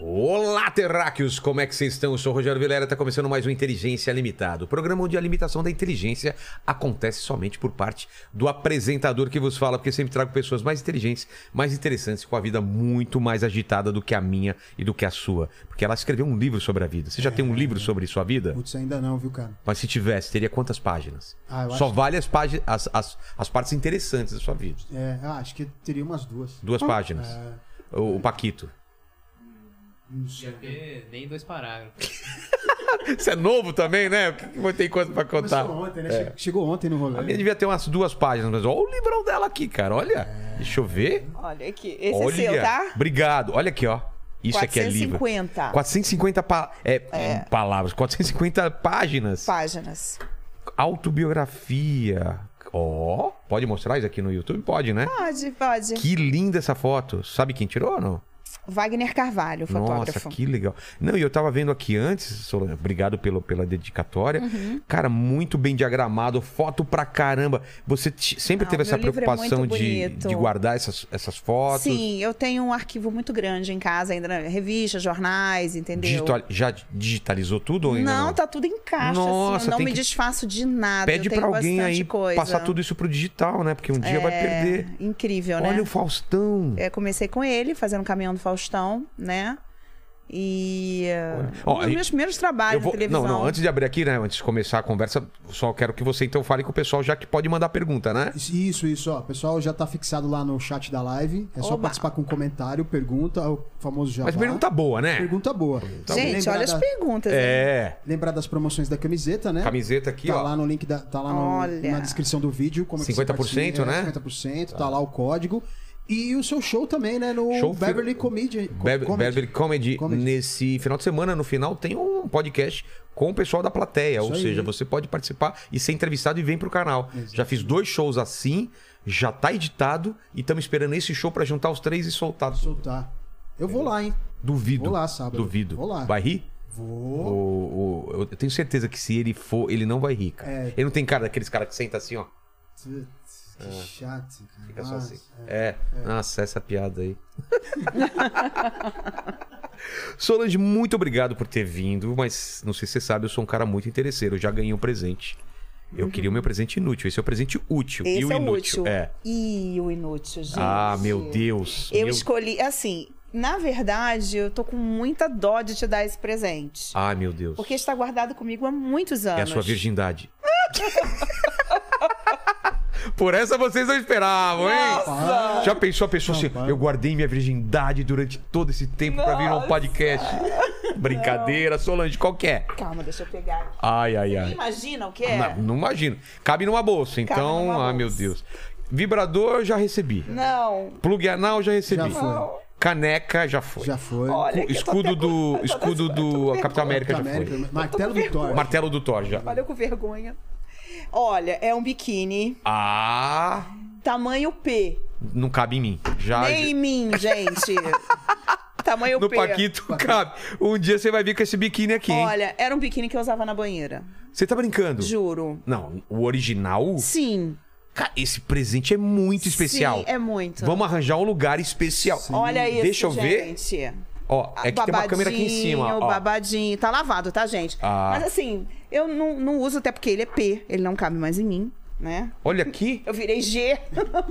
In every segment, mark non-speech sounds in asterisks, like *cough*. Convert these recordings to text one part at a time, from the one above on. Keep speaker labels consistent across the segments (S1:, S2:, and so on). S1: Olá, terráqueos! Como é que vocês estão? Eu sou o Rogério Vilera, está começando mais um Inteligência Limitado, o programa onde a limitação da inteligência acontece somente por parte do apresentador que vos fala, porque sempre trago pessoas mais inteligentes, mais interessantes, com a vida muito mais agitada do que a minha e do que a sua, porque ela escreveu um livro sobre a vida. Você já tem um livro sobre sua vida?
S2: Putz, ainda não, viu, cara?
S1: Mas se tivesse, teria quantas páginas?
S2: Ah, eu
S1: Só
S2: acho-
S1: vale as, páginas, as, as, as partes interessantes da sua vida.
S2: É, ah, acho que teria umas duas.
S1: Duas páginas.
S2: É,
S1: O, o Paquito.
S2: não
S3: Ia
S2: sei.
S3: ter nem dois parágrafos.
S1: Você é novo também, né? Tem coisa pra contar.
S2: Começou ontem, né?
S1: É.
S2: Che- Chegou ontem no rolê.
S1: A minha devia ter umas duas páginas, mas olha o livrão dela aqui, cara. Olha.
S2: É.
S1: Deixa eu ver.
S4: Olha aqui, esse
S1: olha.
S4: é seu, tá?
S1: Obrigado. Olha aqui, ó. Isso aqui é livro.
S4: 450
S1: 450 pa- é, palavras, 450 páginas.
S4: páginas.
S1: Autobiografia. Ó, pode mostrar isso aqui no YouTube? Pode, né?
S4: Pode, pode.
S1: Que linda essa foto. Sabe quem tirou ou não?
S4: Wagner Carvalho,
S1: Nossa,
S4: fotógrafo.
S1: que legal. Não, e eu tava vendo aqui antes, Solange, obrigado pelo, pela dedicatória.
S4: Uhum.
S1: Cara, muito bem diagramado, foto pra caramba. Você ti- sempre
S4: Ah,
S1: teve
S4: o
S1: essa
S4: meu livro é
S1: preocupação
S4: muito
S1: de,
S4: bonito.
S1: de guardar essas, essas fotos?
S4: Sim, eu tenho um arquivo muito grande em casa ainda, né? revistas, jornais, entendeu?
S1: Digital- já digitalizou tudo ou ainda não?
S4: Não, tá tudo em caixa, assim,
S1: Nossa,
S4: eu não
S1: tem
S4: me
S1: que-
S4: desfaço de nada.
S1: Pede
S4: eu tenho
S1: pra alguém
S4: bastante
S1: aí
S4: coisa.
S1: passar tudo isso pro digital, né? Porque um dia vai perder.
S4: É, incrível, né?
S1: Olha o Faustão.
S4: É, comecei com ele, fazendo o Caminhão do Faustão, né? E.
S1: Olha.
S4: um
S1: Ó,
S4: dos
S1: aí-
S4: meus primeiros trabalhos
S1: Eu vou-
S4: na televisão.
S1: Não, não, antes de abrir aqui, né? Antes de começar a conversa, só quero que você então fale com o pessoal, já que pode mandar pergunta, né?
S2: Isso, Isso, isso, ó. O pessoal já tá fixado lá no chat da live. É só
S4: Oba.
S2: participar com comentário, pergunta, o famoso já.
S1: Mas pergunta boa, né?
S2: Pergunta boa.
S4: Gente,
S2: Lembrar
S4: olha as
S2: da-
S4: perguntas. hein?
S1: É.
S2: Lembrar das promoções da camiseta, né?
S1: Camiseta aqui,
S2: tá
S1: ó.
S2: lá no link da, tá lá no-
S4: Olha.
S2: na descrição do vídeo como é que você
S1: 50%,
S2: participa,
S1: né?
S2: é, 50%, tá lá o código. E o seu show também, né, no
S1: Show
S2: Beverly
S1: fi-
S2: Comedy.
S1: Be- Beverly Comedy,
S2: Comedy.
S1: nesse final de semana, no final, tem um podcast com o pessoal da plateia. ou
S2: aí.
S1: seja, você pode participar e ser entrevistado e vem pro canal. Já fiz dois shows assim, já tá editado e estamos esperando esse show pra juntar os três e soltar.
S2: Soltar. Eu vou lá, hein?
S1: Duvido.
S2: Vou lá sábado.
S1: Duvido.
S2: Vou lá.
S1: Vai rir?
S2: Vou.
S1: O- o- eu tenho certeza que se ele for, ele não vai rir, cara.
S2: É.
S1: Ele não tem cara daqueles caras que senta assim, ó.
S2: Putz, que chato, cara.
S1: Ah, Fica só
S2: Nossa,
S1: assim. É. Nossa, essa piada aí.
S4: *laughs*
S1: Solange, muito obrigado por ter vindo, mas não sei se você sabe, eu sou um cara muito interesseiro. Eu já ganhei um presente. Eu queria o meu presente inútil. Esse é o presente útil.
S4: Uhum. Esse
S1: e o
S4: é o
S1: inútil.
S4: útil.
S1: É.
S4: Ih, o inútil, gente.
S1: Ah, meu Deus.
S4: Eu
S1: Meu-
S4: escolhi, assim, na verdade, eu tô com muita dó de te dar esse presente.
S1: Ai, meu Ah, Deus.
S4: Porque está guardado comigo há muitos anos.
S1: É a sua virgindade. *laughs* Por essa vocês não esperavam, hein?
S2: Nossa!
S1: Já pensou a pessoa assim?
S2: Não,
S1: Eu guardei minha virgindade durante todo esse tempo pra vir um
S4: Nossa!
S1: podcast. Brincadeira, Solange, qual que é?
S4: Calma, deixa eu pegar aqui.
S1: Ai, ai,
S4: Você
S1: ai.
S4: imagina o que é?
S1: Não, não imagino. Cabe numa bolsa, então.
S4: numa
S1: Ai, meu
S4: bolsa.
S1: Deus. Vibrador já recebi.
S4: Não.
S1: Plug anal já recebi.
S2: Já foi.
S1: Caneca já foi.
S2: Já foi.
S4: Olha,
S1: O
S4: que eu tô
S1: escudo
S4: até com-
S1: do escudo do Capitão América já
S2: América, né?
S1: foi.
S2: Martelo do Thor.
S1: Martelo do Thor já.
S4: Olha, eu com vergonha. Olha, é um biquíni,
S1: Ah,
S4: tamanho P.
S1: não cabe em mim. Já
S4: Nem em mim,
S1: *laughs*
S4: gente. tamanho
S1: no
S4: P.
S1: Paquito *laughs* cabe. Um dia você vai vir com esse biquíni aqui, hein?
S4: Olha, era um biquíni que eu usava na banheira.
S1: Você tá brincando?
S4: Juro.
S1: Não, o original.
S4: Sim.
S1: Cara, esse presente é muito especial.
S4: Sim, é muito.
S1: Vamos arranjar um lugar especial.
S4: Olha isso,
S1: Deixa eu ver.
S4: gente.
S1: Ó, é que tem uma câmera aqui em cima.
S4: Babadinho,
S1: Ó.
S4: babadinho. Tá lavado, tá, gente?
S1: Ah.
S4: Mas assim, eu não, não uso até porque ele é P. Ele não cabe mais em mim, né?
S1: Olha aqui.
S4: Eu virei G. *laughs*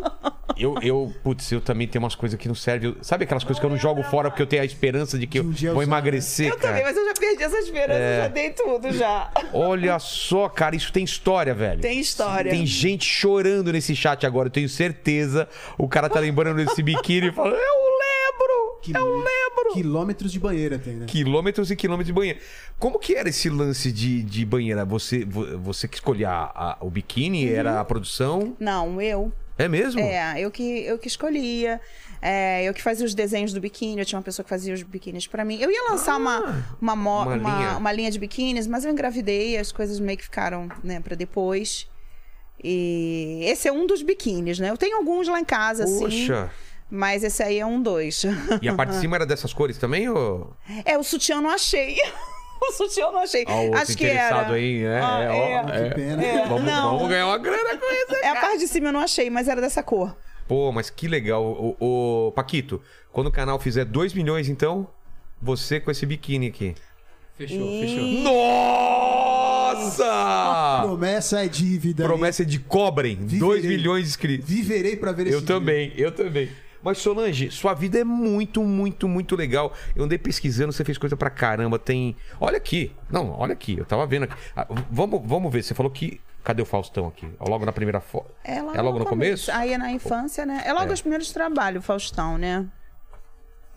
S1: Eu, eu, putz, eu também tenho umas coisas que não servem. Eu- Sabe aquelas coisas que eu não jogo fora porque eu tenho a esperança de que eu
S2: um dia eu
S1: vou
S2: usar,
S1: emagrecer,
S4: Eu também,
S1: cara?
S4: mas eu já perdi essa esperança.
S1: É.
S4: eu Já dei tudo, já.
S1: Olha só, cara, isso tem história, velho.
S4: Tem história.
S1: Tem gente chorando nesse chat agora, eu tenho certeza. O cara tá lembrando desse biquíni e fala: Eu lembro!
S2: Que-
S1: eu lembro!
S2: Quilômetros de banheira tem, né?
S1: Quilômetros e quilômetros de banheira. Como que era esse lance de, de banheira? Você, vo- você que escolhia a- a- o biquíni, era a produção?
S4: Não, eu.
S1: É mesmo?
S4: Uhum. É, eu que, eu que escolhia. é, eu que fazia os desenhos do biquíni. Eu tinha uma pessoa que fazia os biquínis pra mim. Eu ia lançar uma, uma, mo-
S1: Ah, uma
S4: uma, uma
S1: linha.
S4: linha. de biquínis, mas eu engravidei. As coisas meio que ficaram, né, pra depois. E esse é um dos biquínis, né? Eu tenho alguns lá em casa, assim.
S1: Poxa.
S4: Mas esse aí é um dois. *laughs*
S1: E a parte de cima era dessas cores também, ou...
S4: É, o sutiã eu não achei. *laughs* o sutiã eu não achei.
S1: Ó, o outro
S4: Acho que
S1: interessado
S4: era.
S1: aí, é,
S4: Ah,
S1: é, ó,
S2: é. Que pena.
S1: é. Vamos,
S4: Não.
S1: vamos ganhar uma grana com isso.
S4: É a parte de cima eu não achei, mas era dessa cor.
S1: Pô, mas que legal. O, Paquito, quando o canal fizer 2 milhões, então, você com esse biquíni aqui.
S3: Fechou, fechou.
S1: Nossa!
S2: Promessa é dívida.
S1: Promessa de cobrem, 2
S2: Viverei.
S1: milhões de inscritos.
S2: Viverei pra ver
S1: Eu
S2: esse
S1: também, eu também. Mas Solange, sua vida é muito, muito, muito legal. Eu andei pesquisando, você fez coisa pra caramba. Tem. Olha aqui. Não, olha aqui. Eu tava vendo aqui. Ah, v- vamos, vamos ver. Você falou que. Cadê o Faustão aqui? Ó, Logo na primeira foto.
S4: É logo,
S1: logo no começo?
S4: Aí é na infância, né? É logo os primeiros trabalhos, Faustão, né?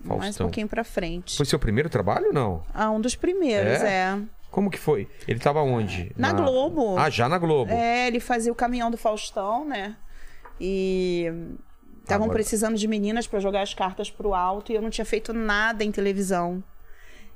S4: Mais um
S1: Faustão.
S4: pouquinho pra frente.
S1: Foi seu primeiro trabalho ou não?
S4: Ah, um dos primeiros,
S1: É?
S4: é.
S1: Como que foi? Ele tava onde?
S4: Na Globo.
S1: Ah, já na Globo.
S4: é. ele fazia o caminhão do Faustão, né? E estavam
S1: Agora-
S4: precisando de meninas pra jogar as cartas pro alto e eu não tinha feito nada em televisão.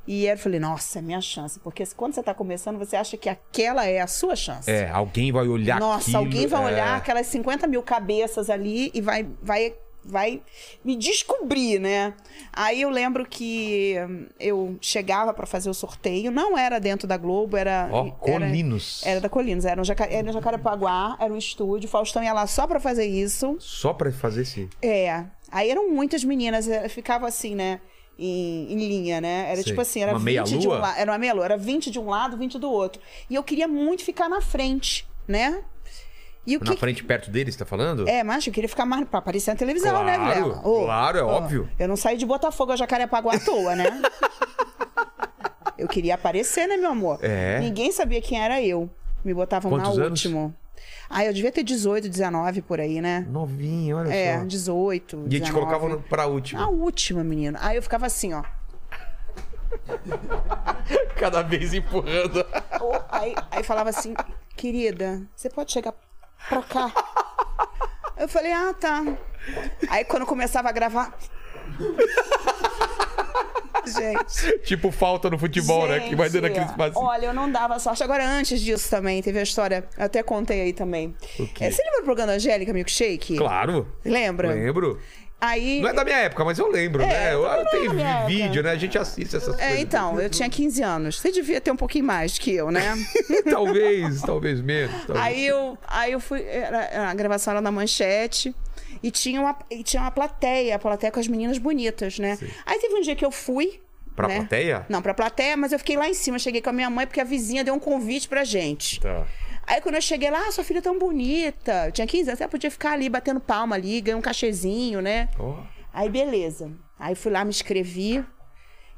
S4: E aí eu falei, nossa, é minha chance. Porque quando você tá começando, você acha que aquela é a sua chance.
S1: É, alguém vai olhar
S4: Nossa,
S1: aquilo,
S4: alguém vai
S1: é.
S4: olhar aquelas 50 mil cabeças ali e vai, vai, vai me descobrir, né? Aí eu lembro que hum, eu chegava pra fazer o sorteio, não era dentro da Globo, era.
S1: Ó,
S4: era-
S1: Colinos.
S4: Era, da Colinos, era um jaca, era um Jacarepaguá, era um estúdio, Faustão ia lá só pra fazer isso.
S1: Só pra fazer esse.
S4: É. Aí eram muitas meninas, eh, ficavam assim, né? Em, em linha, né? Era
S1: Sei.
S4: tipo assim, era
S1: Uma
S4: 20
S1: meia
S4: de um
S1: lua?
S4: lado. Era uma meia lua, era 20 de um lado, 20 do outro. E eu queria muito ficar na frente, né? E o
S1: Na
S4: que.
S1: frente, perto dele, você tá falando?
S4: É, mas eu queria ficar mais. pra aparecer na televisão, né,
S1: Claro,
S4: Vilela?
S1: claro, é óbvio.
S4: Eu não saí de Botafogo a Jacarepaguá à
S1: *laughs*
S4: toa, né? eu queria aparecer, né, meu amor?
S1: É.
S4: Ninguém sabia quem era eu. Me botavam
S1: Quantos
S4: na
S1: anos?
S4: último. Ah, eu devia ter 18, 19 por aí, né?
S1: Novinho, olha
S4: É,
S1: só.
S4: 18.
S1: E te
S4: 19.
S1: colocava no- pra última.
S4: A última, menino. Aí eu ficava assim, ó.
S1: Cada vez empurrando.
S4: Ô, Aí, aí falava assim, querida, você pode chegar pra cá? Eu falei, ah, tá. Aí quando começava a gravar. *laughs* Gente.
S1: *laughs* tipo falta no futebol, né? Que vai dando aquele espaço.
S4: Olha, eu não dava sorte. Agora, antes disso também, teve a história. Eu até contei aí também.
S1: O quê?
S4: É, você lembra do programa da Angélica Milkshake?
S1: Claro.
S4: Lembra? É,
S1: Lembro.
S4: Aí.
S1: Não é da minha época, mas eu lembro, né? Eu, eu tenho
S4: minha época.
S1: vídeo, né? A gente assiste essas
S4: É,
S1: coisas.
S4: então, eu tinha 15 anos. Você devia ter um pouquinho mais que eu,
S1: *laughs*
S4: né?
S1: talvez, talvez menos. talvez.
S4: Aí eu, aí eu fui. era- a gravação era na manchete. E tinha uma, e tinha uma plateia, a plateia com as meninas bonitas, né? Aí teve um dia que eu fui.
S1: Pra
S4: né?
S1: plateia?
S4: Não, pra plateia, mas eu fiquei lá em cima. Cheguei com a minha mãe, porque a vizinha deu um convite pra gente.
S1: Tá.
S4: Aí quando eu cheguei lá, ah, sua filha é tão bonita. Eu tinha 15 anos, até podia ficar ali batendo palma ali, ganhar um cachezinho, né?
S1: Ó,
S4: Aí beleza. Aí fui lá, me inscrevi.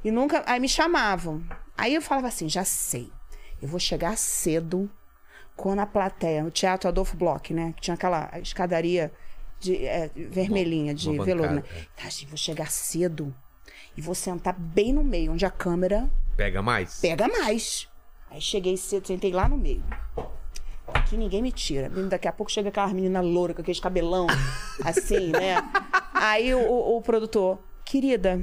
S4: E nunca. Aí me chamavam. Aí eu falava assim: já sei. Eu vou chegar cedo quando a plateia, no Teatro Adolfo Bloch, né? Que tinha aquela escadaria de, é, vermelhinha de
S1: uma
S4: veludo. né?
S1: bancada, é.
S4: Tá, gente, vou chegar cedo e vou sentar bem no meio, onde a câmera
S1: Pega mais?
S4: pega mais. Aí cheguei cedo, sentei lá no meio. Aqui ninguém me tira. Menino, Daqui a pouco chega aquela menina loura com aqueles cabelão, assim, né? Aí o, o- o produtor, querida.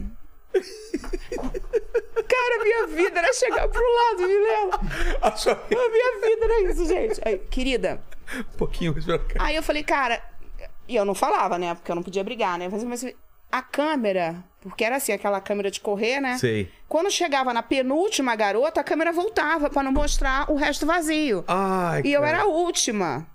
S4: Cara, minha vida era chegar pro lado, Vilela.
S1: *laughs* A sua
S4: A minha vida era isso, gente. Aí, querida.
S1: um pouquinho mais pra cá.
S4: Aí eu falei, cara. E eu não falava, né? Porque eu não podia brigar, né? Eu falei, mas a câmera. Porque era assim, aquela câmera de correr, né?
S1: Sei.
S4: Quando chegava na penúltima garota, a câmera voltava pra não mostrar o resto vazio.
S1: Ai,
S4: e eu
S1: cara.
S4: era a última.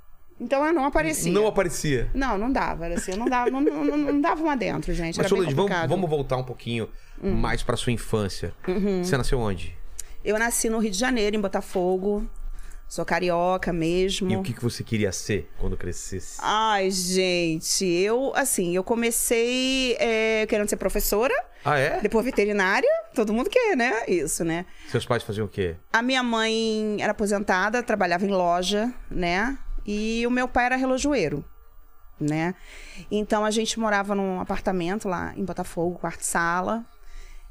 S4: Então eu não aparecia.
S1: Não aparecia.
S4: Não, não dava, era assim, eu não dava, não, não, não- não dava uma dentro, gente.
S1: Mas,
S4: era bem
S1: Solange, vamos,
S4: complicado. Hum.
S1: vamos voltar um pouquinho mais pra sua infância.
S4: Uhum.
S1: Você nasceu onde?
S4: Eu nasci no Rio de Janeiro, em Botafogo. Sou carioca mesmo.
S1: E o que, que você queria ser quando crescesse?
S4: Ai, gente, eu, assim, eu comecei é, querendo ser professora,
S1: Ah, é?
S4: depois veterinária, todo mundo quer, né? Isso, né?
S1: Seus pais faziam o quê?
S4: A minha mãe era aposentada, trabalhava em loja, né? E o meu pai era relojoeiro, né? Então a gente morava num apartamento lá em Botafogo, quarto-sala.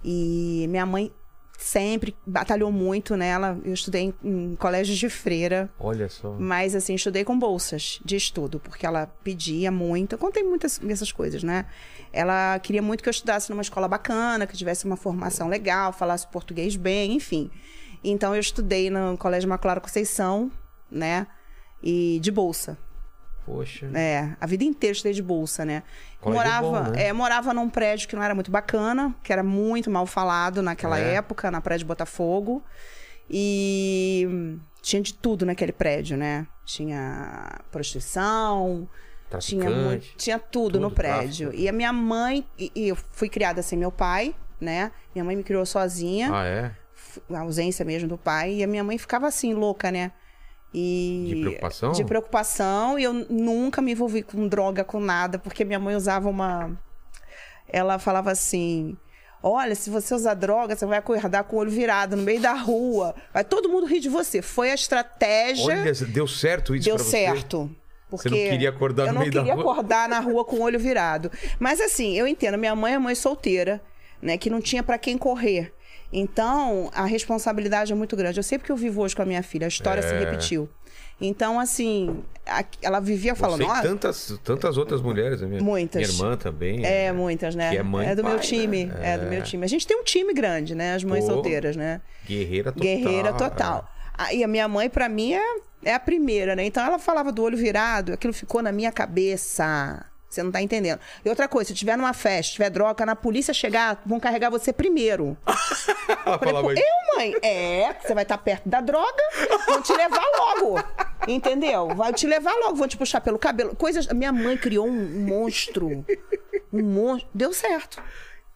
S4: E minha mãe sempre batalhou muito nela. Eu estudei em, em colégios de freira,
S1: Olha só.
S4: mas assim, estudei com bolsas de estudo, porque ela pedia muito. Eu contei muitas dessas coisas, né? Ela queria muito que eu estudasse numa escola bacana, que tivesse uma formação legal, falasse português bem, enfim. Então eu estudei no Colégio Macular Conceição, né? E de bolsa.
S1: Poxa.
S4: É, a vida inteira eu estudei de bolsa, né?
S1: Colégio
S4: morava,
S1: bom, né?
S4: é, morava num prédio que não era muito bacana, que era muito mal falado naquela
S1: É.
S4: época, na Praia de Botafogo. E hum, tinha de tudo naquele prédio, né? Tinha prostituição, tinha, muito-
S1: Traficante.
S4: tinha tudo, no
S1: tudo,
S4: prédio.
S1: tráfico.
S4: E a minha mãe, e, e eu fui criada sem meu pai, né? Minha mãe me criou sozinha,
S1: Ah, é?
S4: f- a ausência mesmo do pai, e a minha mãe ficava assim, louca, né? E
S1: De preocupação?
S4: de preocupação e eu nunca me envolvi com droga, com nada, porque minha mãe usava uma. Ela falava assim: Olha, se você usar droga, você vai acordar com o olho virado no meio da rua. Vai todo mundo rir de você. Foi a estratégia.
S1: Olha, deu certo isso
S4: deu
S1: pra você?
S4: certo. Porque
S1: Você não queria acordar
S4: eu
S1: no
S4: não
S1: meio da
S4: queria
S1: rua?
S4: acordar na rua com o olho virado. Mas assim, eu entendo. Minha mãe é mãe solteira, né? Que não tinha pra quem correr. Então, a responsabilidade é muito grande. Eu sei porque eu vivo hoje com a minha filha. A história
S1: É.
S4: se repetiu. Então, assim, a- ela vivia falando... "Ah,
S1: Você e
S4: "Ó,
S1: tantas, tantas outras mulheres, né? minha,
S4: Muitas.
S1: minha irmã também.
S4: É, muitas, né?
S1: Que é mãe e
S4: do meu
S1: pai,
S4: time.
S1: né?
S4: É. do meu time. A gente tem um time grande, né? As mães
S1: Pô.
S4: solteiras, né?
S1: Guerreira total.
S4: Guerreira total. Ah, E a minha mãe, pra mim, é, é a primeira, né? Então ela falava do olho virado, aquilo ficou na minha cabeça. Você não tá entendendo. E outra coisa, se tiver numa festa, tiver droga, na polícia chegar, vão carregar você primeiro.
S1: *laughs* Ela
S4: Falei,
S1: falava
S4: pô,
S1: isso.
S4: eu, Ah, mãe? É, que você vai estar perto da droga, vão te levar logo. Entendeu? Vão te levar logo, vão te puxar pelo cabelo. Coisas. Minha mãe criou um monstro. Um monstro. Deu certo.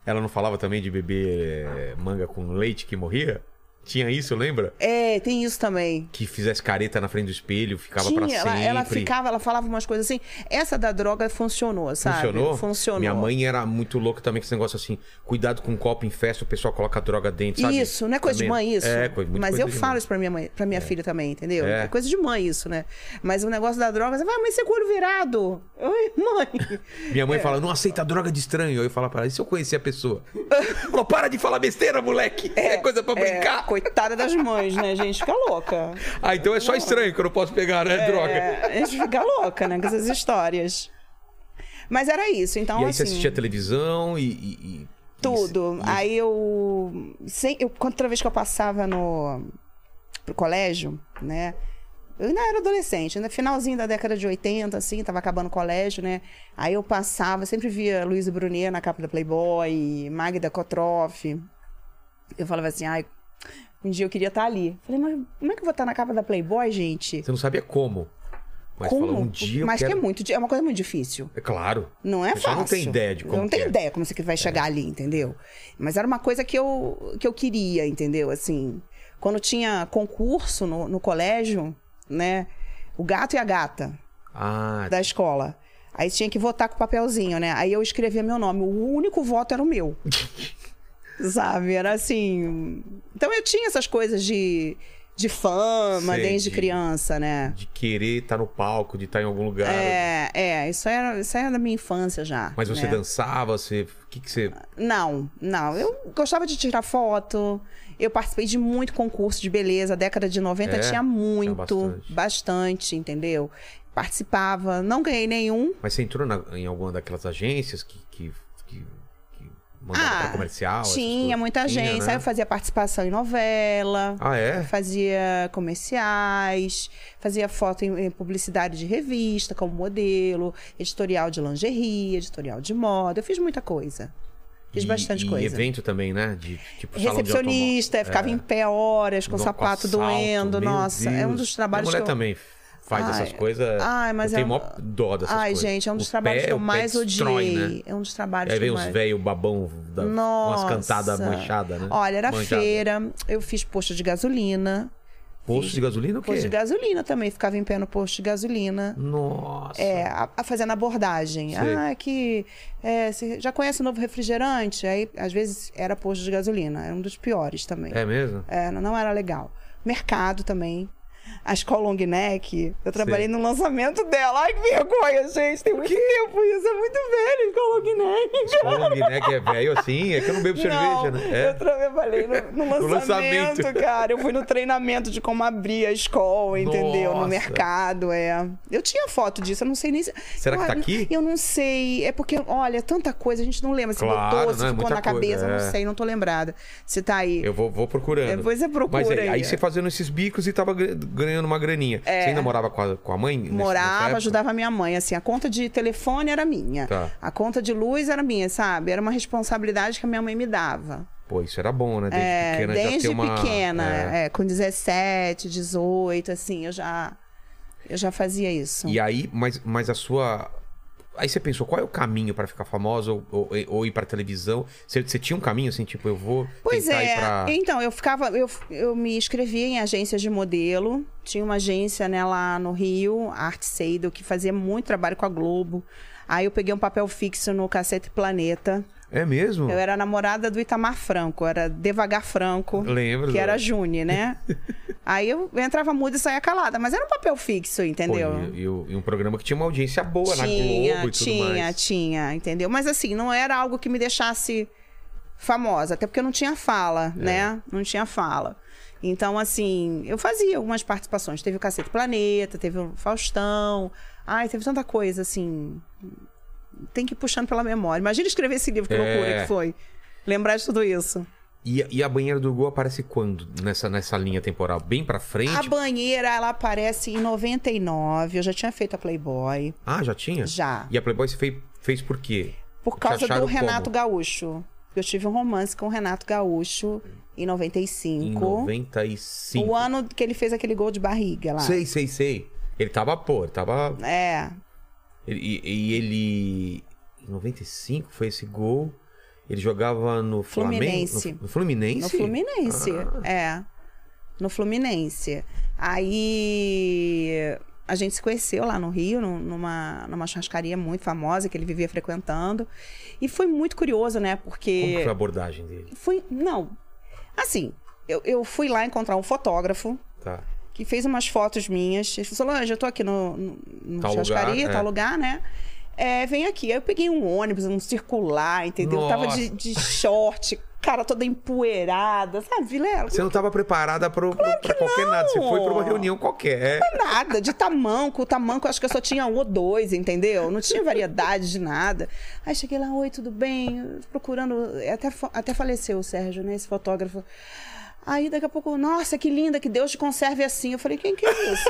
S1: Ela não falava também de beber eh, manga com leite que morria? Tinha isso, lembra?
S4: É, tem isso também.
S1: Que fizesse careta na frente do espelho, ficava pra
S4: Tinha, ela,
S1: sempre.
S4: ela ficava, ela falava umas coisas assim. Essa da droga funcionou, sabe?
S1: Funcionou?
S4: Funcionou.
S1: Minha mãe era muito louca também com esse negócio assim, cuidado com copo em festa, o pessoal coloca droga dentro, sabe?
S4: Isso, não é coisa de
S1: Também-
S4: mãe isso.
S1: É, coisa, muito
S4: Mas
S1: coisa
S4: eu
S1: de
S4: falo
S1: mãe.
S4: isso pra minha mãe, pra minha filha também, entendeu?
S1: É.
S4: É. coisa de mãe isso, né? Mas o negócio da droga, você vai, mas você com o olho virado. Oi,
S1: *laughs*
S4: mãe.
S1: Minha mãe fala, não aceita droga de estranho. Aí eu falo pra ela, e se eu conhecer a pessoa? Falou, para de falar besteira, moleque! É, coisa pra brincar!
S4: É, coitada das mães, né, gente? Fica louca.
S1: Ah, então é só estranho que eu não posso pegar, né? droga.
S4: É, a gente fica louca, né, com essas histórias. Mas era isso, então
S1: e aí você
S4: assim.
S1: assistia televisão e. e- e-
S4: Tudo.
S1: e-
S4: Aí eu, sem, eu. Quanta vez que eu passava no. pro colégio, né? Eu ainda era adolescente, no finalzinho da década de 80, assim, tava acabando o colégio, né? Aí eu passava, sempre via Luiz Brunet na capa da Playboy, Magda Kotroff. Eu falava assim, ai, um dia eu queria estar ali. Falei, mas como é que eu vou estar na capa da Playboy, gente?
S1: Você não sabia como. Mas
S4: como?
S1: falou, um dia
S4: mas
S1: eu quero...
S4: que é muito, di- é uma coisa muito difícil.
S1: É claro.
S4: Não é
S1: Você
S4: fácil.
S1: não tem ideia de como
S4: Não tem
S1: que é.
S4: ideia como você que vai chegar ali, entendeu? Mas era uma coisa que eu, que eu queria, entendeu? Assim, quando tinha concurso no, no colégio, né? O gato e a gata
S1: Ah,
S4: da escola. Aí tinha que votar com o papelzinho, né? Aí eu escrevia meu nome. O único voto era
S1: *laughs*
S4: o meu. Sabe? Era assim. Então eu tinha essas coisas de, de fama
S1: Sei,
S4: desde
S1: de-
S4: criança, né?
S1: de querer estar no palco, de estar em algum lugar.
S4: É, é, isso era, isso era da minha infância já.
S1: Mas você
S4: né?
S1: dançava, você. O que, que você.
S4: Não, não. Eu gostava de tirar foto. Eu participei de muito concurso de beleza. A década de 90
S1: É?
S4: tinha muito,
S1: bastante.
S4: bastante. entendeu? Participava, não ganhei nenhum.
S1: Mas você entrou na- em alguma daquelas agências que. que, que, que mandava
S4: Ah,
S1: pra comercial? essas
S4: tinha
S1: coisas?
S4: muita
S1: Tinha,
S4: agência.
S1: né?
S4: Aí eu fazia participação em novela,
S1: Ah, é?
S4: fazia comerciais, fazia foto em, em publicidade de revista, como modelo, editorial de lingerie, editorial de moda. Eu fiz muita coisa. Fiz
S1: E-
S4: bastante
S1: e
S4: coisa.
S1: evento também, né? De tipo salão de
S4: recepcionista, é,
S1: automó- É.
S4: ficava em pé horas, com o
S1: No-
S4: sapato
S1: assalto,
S4: doendo.
S1: meu
S4: Nossa, é um
S1: Deus.
S4: dos trabalhos
S1: Minha mulher
S4: que eu...
S1: também faz
S4: Ai,
S1: essas coisas.
S4: ai, mas
S1: eu tenho
S4: é-
S1: mó dó dessas
S4: Ai,
S1: coisas.
S4: gente, é um dos
S1: O
S4: trabalhos
S1: pé-
S4: que eu
S1: o pé
S4: mais
S1: destrói,
S4: odiei.
S1: né?
S4: É um dos trabalhos
S1: Aí
S4: que
S1: vem
S4: eu
S1: uns
S4: mais...
S1: velho babão da,
S4: Nossa.
S1: umas cantadas manchadas, né?
S4: Olha, era
S1: Manjada.
S4: feira, eu fiz posto de gasolina.
S1: Poço de gasolina o quê?
S4: Posto de gasolina também, ficava em pé no posto de gasolina.
S1: Nossa.
S4: É, a, a fazendo abordagem.
S1: Sei.
S4: Ah, que. é, você já conhece o novo refrigerante? Aí, às vezes, era posto de gasolina. Era um dos piores também.
S1: É mesmo?
S4: É, não- não era legal. Mercado também. A escola long neck, eu trabalhei no lançamento dela. Ai, que vergonha, gente. Tem muito tempo isso. É muito velho, escola long neck.
S1: Só long neck é velho assim, é que eu não bebo
S4: Não,
S1: cerveja, né?
S4: eu
S1: É.
S4: trabalhei no, no
S1: *laughs* No lançamento.
S4: lançamento, cara. Eu fui no treinamento de como abrir a escola, entendeu?
S1: Nossa.
S4: No mercado, é. Eu tinha foto disso, eu não sei nem se...
S1: Será que
S4: Ah,
S1: tá aqui?
S4: Eu não sei. É porque, olha, tanta coisa, a gente não lembra se
S1: Claro,
S4: botou, se
S1: né?
S4: ficou
S1: Muita
S4: na
S1: coisa,
S4: cabeça, eu
S1: é.
S4: não sei, não tô lembrada. Se tá aí.
S1: Eu vou, vou procurando.
S4: Depois você procura
S1: Mas aí,
S4: aí,
S1: aí
S4: é.
S1: você fazendo esses bicos e tava gan- ganhando, ganhando uma graninha. Você ainda morava com a, com a mãe? nesse- nessa
S4: Morava,
S1: época?
S4: ajudava a minha mãe, assim. A conta de telefone era minha.
S1: Tá.
S4: A conta de luz era minha, sabe? Era uma responsabilidade que a minha mãe me dava.
S1: Pô, isso era bom, né? Desde
S4: É,
S1: pequena já
S4: desde
S1: ter uma...
S4: pequena,
S1: É.
S4: é, com 17, 18, assim, eu já, eu já fazia isso.
S1: E aí, mas, mas a sua... Aí você pensou, qual é o caminho pra ficar famosa ou, ou, ou ir pra televisão? Você, você tinha um caminho assim, tipo, eu vou
S4: Pois
S1: tentar
S4: é,
S1: ir pra...
S4: então, eu ficava, eu, eu me inscrevia em agências de modelo, tinha uma agência né, lá no Rio, a Arte Seido, que fazia muito trabalho com a Globo. Aí eu peguei um papel fixo no Cacete Planeta.
S1: É mesmo?
S4: Eu era namorada do Itamar Franco, era Devagar Franco,
S1: Lembro.
S4: que era a
S1: *laughs*
S4: June, né? Aí eu entrava muda e saía calada, mas era um papel
S1: Pô,
S4: fixo, entendeu?
S1: e, e o- e um programa que tinha uma audiência boa na
S4: tinha,
S1: Globo e tudo
S4: tinha,
S1: mais.
S4: tinha, entendeu? Mas assim, não era algo que me deixasse famosa, até porque eu não tinha
S1: É.
S4: fala, né? Não tinha fala. Então, assim, eu fazia algumas participações. Teve o Cacete Planeta, teve o Faustão. Ai, teve tanta coisa, assim. Tem que ir puxando pela memória. Imagina escrever esse livro, que
S1: É.
S4: loucura que foi. Lembrar de tudo isso.
S1: E, e a banheira do Gol aparece quando? Nessa, nessa linha temporal? Bem pra frente?
S4: A banheira, ela aparece em 99. Eu já tinha feito a Playboy.
S1: Ah, já tinha?
S4: Já.
S1: E a Playboy você fez, fez por quê?
S4: Por
S1: Te
S4: causa
S1: acharam
S4: do Renato
S1: como?
S4: Gaúcho. Eu tive um romance com o Renato Gaúcho em 95.
S1: Em 95.
S4: O ano que ele fez aquele gol de barriga lá.
S1: Sei, sei, sei. Ele tava, pô, ele tava.
S4: É.
S1: ele- E e ele. Em 95 foi esse gol. Ele jogava no Flamengo.
S4: Fluminense.
S1: No, no Fluminense?
S4: No Fluminense.
S1: Ah.
S4: É. No Fluminense. Aí a gente se conheceu lá no Rio, num- numa, numa churrascaria muito famosa que ele vivia frequentando. E foi muito curioso, né? Porque.
S1: Como que foi a abordagem dele?
S4: Fui. Não. Assim, eu, eu fui lá encontrar um fotógrafo
S1: Tá.
S4: que fez umas fotos minhas. Ele falou: Solange, eu tô aqui no, no, no
S1: Tal
S4: churrascaria,
S1: lugar, é.
S4: tal lugar, né? É, vem aqui. Aí eu peguei um ônibus, um circular, entendeu? Eu Tava de, de short, cara toda empoeirada, sabe, Vilela?
S1: Você não tava preparada pro, pra qualquer nada. Você foi pra uma reunião qualquer. É.
S4: nada, de tamanco. O tamanco eu acho que eu só tinha um ou dois, entendeu? Não tinha variedade de nada. Aí cheguei lá, oi, tudo bem? Procurando. Até, fa- até faleceu o Sérgio, né? Esse fotógrafo. Aí daqui a pouco, nossa, que linda, que Deus te conserve assim. Eu falei, quem que é isso?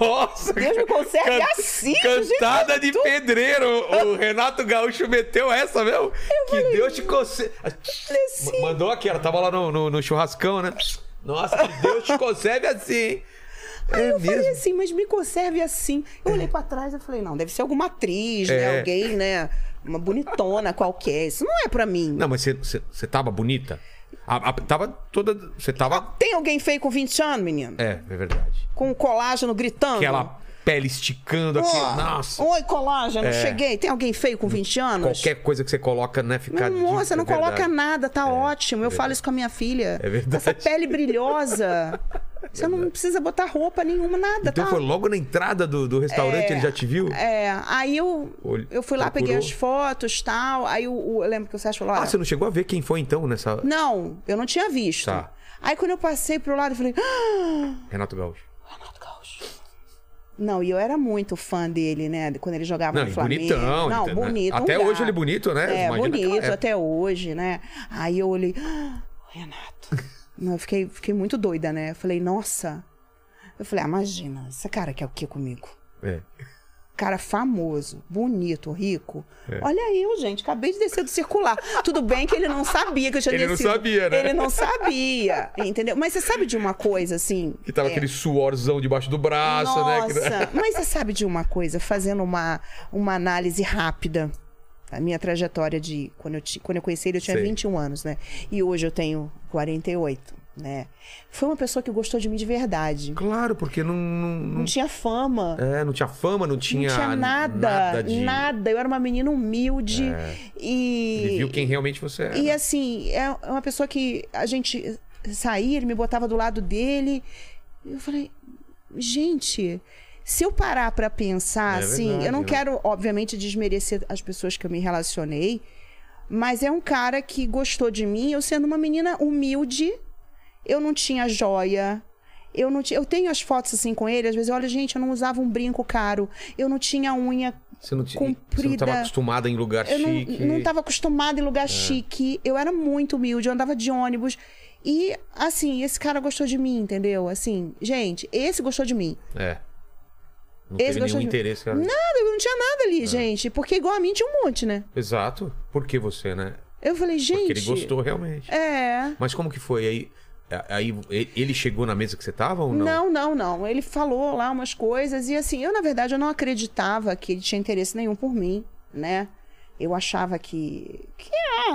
S1: Nossa!
S4: Deus me conserve
S1: Can-
S4: assim,
S1: Cantada de pedreiro! O Renato Gaúcho meteu essa mesmo? Que Deus te conserve.
S4: assim.
S1: Mandou aqui, ela tava lá no, no- no churrascão, né? Nossa, que Deus te conserve assim, hein? É
S4: Eu falei
S1: mesmo.
S4: assim, mas me conserve assim. Eu olhei pra trás e falei, não, deve ser alguma atriz,
S1: É.
S4: né? Alguém, né? Uma bonitona qualquer. Isso não é pra mim.
S1: Não, mas você- você você tava bonita? A- a- tava toda. Você tava.
S4: Tem alguém feio com 20 anos, menino?
S1: É, é verdade.
S4: Com colágeno gritando?
S1: Aquela pele esticando aqui.
S4: Ó,
S1: Nossa. É.
S4: Oi, colágeno, cheguei. Tem alguém feio com 20 anos?
S1: Qualquer coisa que você coloca, né? Fica.
S4: Não, moça,
S1: é
S4: não
S1: verdade. É,
S4: coloca nada, tá ótimo. Eu
S1: verdade.
S4: falo isso com a minha filha.
S1: É verdade.
S4: Essa
S1: *laughs*
S4: pele brilhosa. Você não precisa botar roupa nenhuma, nada,
S1: Então
S4: tá?
S1: foi logo na entrada do, do restaurante, ele já te viu?
S4: É, aí eu,
S1: Olhe-
S4: eu fui lá,
S1: procurou.
S4: peguei as fotos tal. Aí o, o- eu lembro que o Sérgio falou:
S1: Ah,
S4: olha,
S1: você não chegou a ver quem foi então nessa.
S4: Não, eu não tinha visto.
S1: Tá.
S4: Aí quando eu passei pro lado, eu falei. Ah,
S1: Renato Gaúcho.
S4: Renato Gaúcho. Não, e eu era muito fã dele, né? Quando ele jogava
S1: Não,
S4: no
S1: e
S4: Flamengo.
S1: bonitão.
S4: não,
S1: então, né?
S4: bonito. um
S1: Até
S4: gato.
S1: hoje ele é bonito, né?
S4: É,
S1: Imagina aquela
S4: bonito
S1: época.
S4: até hoje, né? Aí eu olhei. "Ah, Renato. Não, eu fiquei, fiquei muito doida, né? Eu falei, nossa. Eu falei, ah, imagina, esse cara quer o quê comigo?
S1: É.
S4: cara famoso, bonito, rico.
S1: É.
S4: Olha eu, gente, acabei de descer do circular. Tudo bem que ele não sabia que eu tinha
S1: Ele não
S4: descido.
S1: sabia, né?
S4: Ele não sabia, entendeu? Mas você sabe de uma coisa, assim...
S1: Que tava
S4: é,
S1: aquele suorzão debaixo do braço,
S4: Nossa,
S1: né?
S4: mas você sabe de uma coisa, fazendo uma, uma análise rápida da minha trajetória de... Quando eu, ti- quando eu conheci ele, eu tinha
S1: Sei.
S4: 21 anos, né? E hoje eu tenho 48, né? Foi uma pessoa que gostou de mim de verdade.
S1: *laughs* Claro, porque não, não,
S4: Não tinha fama.
S1: não- é, não tinha fama, não
S4: Não
S1: tinha,
S4: tinha nada, nada,
S1: de... É.
S4: Eu era uma menina humilde e.
S1: Ele viu quem realmente você era.
S4: E assim, é uma pessoa que a gente saía, ele me botava do lado dele. Eu falei, gente, se eu parar pra pensar
S1: É
S4: assim, eu não
S1: verdade,
S4: quero, obviamente, desmerecer as pessoas que eu me relacionei, mas é um cara que gostou de mim, eu sendo uma menina humilde, eu não tinha joia. Eu, não ti- eu tenho as fotos assim com ele, às vezes, olha, gente, eu não usava um brinco caro, eu não tinha unha
S1: Você não, tinha, você não
S4: comprida.
S1: tava acostumada em lugar
S4: eu não,
S1: chique. É.
S4: não tava acostumada em lugar chique. Eu era muito humilde, eu andava de ônibus. E, assim, esse cara gostou de mim, entendeu? Assim, gente, esse gostou de mim.
S1: É. Não
S4: Esse
S1: teve
S4: gostou
S1: nenhum
S4: de-
S1: interesse, cara. É.
S4: Nada, não tinha nada ali, gente. Porque igual a mim tinha um monte, né?
S1: Exato. Por que você, né?
S4: Eu falei, gente.
S1: Porque ele gostou realmente.
S4: É.
S1: Mas como que foi? Aí, aí ele chegou na mesa que você tava ou não?
S4: Não, não, não. Ele falou lá umas coisas e assim, eu na verdade eu não acreditava que ele tinha interesse nenhum por mim, né? Eu achava que que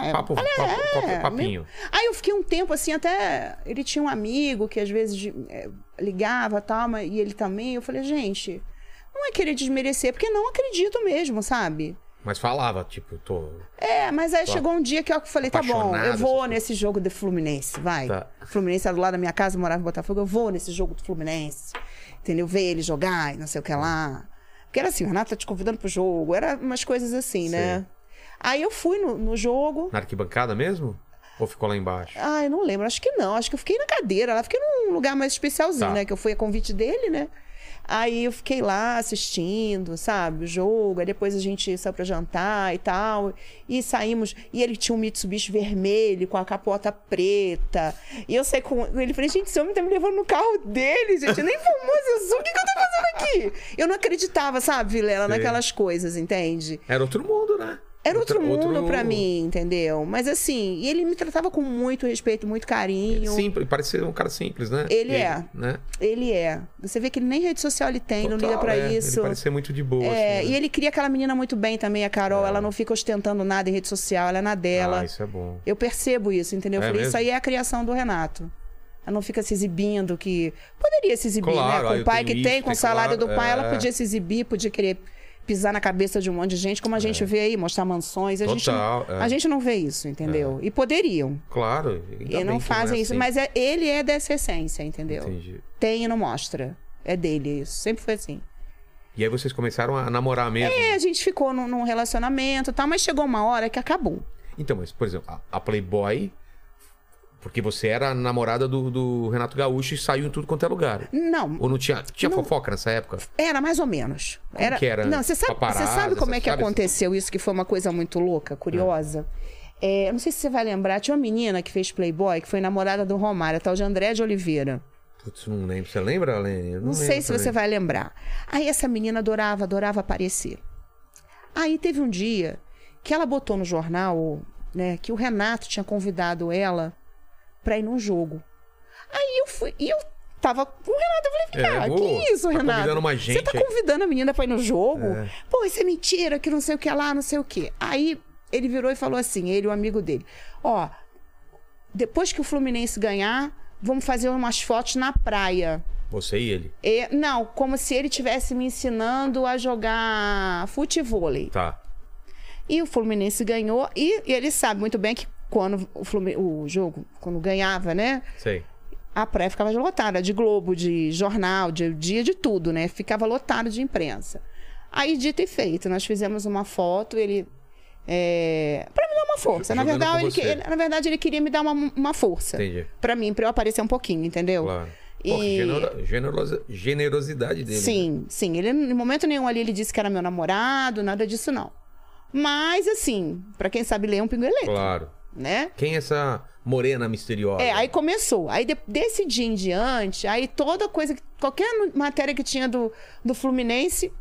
S4: é.
S1: Papo,
S4: olha,
S1: papo-
S4: é,
S1: papo- papinho.
S4: Aí eu fiquei um tempo assim, até ele tinha um amigo que às vezes de- eh, ligava tal, mas- e ele também. Eu falei, gente, não é querer desmerecer, porque não acredito mesmo, sabe?
S1: Mas falava, tipo, tô.
S4: É, mas aí
S1: Tá.
S4: chegou um dia que eu falei, tá bom,
S1: Apaixonado,
S4: eu vou
S1: essas
S4: nesse jogo do Fluminense, vai.
S1: Tá.
S4: O Fluminense era do lado da minha casa, eu morava em Botafogo, eu vou nesse jogo do Fluminense. Entendeu? Ver ele jogar e não sei o que lá. Porque era assim, o Renato tá te convidando pro jogo, era umas coisas assim, né? Aí eu fui no, no jogo.
S1: Na arquibancada mesmo? Ou ficou lá embaixo?
S4: Ai, Ah, não lembro, acho que não. Acho que eu fiquei na cadeira lá, fiquei num lugar mais especialzinho,
S1: Tá.
S4: né? Que eu fui a convite dele, né? Aí eu fiquei lá assistindo, sabe, o jogo. Aí depois a gente saiu pra jantar e tal. E saímos. E ele tinha um Mitsubishi vermelho com a capota preta. E eu sei com. Ele falei, gente, esse homem tá me levando no carro dele, gente. é Nem famoso eu sou. O que, que eu tô fazendo aqui? Eu não acreditava, sabe, Vilela,
S1: Sei.
S4: naquelas coisas, entende?
S1: Era outro mundo, né?
S4: Era outro, mundo pra mim, entendeu? Mas assim, e ele me tratava com muito respeito, muito carinho.
S1: Simples, parecia um cara simples, né?
S4: Ele é.
S1: Né?
S4: Ele é. Você vê que ele nem rede social ele tem, não
S1: Total,
S4: liga pra
S1: é.
S4: isso.
S1: Ele parecia muito de boa.
S4: É,
S1: assim,
S4: e
S1: né? É.
S4: ele cria aquela menina muito bem também, a Carol. Ela não fica ostentando nada em rede social, ela é na dela.
S1: Ah, isso é bom.
S4: Eu percebo isso, entendeu? Eu
S1: É
S4: falei,
S1: mesmo?
S4: isso aí é a criação do Renato. Ela não fica se exibindo, que. Poderia se exibir,
S1: Claro, ah,
S4: né? Com
S1: eu
S4: o pai
S1: tenho
S4: que
S1: isso,
S4: tem, com o
S1: tenho
S4: salário
S1: claro,
S4: do pai,
S1: é.
S4: ela podia se exibir, podia querer pisar na cabeça de um monte de gente, como a gente vê aí, mostrar mansões. A, gente, não,
S1: É. Total, é.
S4: a gente não vê isso, entendeu? E poderiam.
S1: Claro.
S4: E não fazem isso. Mas é- ele é dessa essência, entendeu?
S1: assim. Entendi.
S4: Tem e não mostra. É dele isso. Sempre foi assim.
S1: E aí vocês começaram a namorar mesmo?
S4: É, a gente ficou num, num relacionamento e tal, mas chegou uma hora que acabou.
S1: Então, mas, por exemplo, a, a Playboy. Porque você era a namorada do, do Renato Gaúcho e saiu em tudo quanto é lugar.
S4: Não,
S1: Ou não tinha. Tinha fofoca nessa época?
S4: Era mais ou menos.
S1: Como que era?
S4: Não, você sabe,
S1: Paparazzi,
S4: você sabe como é que
S1: sabe?
S4: aconteceu isso, que foi uma coisa muito louca, curiosa? É, eu não sei se você vai lembrar, tinha uma menina que fez Playboy, que foi namorada do Romário, a tal de André de Oliveira.
S1: Putz, não lembro. Você lembra, Lene? Eu
S4: Não, sei
S1: lembro
S4: se
S1: também.
S4: você vai lembrar. Aí essa menina adorava, adorava aparecer. Aí teve um dia que ela botou no jornal, né, que o Renato tinha convidado ela pra ir num jogo. Aí eu fui, e eu tava com o Renato, eu falei, vem
S1: É,
S4: cá,
S1: ô,
S4: que isso,
S1: tá
S4: Renato?
S1: convidando mais gente
S4: Você tá
S1: aí."
S4: convidando a menina pra ir no jogo? Pô, isso é mentira, que não sei o que lá, não sei o que. Aí ele virou e falou assim, ele, e o amigo dele, ó, depois que o Fluminense ganhar, vamos fazer umas fotos na praia.
S1: Você e ele.
S4: E- não, como se ele tivesse me ensinando a jogar futevôlei.
S1: Tá.
S4: E o Fluminense ganhou, e, e ele sabe muito bem que quando o, Flumin- o jogo, quando ganhava, né?
S1: Sei.
S4: A praia ficava lotada de Globo, de jornal, de dia de tudo, né? Ficava lotado de imprensa. Aí, dito e feito, nós fizemos uma foto, ele. É, para me dar uma força. Na
S1: Jogando com
S4: verdade, ele, que-
S1: você.
S4: ele- na verdade, ele queria me dar uma, uma força.
S1: Entendi.
S4: Pra mim, pra eu aparecer um pouquinho, entendeu?
S1: Claro.
S4: E-
S1: Pô, que genero- generosa- generosidade dele. né?
S4: Sim, sim. Ele, em momento nenhum ali, ele disse que era meu namorado, nada disso, não. Mas, assim, pra quem sabe ler, é um pingo elétrico,
S1: Claro.
S4: né?
S1: Quem é essa morena misteriosa?
S4: É, aí começou. Aí, de- desse dia em diante, aí toda coisa, que- qualquer no- matéria que tinha do, do Fluminense,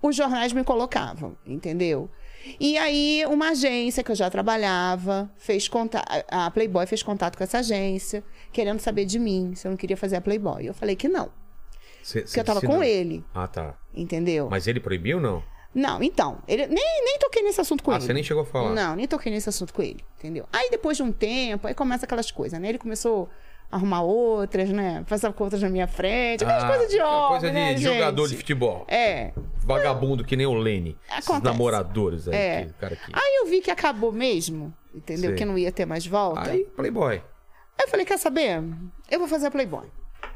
S4: os jornais me colocavam, entendeu? E aí, uma agência que eu já trabalhava, fez contato, a Playboy fez contato com essa agência, querendo saber de mim, se eu não queria fazer a Playboy. Eu falei que não,
S1: Cê-
S4: porque
S1: cê
S4: eu tava
S1: disse
S4: com
S1: não.
S4: ele,
S1: Ah, tá.
S4: entendeu?
S1: Mas ele proibiu ou não?
S4: Não, então, ele, nem, nem toquei nesse assunto com
S1: Ah,
S4: ele.
S1: você nem chegou a falar.
S4: Não, nem toquei nesse assunto com ele, entendeu? Aí depois de um tempo, aí começa aquelas coisas, né? Ele começou a arrumar outras, né? Passava com outras na minha frente, aquelas
S1: Ah,
S4: coisas é de
S1: aquela
S4: homem,
S1: coisa de
S4: né,
S1: jogador de
S4: gente?
S1: futebol.
S4: É.
S1: Vagabundo que nem o Lene. Esses
S4: Acontece.
S1: namoradores aí.
S4: É.
S1: que- cara que...
S4: Aí eu vi que acabou mesmo, entendeu?
S1: Sei.
S4: Que não tá. ia ter mais volta.
S1: Aí, Playboy.
S4: Aí eu falei, quer saber? Eu vou fazer a Playboy.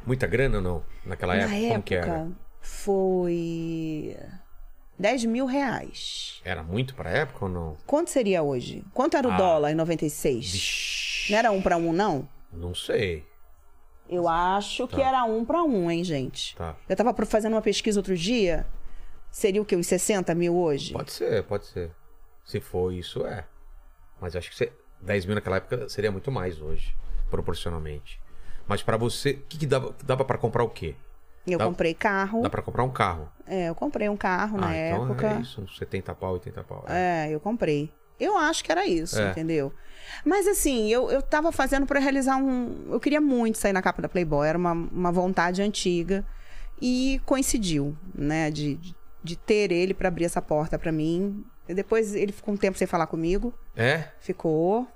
S1: Muita grana ou não? Naquela
S4: na
S1: época, como que era?
S4: foi 10 mil reais.
S1: Era muito pra época ou não?
S4: Quanto seria hoje? Quanto era o
S1: Ah.
S4: dólar em 96? Não era um pra um, não?
S1: Não sei.
S4: Eu acho que
S1: Tá.
S4: era um pra um, hein, gente?
S1: Tá.
S4: Eu tava pro- fazendo uma pesquisa outro dia. Seria o quê? Uns 60 mil hoje?
S1: Pode ser, pode ser. Se for isso, é. Mas acho que você... 10 mil naquela época seria muito mais hoje. proporcionalmente. Mas pra você, o que, que dava, dava para comprar o quê?
S4: Eu
S1: Dá-
S4: comprei carro.
S1: Dá pra comprar um carro.
S4: É, eu comprei um carro na
S1: ah, então
S4: época.
S1: é isso, uns 70 pau, 80 pau. É.
S4: É, eu comprei. Eu acho que era isso,
S1: É.
S4: entendeu? Mas assim, eu, eu tava fazendo pra realizar um. Eu queria muito sair na capa da Playboy, era uma, uma vontade antiga. E coincidiu, né, de, de, de ter ele pra abrir essa porta pra mim. E depois ele ficou um tempo sem falar comigo,
S1: É?
S4: ficou.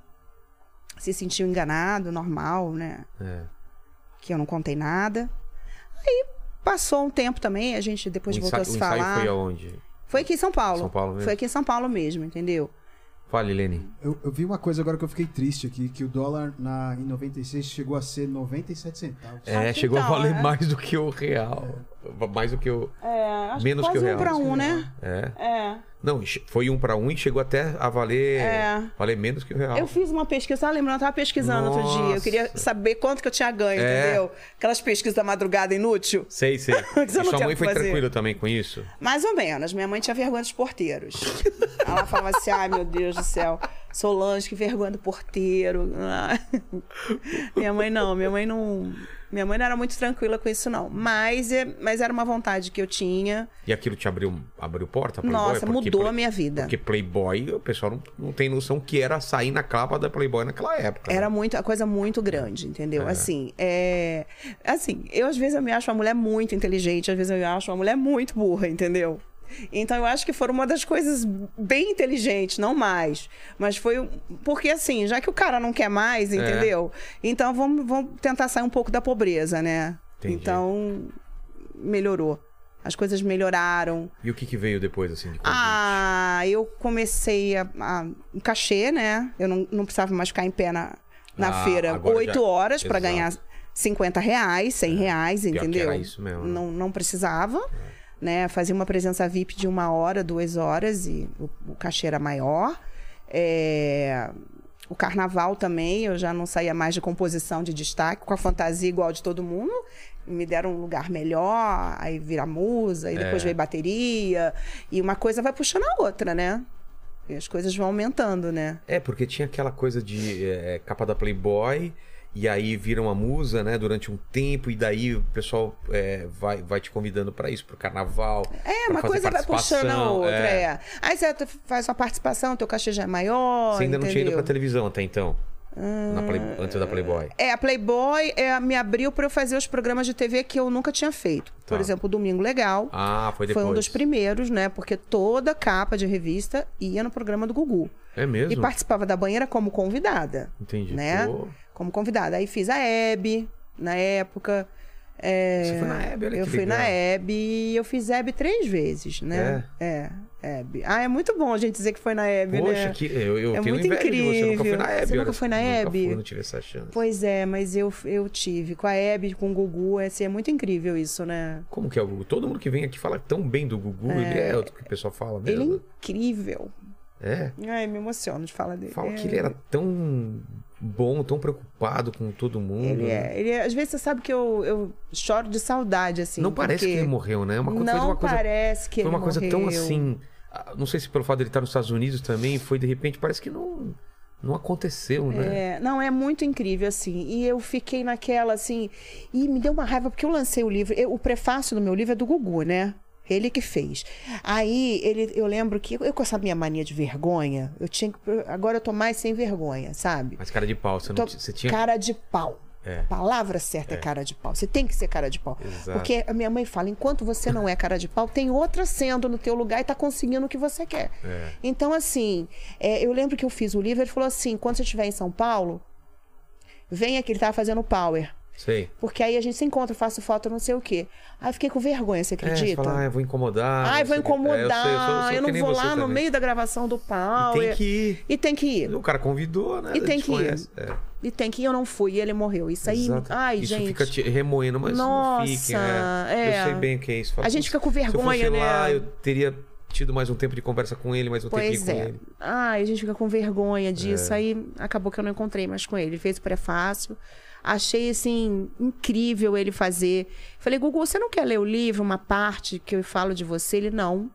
S4: Se sentiu enganado, normal, né?
S1: É.
S4: Que eu não contei nada. Aí passou um tempo também, a gente depois
S1: o
S4: voltou
S1: ensaio,
S4: a se
S1: o ensaio
S4: falar.
S1: foi
S4: Foi,
S1: aonde?
S4: aqui em São Paulo.
S1: São Paulo né? mesmo?
S4: Foi aqui em São Paulo mesmo, entendeu?
S1: Fale, Lene.
S2: Eu, eu vi uma coisa agora que eu fiquei triste aqui, que o dólar na, em 96 chegou a ser 97 centavos.
S1: É,
S4: Acho que
S1: chegou
S4: então,
S1: a valer
S4: é.
S1: mais do que o real. Mais do que o.
S4: É, acho
S1: Menos
S4: que
S1: que o
S4: quase
S1: real.
S4: um pra um, né?
S1: É.
S4: É.
S1: Não, che- foi um pra um e chegou até a valer.
S4: É.
S1: Valer menos que o real.
S4: Eu fiz uma pesquisa, tá lembrando? Eu tava pesquisando outro dia. Eu
S1: Nossa.
S4: queria saber quanto que eu tinha ganho,
S1: É.
S4: entendeu? Aquelas pesquisas da madrugada inútil.
S1: Sei,
S4: *laughs*
S1: sei.
S4: eu não
S1: e sua
S4: tinha
S1: mãe
S4: o que
S1: foi
S4: fazer.
S1: tranquila também com isso?
S4: Mais ou menos. Minha mãe tinha vergonha dos porteiros. Ela falava assim: ai meu Deus do céu, Solange, que vergonha do porteiro. Ah. minha mãe não, minha mãe não. Minha mãe não era muito tranquila com isso, não. Mas, é- mas era uma vontade que eu tinha.
S1: E aquilo te abriu, abriu porta? Playboy?
S4: Nossa,
S1: Porque
S4: mudou a
S1: Play-
S4: minha vida.
S1: Porque Playboy, o pessoal não, não tem noção que era sair na capa da Playboy naquela época. né?
S4: Era muito, a coisa muito grande, entendeu? Assim, é. Assim, eu às vezes eu me acho uma mulher muito inteligente, às vezes eu me acho uma mulher muito burra, entendeu? Então eu acho que foram uma das coisas bem inteligentes, não mais. Mas foi. um- Porque assim, já que o cara não quer
S1: É.
S4: mais, entendeu? Então vamos, vamos tentar sair um pouco da pobreza, né?
S1: Entendi.
S4: Então, melhorou. As coisas melhoraram.
S1: E o que, que veio depois, assim, de convite?
S4: Ah, eu comecei a, a um cachê, né? Eu não, não precisava mais ficar em pé na, na
S1: Ah,
S4: feira
S1: agora
S4: oito
S1: já-
S4: horas pra
S1: Exato. É.
S4: ganhar 50 reais, 100 reais,
S1: Pior que
S4: entendeu?
S1: era isso mesmo, né?
S4: Não, não precisava, né? Fazia uma presença VIP de uma hora, duas horas e o, o cachê era maior. É, O carnaval também, eu já não saía mais de composição de destaque, com a fantasia igual de todo mundo. Me deram um lugar melhor, aí vira musa, e
S1: É.
S4: depois veio bateria. E uma coisa vai puxando a outra, né? E as coisas vão aumentando, né?
S1: É, porque tinha aquela coisa de é, capa da Playboy, e aí viram a musa, né, durante um tempo, e daí o pessoal é, vai, vai te convidando pra isso, pro carnaval.
S4: É, uma coisa vai puxando a outra, é. Aí você faz uma participação, teu cachê já é maior.
S1: Você ainda não tinha ido pra
S4: entendeu?
S1: televisão até então, na Play- antes da Playboy.
S4: É, a Playboy é, me abriu pra eu fazer os programas de TV que eu nunca tinha feito.
S1: Tá.
S4: Por exemplo, o Domingo Legal.
S1: Ah, foi
S4: foi,
S1: depois.
S4: um dos primeiros, né? Porque toda capa de revista ia no programa do Gugu.
S1: É
S4: E
S1: mesmo?
S4: participava da banheira como convidada.
S1: Entendi.
S4: né?
S1: Pô,
S4: Como convidada. Aí fiz a Hebe na época. É,
S1: Você foi na Hebe, olha
S4: Eu
S1: que
S4: fui na
S1: legal.
S4: Hebe e eu fiz Hebe três vezes, né? É. Hebe. Ah, é muito bom a gente dizer que foi na Hebe, né?
S1: Poxa, que, eu, eu
S4: É
S1: tenho
S4: muito
S1: inveja de você. Eu nunca fui
S4: incrível.
S1: na
S4: Você
S1: Hebe.
S4: nunca
S1: olha,
S4: foi na
S1: nunca fui,
S4: Hebe?
S1: não tive essa chance.
S4: Pois é, mas eu, eu tive. Com a Hebe, com o Gugu, assim, é muito incrível isso, né?
S1: Como que é o Gugu? Todo mundo que vem aqui fala tão bem do Gugu. Ele é o que o pessoal fala mesmo.
S4: Ele é
S1: né?
S4: incrível.
S1: É.
S4: Ai, me emociono de falar dele.
S1: Fala
S4: É,
S1: que ele era tão bom, tão preocupado com todo mundo.
S4: Ele
S1: né?
S4: é, ele é- Às vezes você sabe que eu, eu choro de saudade, assim.
S1: não parece que
S4: porque
S1: ele morreu, né? É Uma coisa, foi
S4: não
S1: uma coisa,
S4: parece que
S1: foi uma
S4: ele
S1: coisa tão
S4: morreu.
S1: assim. ah, Não sei se pelo fato dele estar nos Estados Unidos também, foi de repente, parece que não, não aconteceu, né?
S4: É, não, é muito incrível, assim. E eu fiquei naquela, assim. E me deu uma raiva, porque eu lancei o livro. eu- o prefácio do meu livro é do Gugu, né? Ele que fez. Aí, ele, eu lembro que eu, com essa minha mania de vergonha, eu tinha que. Agora eu tô mais sem vergonha, sabe?
S1: Mas cara de pau, você,
S4: Tô-
S1: não, t- você tinha.
S4: Cara de pau.
S1: É.
S4: Palavra certa é. cara de pau. Você tem que ser cara de pau.
S1: Exato.
S4: Porque a minha mãe fala, enquanto você não é cara de pau, tem outra sendo no teu lugar e tá conseguindo o que você quer.
S1: É.
S4: Então, assim, é, eu lembro que eu fiz o livro, ele falou assim, quando você estiver em São Paulo, vem aqui, ele tava fazendo power.
S1: Sei. É,
S4: Porque aí a gente se encontra, eu faço foto, não sei o quê. Aí eu fiquei com vergonha, você
S1: É, você
S4: acredita?
S1: fala, ah, eu vou incomodar.
S4: Ai,
S1: não
S4: vou
S1: sei o que- é, eu sei, eu
S4: incomodar,
S1: sou- eu sou
S4: eu,
S1: que
S4: não
S1: nem
S4: vou
S1: você
S4: lá no
S1: também.
S4: meio da gravação do
S1: E
S4: power.
S1: Tem que ir.
S4: E tem que ir.
S1: O cara convidou, né?
S4: é- E tem
S1: A gente
S4: que ir.
S1: conhece, é,
S4: E tem que ir, eu não fui, e ele morreu. Isso aí,
S1: exato.
S4: ai,
S1: Isso
S4: gente.
S1: fica te remoendo, mas não
S4: Nossa,
S1: fica. É.
S4: é.
S1: Eu sei bem o que é isso. Fala,
S4: A gente
S1: "Putz,
S4: fica com vergonha,
S1: se eu fosse lá,
S4: né?
S1: eu teria tido mais um tempo de conversa com ele, mas vou ter
S4: Pois
S1: que ir com
S4: é.
S1: ele. É.
S4: Ai, a gente fica com vergonha disso. Aí acabou que eu não encontrei mais com ele. Ele fez o prefácio. Achei, assim, incrível ele fazer. Falei, Gugu, você não quer ler o livro, uma parte que eu falo de você? Ele, não,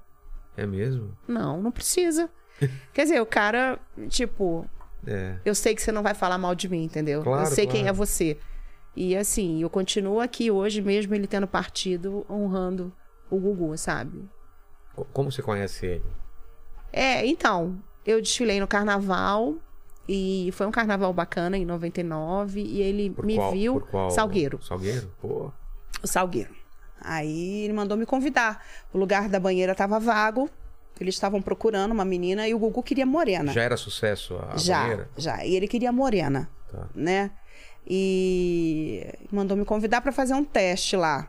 S1: É mesmo? *laughs*
S4: não, não precisa. Quer dizer, o cara, tipo,
S1: É.
S4: Eu sei que você não vai falar mal de mim, entendeu?
S1: Claro,
S4: eu sei quem é
S1: claro.
S4: você. E assim, eu continuo aqui hoje, mesmo ele tendo partido, honrando o Gugu, sabe?
S1: Co- Como você conhece ele?
S4: É, então, eu desfilei no carnaval e foi um carnaval bacana em 99 e ele
S1: Por
S4: me
S1: qual-
S4: viu
S1: por qual-
S4: Salgueiro,
S1: Salgueiro? Pô.
S4: o Salgueiro. Aí ele mandou me convidar. O lugar da banheira estava vago. Eles estavam procurando uma menina e o Gugu queria morena.
S1: Já era sucesso a
S4: Né. já,
S1: banheira?
S4: já. E ele queria morena,
S1: Tá.
S4: né? E mandou me convidar pra fazer um teste lá.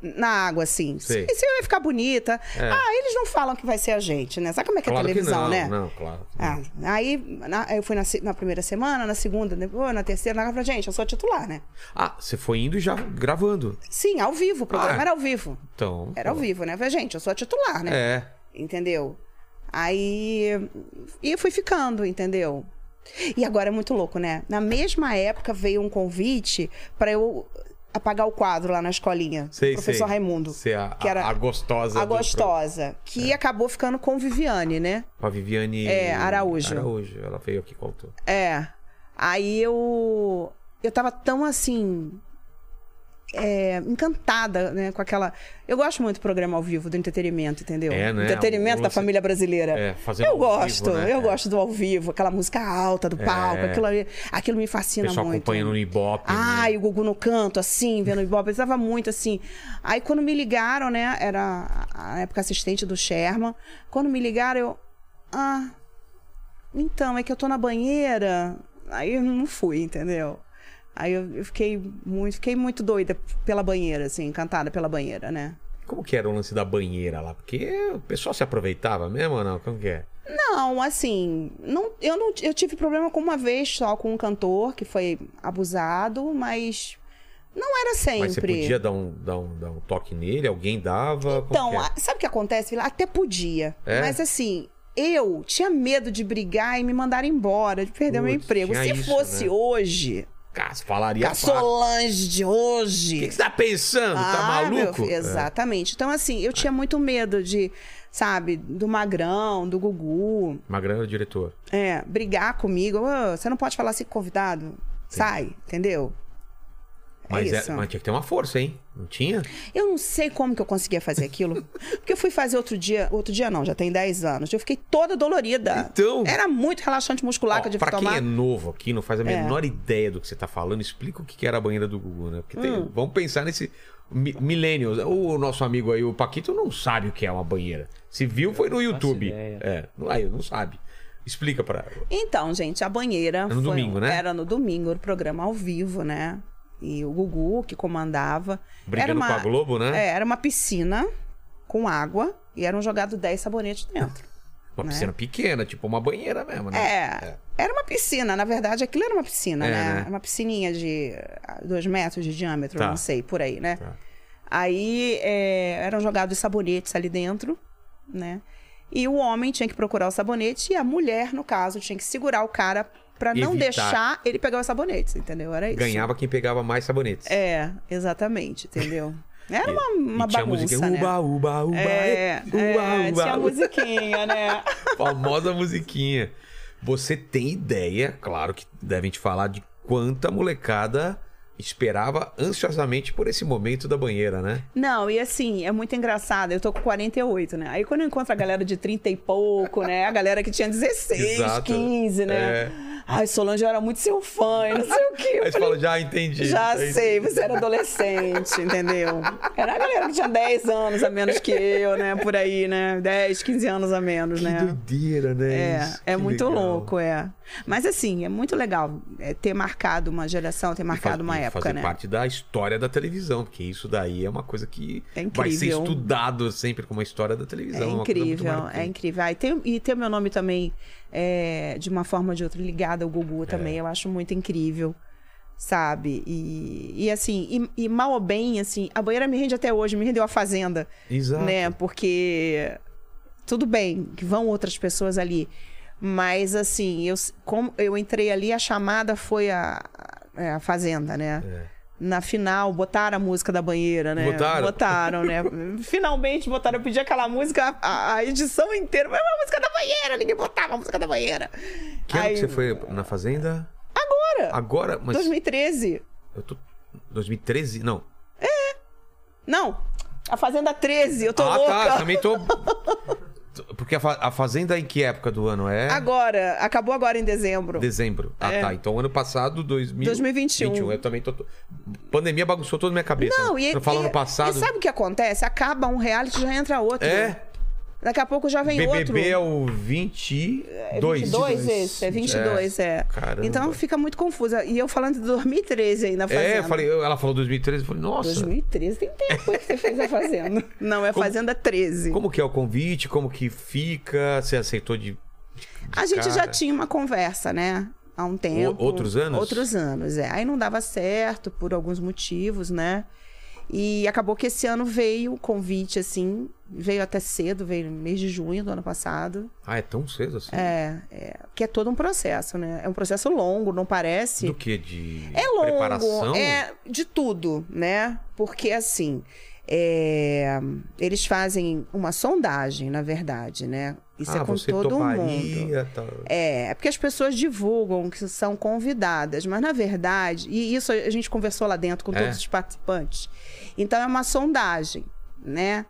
S4: Na água, assim.
S1: Sei.
S4: Se, se eu ia ficar bonita.
S1: É.
S4: Ah, eles não falam que vai ser a gente, né? Sabe como é que é a
S1: Claro que
S4: televisão,
S1: não,
S4: né?
S1: não, claro. que não.
S4: Ah, aí na- eu fui na, se- na primeira semana, na segunda, depois, na terceira, na quarta, gente, eu sou titular, né?
S1: Ah, você foi indo e já gravando.
S4: Sim, ao vivo, o programa
S1: Ah.
S4: era ao vivo.
S1: Então.
S4: Era ao vivo, né? Eu falei, gente, eu sou titular, né?
S1: É.
S4: Entendeu? Aí. E eu fui ficando, entendeu? E agora é muito louco, né? Na mesma época veio um convite pra eu apagar o quadro lá na escolinha.
S1: Sei, sei.
S4: professor Raimundo.
S1: Você é a,
S4: que era
S1: a gostosa.
S4: A
S1: do pro- É.
S4: gostosa. Que acabou ficando com Viviane, né?
S1: Com a Viviane.
S4: É, Araújo.
S1: Araújo. Ela veio aqui com autor.
S4: É. Aí eu. Eu tava tão assim. é, encantada, né, com aquela. Eu gosto muito do programa ao vivo, do entretenimento, entendeu?
S1: É, né?
S4: Entretenimento
S1: O
S4: da
S1: lance-
S4: família brasileira.
S1: É, fazendo
S4: Eu
S1: ao vivo,
S4: gosto,
S1: né?
S4: eu
S1: É.
S4: gosto do ao vivo, aquela música alta do palco, aquilo, ali- aquilo me
S1: O
S4: fascina
S1: pessoal
S4: muito.
S1: acompanhando no Ibope.
S4: Ah,
S1: né?
S4: e o Gugu no canto, assim, vendo o Ibope, eu estava muito assim. Aí quando me ligaram, né, era a época assistente do Sherman, quando me ligaram eu, ah, então, é que eu tô na banheira, aí eu não fui, entendeu? Aí eu eu fiquei muito, fiquei muito doida pela banheira, assim, encantada pela banheira, né?
S1: Como que era o lance da banheira lá? Porque o pessoal se aproveitava mesmo ou não? Como que é?
S4: Não, assim, não, eu não eu tive problema com uma vez só com um cantor que foi abusado, mas não era sempre.
S1: Mas você podia dar um, dar, um, dar um toque nele? Alguém dava? Como
S4: Então,
S1: que é?
S4: a- sabe o que acontece, Vila? Até podia.
S1: É?
S4: Mas assim, eu tinha medo de brigar e me mandar embora, de perder meu
S1: Putz,
S4: emprego.
S1: tinha
S4: Se
S1: isso,
S4: fosse
S1: né?
S4: hoje,
S1: Cara, você falaria
S4: a
S1: fácil.
S4: Solange de
S1: O que,
S4: hoje.
S1: que você tá pensando? tá
S4: Ah, meu
S1: maluco?
S4: filho, exatamente. Então, assim, eu tinha muito medo de, sabe, do Magrão, do Gugu.
S1: É. Magrão era o diretor.
S4: é, brigar comigo. "Ô, você não pode falar assim com o convidado. Sai, entendeu?
S1: Mas,
S4: é
S1: é-
S4: isso.
S1: mas tinha que ter uma força, hein? Não tinha?
S4: Eu não sei como que eu conseguia fazer
S1: *laughs*
S4: aquilo. porque eu fui fazer outro dia, outro dia não, já tem 10 anos. Eu fiquei toda dolorida.
S1: Então.
S4: Era muito relaxante muscular que eu
S1: Ó,
S4: tive que
S1: pra
S4: tomar.
S1: quem é novo aqui, não faz a menor ideia do que você tá falando, explica o que que era a banheira do Gugu, né? Porque tem-
S4: Hum.
S1: vamos pensar nesse mi- millennials. O nosso amigo aí, o Paquito, não sabe o que é uma banheira. Se viu, foi no YouTube.
S3: ideia.
S1: É, não, aí, não sabe. Explica pra...
S4: Então, gente, a banheira.
S1: Era no
S4: foi- um
S1: domingo, né?
S4: Era no domingo, era o programa ao vivo, né? E o Gugu, que comandava.
S1: Brigando
S4: era uma,
S1: com a Globo, né?
S4: É, era uma piscina com água e eram jogados 10 sabonetes dentro.
S1: Uma piscina pequena, tipo uma banheira mesmo, né?
S4: né? É. Era uma piscina, na verdade, aquilo era uma piscina,
S1: É,
S4: né?
S1: né?
S4: Era Uma piscininha de ah, dois metros de diâmetro,
S1: Tá.
S4: não sei, por aí, né?
S1: Tá.
S4: Aí é, eram jogados sabonetes ali dentro, né? E o homem tinha que procurar o sabonete e a mulher, no caso, tinha que segurar o cara pra não
S1: Evitar.
S4: deixar ele pegar os sabonetes, entendeu? Era isso.
S1: Ganhava quem pegava mais sabonetes.
S4: É, exatamente,
S1: *laughs*
S4: entendeu? Era uma, uma
S1: e tinha
S4: bagunça,
S1: a musiquinha,
S4: né?
S1: uba, uba, uba,
S4: é,
S1: uba,
S4: é,
S1: uba,
S4: tinha a
S1: uba. *laughs*
S4: musiquinha, né?
S1: Famosa musiquinha. Você tem ideia, claro que devem te falar de quanta molecada esperava ansiosamente por esse momento da banheira, né?
S4: Não, e assim, é muito engraçado. Eu tô com 48, né? Aí quando eu encontro a galera de 30 e pouco, né? A galera que tinha 16,
S1: Exato.
S4: 15, né?
S1: É.
S4: Ai, Solange, eu era muito seu fã, e não sei o quê. Eu
S1: Aí você
S4: falei,
S1: fala, já *laughs* entendi.
S4: já
S1: entendi.
S4: sei, você era adolescente, entendeu? Era a galera que tinha 10 anos a menos que eu, né? Por aí, né? 10, 15 anos a menos,
S1: Que
S4: né?
S1: doideira, né?
S4: É,
S1: Isso,
S4: é
S1: que
S4: muito
S1: legal.
S4: louco, é. Mas assim, é muito legal é, ter marcado uma geração, ter
S1: E faz-
S4: marcado uma
S1: e
S4: época,
S1: fazer
S4: né?
S1: parte da história da televisão, porque isso daí é uma coisa que
S4: É
S1: vai ser
S4: incrível.
S1: estudado sempre como a história da televisão.
S4: É
S1: uma coisa muito
S4: incrível, é
S1: marcante.
S4: incrível. Ah, e, tem, e tem o meu nome também, é, de uma forma ou de outra, ligado ao
S1: É.
S4: Gugu também, eu acho muito incrível, sabe? E, e assim, e, e mal ou bem, assim, a banheira me rende até hoje, me rendeu a fazenda,
S1: Exato.
S4: né? Porque tudo bem que vão outras pessoas ali, mas assim, eu, s- como eu entrei ali, a chamada foi a, a- a é, fazenda, né? Na final, botaram a música da banheira, né?
S1: É. Botaram?
S4: Botaram,
S1: *laughs*
S4: né? Finalmente botaram. Eu pedi aquela música, a, a edição inteira. Mas é uma música da banheira, ninguém botava a música da banheira.
S1: Que ano
S4: Aí-
S1: que você foi na Fazenda?
S4: Agora,
S1: Agora, mas.
S4: 2013.
S1: Eu tô. 2013? Não.
S4: Não, a Fazenda 13, eu tô
S1: ah,
S4: louca.
S1: tá, também tô. *laughs* Porque a, fa- a Fazenda em que época do ano é?
S4: Agora, acabou agora em dezembro.
S1: Dezembro. Ah,
S4: É.
S1: tá. Então, ano passado, 2000...
S4: 2021.
S1: Eu também tô. Pandemia bagunçou toda a minha cabeça. né?
S4: Não, e,
S1: Eu falo ano
S4: e-
S1: passado.
S4: e sabe o que acontece? Acaba um reality, já entra outro.
S1: É.
S4: Daqui a pouco já vem
S1: BBB
S4: outro.
S1: é o 22.
S4: É 22 esse, é 22, é.
S1: Caramba.
S4: Então fica muito confusa. E eu falando de 2013 ainda fazendo.
S1: É, eu falei, eu- ela falou 2013, eu falei, nossa.
S4: 2013 tem tempo que você fez
S1: *laughs*
S4: a Fazenda. Não, é
S1: Como-
S4: Fazenda 13.
S1: Como que é o convite? Como que fica? Você aceitou de. de
S4: A gente já
S1: cara?
S4: tinha uma conversa, né? Há um tempo.
S1: outros anos?
S4: Outros anos, é. Aí não dava certo por alguns motivos, né? E acabou que esse ano veio o convite, assim. Veio até cedo, veio no mês de junho do ano passado.
S1: Ah, é tão cedo assim?
S4: É, é, que é todo um processo, né? É um processo longo, não parece?
S1: Do que? De
S4: É longo,
S1: preparação?
S4: é de tudo, né? Porque assim, é, eles fazem uma sondagem, na verdade, né? Isso
S1: ah,
S4: é com
S1: você
S4: todo mundo.
S1: tomaria, tal.
S4: É, é porque as pessoas divulgam que são convidadas, mas na verdade, e isso a gente conversou lá dentro com
S1: É.
S4: todos os participantes. Então é uma sondagem, né?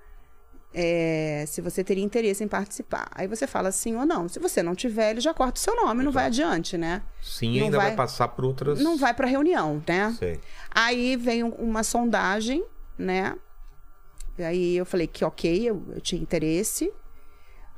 S4: É, se você teria interesse em participar. Aí você fala sim ou não. Se você não tiver, ele já corta o seu nome, não vai adiante, né?
S1: Sim,
S4: Não
S1: ainda vai...
S4: vai-
S1: passar por outras.
S4: Não vai pra reunião, né?
S1: Sei.
S4: Aí vem um- uma sondagem, né? E Aí eu falei que ok, eu, eu tinha interesse.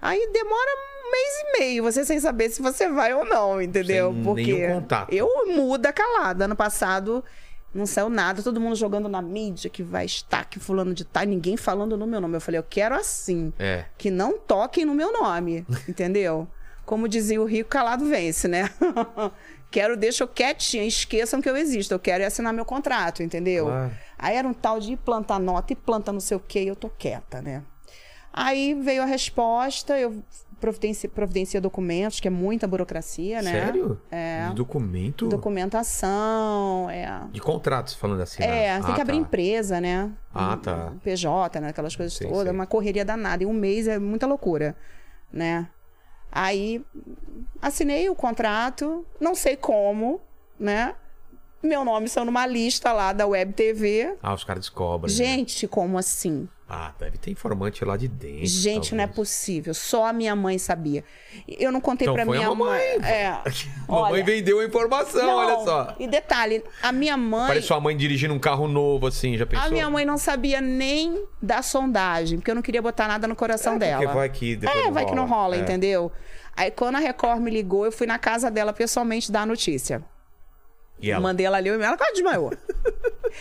S4: Aí demora um mês e meio, você sem saber se você vai ou não, entendeu?
S1: Sem
S4: Porque
S1: nenhum contato.
S4: eu muda calada. Ano passado não saiu nada, todo mundo jogando na mídia que vai estar, que fulano de tal, ninguém falando no meu nome. Eu falei, eu quero assim,
S1: É.
S4: que não toquem no
S1: *laughs*
S4: meu nome, entendeu? Como dizia o Rico, calado vence, né? *laughs* quero, deixa eu quietinha, esqueçam que eu existo, eu quero é assinar meu contrato, entendeu?
S1: Claro.
S4: Aí era um tal de planta nota e planta não sei o que, e eu tô quieta, né? Aí veio a resposta, eu providenci- providencia documentos, que é muita burocracia, né?
S1: Sério? é De documento?
S4: Documentação, é.
S1: De contratos, falando assim. né?
S4: É, você tem
S1: Ah,
S4: que abrir
S1: tá.
S4: empresa, né?
S1: Ah,
S4: Um-
S1: tá.
S4: um PJ, né? Aquelas coisas
S1: Sei,
S4: todas.
S1: sei.
S4: Uma correria danada. E um mês é muita loucura, né? Aí, assinei o contrato. Não sei como, né? Meu nome saiu numa lista lá da Web TV.
S1: Ah, os caras descobrem. né?
S4: Gente, como assim?
S1: Ah, deve ter informante lá de dentro.
S4: Gente, não é
S1: talvez.
S4: possível. Só a minha mãe sabia. Eu não contei
S1: Então
S4: pra
S1: foi a
S4: minha
S1: mamãe.
S4: mãe. É.
S1: *laughs* Mamãe
S4: Olha,
S1: vendeu a informação,
S4: não.
S1: olha só.
S4: E detalhe, a minha mãe.
S1: Parece sua mãe dirigindo um carro novo, assim, já pensou?
S4: A minha mãe não sabia nem da sondagem, porque eu não queria botar nada no coração
S1: É, Porque
S4: dela.
S1: vai que depois
S4: é, vai que não rola,
S1: É.
S4: entendeu? Aí quando a Record me ligou, eu fui na casa dela pessoalmente dar a notícia.
S1: E ela,
S4: Mandei ela ali, ela
S1: *laughs*
S4: quase desmaiou.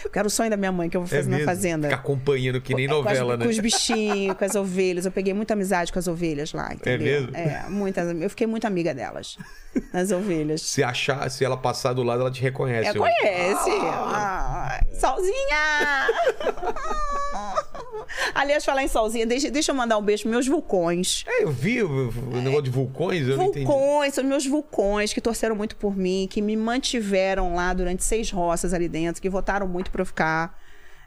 S4: Porque era o sonho da minha mãe que eu vou
S1: é
S4: fazer na
S1: mesmo,
S4: fazenda. É,
S1: Fica acompanhando que nem
S4: Com as-
S1: novela,
S4: com
S1: né?
S4: os bichinhos, com as ovelhas. Eu peguei muita amizade com as ovelhas lá, entendeu?
S1: mesmo?
S4: É, muitas. Eu fiquei muito amiga
S1: *laughs*
S4: delas, nas ovelhas.
S1: Se achar, se ela passar do lado, ela te reconhece.
S4: É,
S1: hoje.
S4: conhece. Ah, *laughs* Solzinha! Aliás, falar em Solzinha, deixa, deixa eu mandar um beijo pros meus vulcões.
S1: É, eu vi o o negócio de vulcões, eu não entendi.
S4: Vulcões, são meus vulcões que torceram muito por mim, que me mantiveram lá durante seis roças ali dentro, que votaram muito pra eu ficar.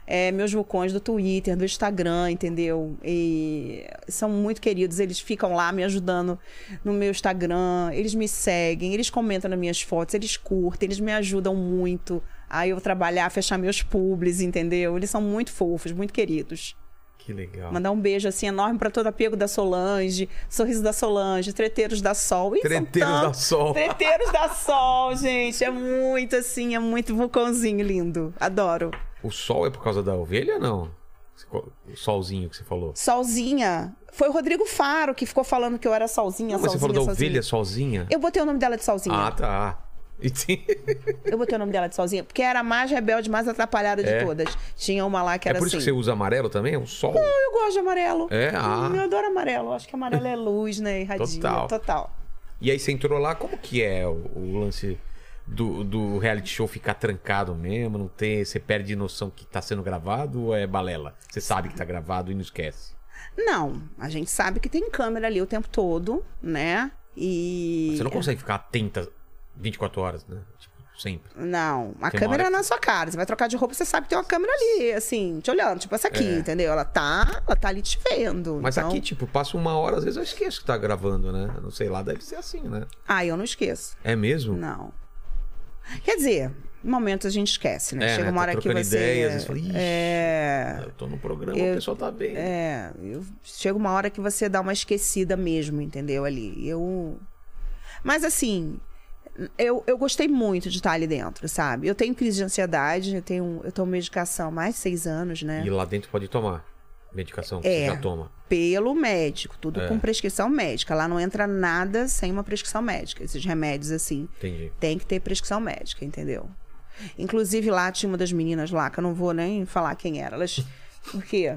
S4: É, meus vulcões do Twitter, do Instagram, entendeu? E são muito queridos, eles ficam lá me ajudando no meu Instagram, eles me seguem, eles comentam nas minhas fotos, eles curtem, eles me ajudam muito a eu trabalhar, fechar meus publis, entendeu? Eles são muito fofos, muito queridos.
S1: Que legal.
S4: Mandar um beijo assim enorme pra todo apego da Solange, sorriso da Solange, treteiros da Sol. Ih, são
S1: Treteiros da
S4: tantos.
S1: Sol.
S4: Treteiros da Sol, gente. É muito assim, é muito vulcãozinho lindo. Adoro.
S1: O sol é por causa da ovelha, não? Você co- O solzinho que você falou.
S4: Solzinha. Foi o Rodrigo Faro que ficou falando que eu era Solzinha,
S1: Não, mas
S4: Solzinha,
S1: você falou da
S4: Solzinha.
S1: ovelha sozinha?
S4: Eu botei o nome dela de Solzinha.
S1: Ah, tá. Entendi.
S4: Eu botei o nome dela de Solzinha, porque era a mais rebelde, mais atrapalhada de
S1: É.
S4: todas. Tinha uma lá *laughs* que
S1: É
S4: era
S1: por
S4: assim.
S1: isso que você usa amarelo também? É um sol?
S4: Eu gosto de amarelo.
S1: É? Ah.
S4: Hum, Eu adoro amarelo. Acho que amarelo é luz, né? Irradia.
S1: Total.
S4: Total.
S1: E aí você entrou lá, como que é o, o lance do, do reality show ficar trancado mesmo? Não ter, você perde noção que tá sendo gravado ou é balela? Você sabe que tá gravado e não esquece.
S4: Não, a gente sabe que tem câmera ali o tempo todo, né? E. é.
S1: Você não consegue ficar atenta 24 horas, né? Tipo, sempre.
S4: Não,
S1: Tem
S4: a
S1: uma
S4: câmera
S1: hora
S4: é na sua cara. Você vai trocar de roupa, você sabe que tem uma câmera ali, assim, te olhando, tipo essa aqui, entendeu? Ela tá, ela tá ali te vendo.
S1: É. Mas
S4: então-
S1: aqui, tipo, passa uma hora, às vezes eu esqueço que tá gravando, né? Não sei lá, deve ser assim, né?
S4: Ah, eu não esqueço.
S1: É mesmo?
S4: Não. Quer dizer, em momentos a gente esquece, né?
S1: É,
S4: Chega
S1: né?
S4: uma
S1: Tá
S4: hora que
S1: trocando
S4: você.
S1: ideia, às vezes fala, "Ixi,
S4: é.
S1: Eu tô no programa, o pessoal tá bem.
S4: É, eu- chega uma hora que você dá uma esquecida mesmo, entendeu? Ali. Eu. Mas assim, eu, eu gostei muito de estar ali dentro, sabe? Eu tenho crise de ansiedade, eu, tenho, eu tomo medicação há mais de seis anos, né?
S1: E lá dentro pode tomar medicação que
S4: É.
S1: você já toma.
S4: Pelo médico, tudo
S1: É.
S4: com prescrição médica. Lá não entra nada sem uma prescrição médica. Esses remédios, assim,
S1: Entendi.
S4: tem que ter prescrição médica, entendeu? Inclusive lá tinha uma das meninas lá, que eu não vou nem falar quem era. Elas. Porque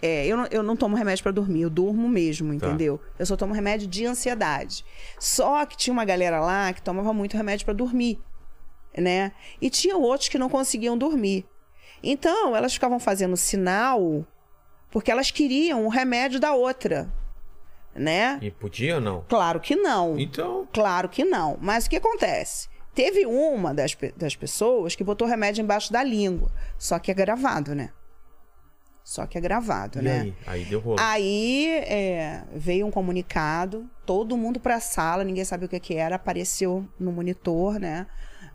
S4: é, eu, não, eu não tomo remédio pra dormir, eu durmo mesmo,
S1: Tá.
S4: entendeu? Eu só tomo remédio de ansiedade. Só que tinha uma galera lá que tomava muito remédio pra dormir, né? E tinha outros que não conseguiam dormir. Então, elas ficavam fazendo sinal porque elas queriam o remédio da outra, né?
S1: E podia ou não?
S4: Claro que não.
S1: Então,
S4: Claro que não. Mas o que acontece? Teve uma das, pe- das pessoas que botou remédio embaixo da língua. Só que é gravado, né? Só que é gravado,
S1: e
S4: né?
S1: aí? Aí deu rolo.
S4: Aí é, veio um comunicado, todo mundo pra sala, ninguém sabia o que, que era, apareceu no monitor, né?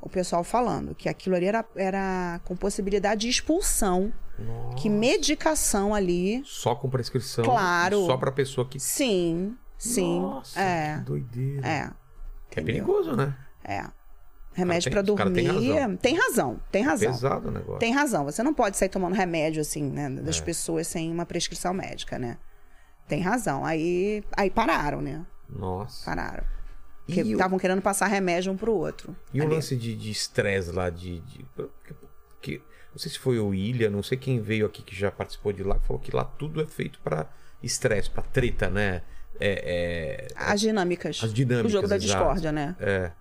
S4: O pessoal falando que aquilo ali era, era com possibilidade de expulsão,
S1: Nossa.
S4: que medicação ali.
S1: Só com prescrição.
S4: Claro.
S1: Só pra pessoa que.
S4: Sim, sim.
S1: Nossa,
S4: é,
S1: que doideira.
S4: é.
S1: Que é
S4: entendeu?
S1: perigoso, né?
S4: É. Remédio
S1: tem-
S4: pra
S1: os cara
S4: dormir.
S1: tem
S4: Tem razão. Tem razão, tem razão.
S1: Pesado o negócio.
S4: Você não pode sair tomando remédio assim, né, das
S1: É.
S4: pessoas sem uma prescrição médica, né? Tem razão. Aí, aí pararam, né?
S1: Nossa.
S4: Pararam. Porque
S1: E, o,
S4: estavam querendo passar remédio um pro outro.
S1: e o
S4: tá ali.
S1: lance de de estresse lá de. de- que- que- não sei se foi o Ilha, não sei quem veio aqui que já participou de lá, que falou que lá tudo é feito pra estresse, pra treta, né? É, é,
S4: As dinâmicas.
S1: as dinâmicas.
S4: o jogo da
S1: exato.
S4: discórdia, né?
S1: É,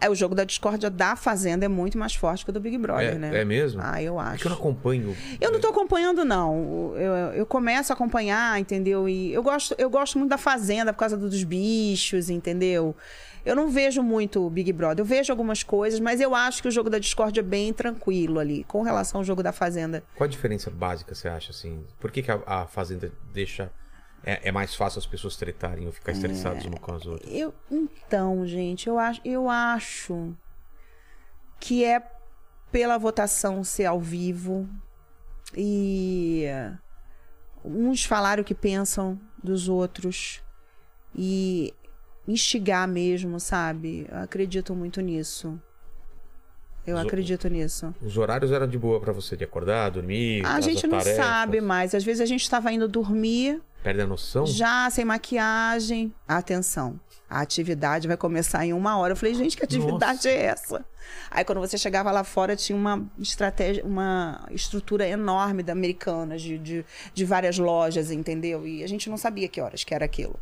S4: É, o jogo da discórdia da Fazenda é muito mais forte que o do Big Brother,
S1: é,
S4: né?
S1: é mesmo?
S4: Ah, eu
S1: É
S4: acho.
S1: que eu não acompanho.
S4: Eu não tô acompanhando, não. Eu, eu começo a acompanhar, entendeu? E eu gosto, eu gosto muito da Fazenda por causa do- dos bichos, entendeu? Eu não vejo muito o Big Brother. Eu vejo algumas coisas, mas eu acho que o jogo da Discord é bem tranquilo ali, com relação ao jogo da Fazenda.
S1: Qual a diferença básica você acha, assim? Por que, que a, a Fazenda deixa. É, é mais fácil as pessoas tretarem ou ficar
S4: É.
S1: estressados uma com as outras?
S4: Eu, então, gente, eu acho, eu acho que é pela votação ser ao vivo e uns falar o que pensam dos outros e instigar mesmo, sabe? Eu acredito muito nisso. Eu
S1: Zo-
S4: acredito nisso.
S1: Os horários eram de boa pra você de acordar, dormir,
S4: A
S1: fazer
S4: gente não
S1: tarefas,
S4: sabe mais. Às vezes a gente estava indo dormir
S1: Perde a noção?
S4: já sem maquiagem. Atenção, a atividade vai começar em uma hora. Eu falei, gente, que atividade
S1: Nossa.
S4: é essa? Aí quando você chegava lá fora, tinha uma estratégia, uma estrutura enorme da Americanas, de, de, de várias lojas, entendeu? E a gente não sabia que horas que era aquilo.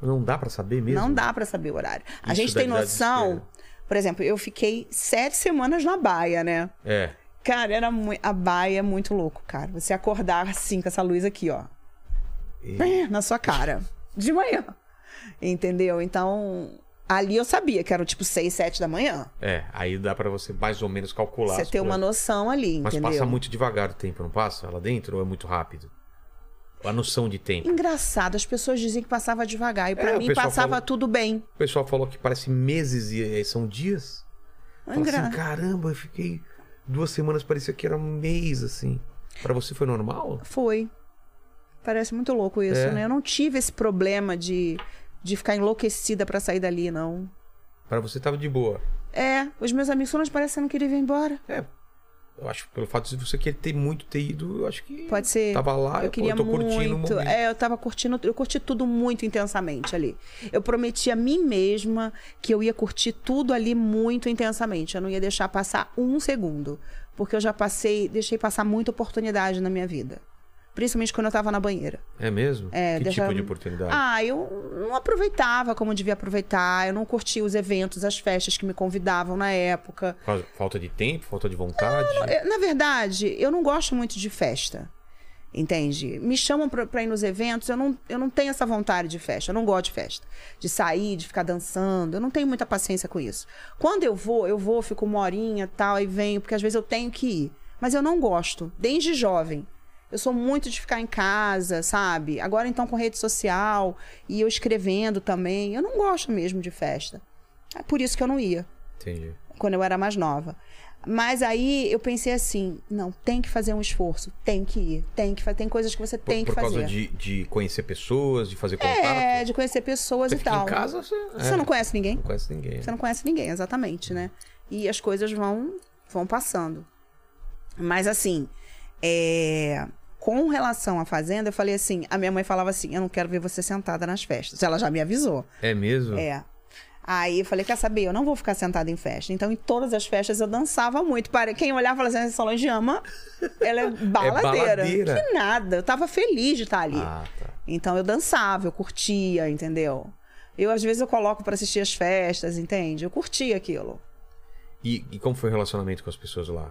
S1: Não dá pra saber mesmo?
S4: Não dá pra saber o horário. A
S1: Isso
S4: gente
S1: deve
S4: tem
S1: dar
S4: noção.
S1: desespero.
S4: Por exemplo, eu fiquei sete semanas na baia, né?
S1: É.
S4: Cara, era mui- a baia é muito louco, cara. Você acordar assim com essa luz aqui, ó.
S1: E-
S4: na sua cara. De manhã. Entendeu? Então, ali eu sabia que era tipo 6, 7 da manhã.
S1: É, aí dá pra você mais ou menos calcular.
S4: Você
S1: as
S4: tem uma
S1: coisas.
S4: noção ali,
S1: é. Mas
S4: entendeu?
S1: passa muito devagar o tempo, não passa? Lá dentro ou é muito rápido? A noção de tempo.
S4: Engraçado, as pessoas dizem que passava devagar. E pra
S1: É, o
S4: mim
S1: pessoal
S4: passava
S1: falou-
S4: tudo bem.
S1: O pessoal falou que parece meses e e são dias. Fala
S4: Engra-
S1: assim, caramba, eu fiquei duas semanas, parecia que era um mês, assim. Pra você foi normal?
S4: Foi. Parece muito louco isso,
S1: É.
S4: né? Eu não tive esse problema de, de ficar enlouquecida pra sair dali, não.
S1: Pra você tava de boa.
S4: É, os meus amigos falam, mas parece que você não queria ir embora.
S1: Eu acho que pelo fato de você querer ter muito ter ido, eu acho que
S4: Pode ser.
S1: tava lá,
S4: Eu queria
S1: pô, eu tô curtindo o
S4: muito.
S1: momento.
S4: É, eu tava curtindo, eu curti tudo muito intensamente ali. Eu prometi a mim mesma que eu ia curtir tudo ali muito intensamente. Eu não ia deixar passar um segundo, porque eu já passei, deixei passar muita oportunidade na minha vida. Principalmente quando eu tava na banheira.
S1: É mesmo?
S4: É,
S1: que
S4: deixa-
S1: tipo de oportunidade?
S4: Ah, eu não aproveitava como devia aproveitar, eu não curti os eventos, as festas que me convidavam na época.
S1: Por
S4: é,
S1: causa- Falta de tempo, falta de vontade.
S4: Eu, Na verdade, eu não gosto muito de festa. Entende? Me chamam pra, pra ir nos eventos, eu não, eu não tenho essa vontade de festa, eu não gosto de festa. De sair, de ficar dançando, eu não tenho muita paciência com isso. Quando eu vou, eu vou, fico uma horinha tal, aí venho, porque às vezes eu tenho que ir. Mas eu não gosto, desde jovem. Eu sou muito de ficar em casa, sabe? Agora então com rede social e eu escrevendo também. Eu não gosto mesmo de festa. É por isso que eu não ia
S1: Entendi.
S4: quando eu era mais nova. Mas aí eu pensei assim, não, tem que fazer um esforço, tem que ir, tem que fazer, tem coisas que você
S1: Por,
S4: tem
S1: por
S4: que
S1: causa
S4: fazer.
S1: de, de conhecer pessoas, de fazer contato.
S4: É, de conhecer pessoas
S1: você
S4: e
S1: fica
S4: tal.
S1: em casa, você,
S4: Você
S1: é,
S4: não conhece ninguém?
S1: não conhece ninguém.
S4: Você não conhece ninguém, exatamente, né? E as coisas vão, vão passando. Mas assim, é, com relação à fazenda, eu falei assim, a minha mãe falava assim, eu não quero ver você sentada nas festas. Ela já me avisou.
S1: É mesmo?
S4: É. Aí eu falei, quer saber? Eu não vou ficar sentada em festa. Então, em todas as festas, eu dançava muito. Para quem olhava falava assim, essa Solange ama.
S1: *laughs*
S4: Ela é baladeira.
S1: baladeira.
S4: Que nada. Eu tava feliz de estar ali.
S1: Ah, tá.
S4: Então eu dançava, eu curtia, entendeu? Eu às vezes eu coloco pra assistir as festas, entende? Eu curtia aquilo.
S1: E, e como foi o relacionamento com as pessoas lá?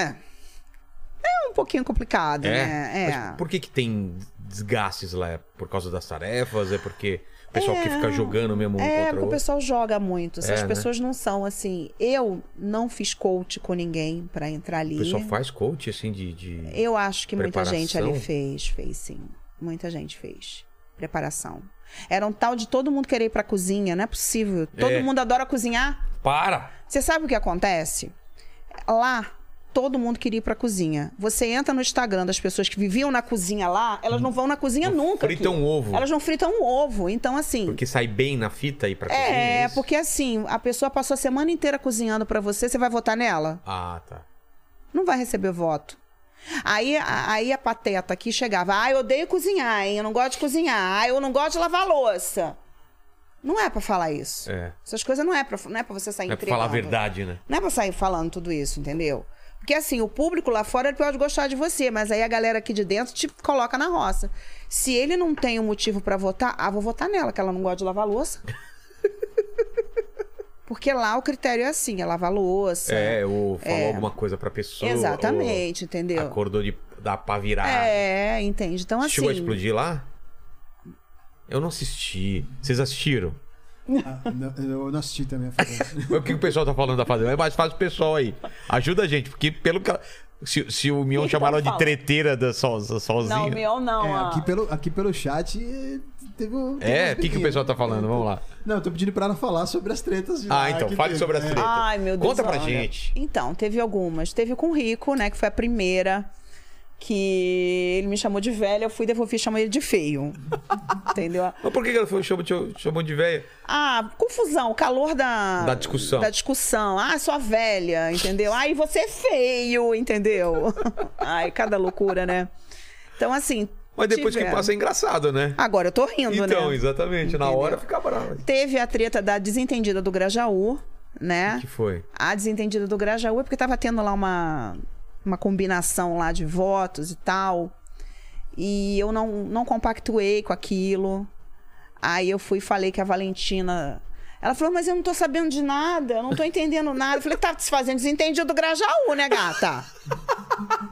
S4: É um pouquinho complicado, né? É.
S1: Mas por que, que tem desgastes lá? É por causa das tarefas? É porque o pessoal que fica jogando mesmo um contra o
S4: É, porque o
S1: outro?
S4: pessoal joga muito. assim,
S1: É,
S4: as
S1: né?
S4: pessoas não são assim. Eu não fiz coach com ninguém pra entrar ali.
S1: O pessoal faz coach, assim, de... de-
S4: Eu acho que muita gente ali
S1: Preparação?
S4: fez, fez sim. Muita gente fez. Preparação. Era um tal de todo mundo querer ir pra cozinha, não é possível. Todo
S1: É.
S4: mundo adora cozinhar.
S1: Para!
S4: Você sabe o que acontece? Lá, todo mundo queria ir pra cozinha. Você entra no Instagram das pessoas que viviam na cozinha lá, elas não vão na cozinha nunca. aqui.
S1: Frita um ovo.
S4: Elas não fritam um ovo. Então, assim.
S1: Porque sai bem na fita aí pra cozinha,
S4: é,
S1: isso?
S4: porque assim, a pessoa passou a semana inteira cozinhando pra você, você vai votar nela?
S1: Ah, tá.
S4: Não vai receber voto. Aí, a- aí a pateta aqui chegava, ah, eu odeio cozinhar, hein? Eu não gosto de cozinhar, ah, eu não gosto de lavar a louça. Não é pra falar isso.
S1: É.
S4: Essas coisas não é pra, não é pra você sair
S1: Não é pra falar a
S4: entregando.
S1: verdade, né?
S4: Não é pra sair falando tudo isso, entendeu? Porque assim, o público lá fora ele pode gostar de você, mas aí a galera aqui de dentro te coloca na roça. Se ele não tem um motivo pra votar, ah, vou votar nela, que ela não gosta de lavar louça. *laughs* Porque lá o critério é assim, é lavar louça.
S1: É, ou falou
S4: É.
S1: alguma coisa pra pessoa. ou
S4: Exatamente, entendeu?
S1: Acordou de dar pra virar.
S4: É, entende. Então assim,
S1: Chegou a explodir lá? Eu não assisti. Vocês assistiram?
S2: Ah, não- eu não assisti também a fazenda.
S1: O que o pessoal tá falando da fazenda? É mais fácil o pessoal aí. Ajuda a gente, porque pelo que. ela- Se, se o Mion
S4: Então
S1: chamaram ela de
S4: fala.
S1: treteira da so, so- sozinha.
S4: não, meu *laughs* não.
S2: É,
S4: ó.
S2: aqui, pelo, aqui pelo chat eh, teve um. teve
S1: É,
S2: umas
S1: o que, que o
S2: briguinhas.
S1: pessoal tá falando? Vamos lá.
S2: Não, eu tô pedindo pra ela falar sobre as tretas. de
S1: Ah,
S2: lá
S1: então,
S2: que
S1: fale
S2: teve.
S1: sobre as
S2: É.
S1: tretas.
S4: Ai, meu Deus.
S1: Conta pra
S4: olha.
S1: gente.
S4: Então, teve algumas. Teve com o Rico, né? Que foi a primeira. Que ele me chamou de velha, eu fui, devolvi e chamei ele de
S1: *laughs*
S4: feio. Entendeu?
S1: Mas por que que ela foi chamou, te- chamou de velha?
S4: Ah, confusão, o calor da.
S1: Da discussão.
S4: Da discussão. Ah, sua velha, entendeu? Ai, você é
S1: *laughs*
S4: feio, entendeu? Ai, cada loucura, né? Então, assim.
S1: Mas depois que
S4: tiveram.
S1: passa é engraçado, né?
S4: Agora eu tô rindo, né?
S1: então, exatamente. Na
S4: Entendeu?
S1: hora fica brava.
S4: Teve a treta da desentendida do Grajaú, né?
S1: O que foi?
S4: a desentendida do Grajaú é porque tava tendo lá uma, uma combinação lá de votos e tal. E eu não, não compactuei com aquilo. Aí eu fui e falei que a Valentina. Ela falou, mas eu não tô sabendo de nada, eu não tô entendendo nada. Eu falei, tá se fazendo desentendido do Grajaú, né,
S1: *laughs*
S4: gata?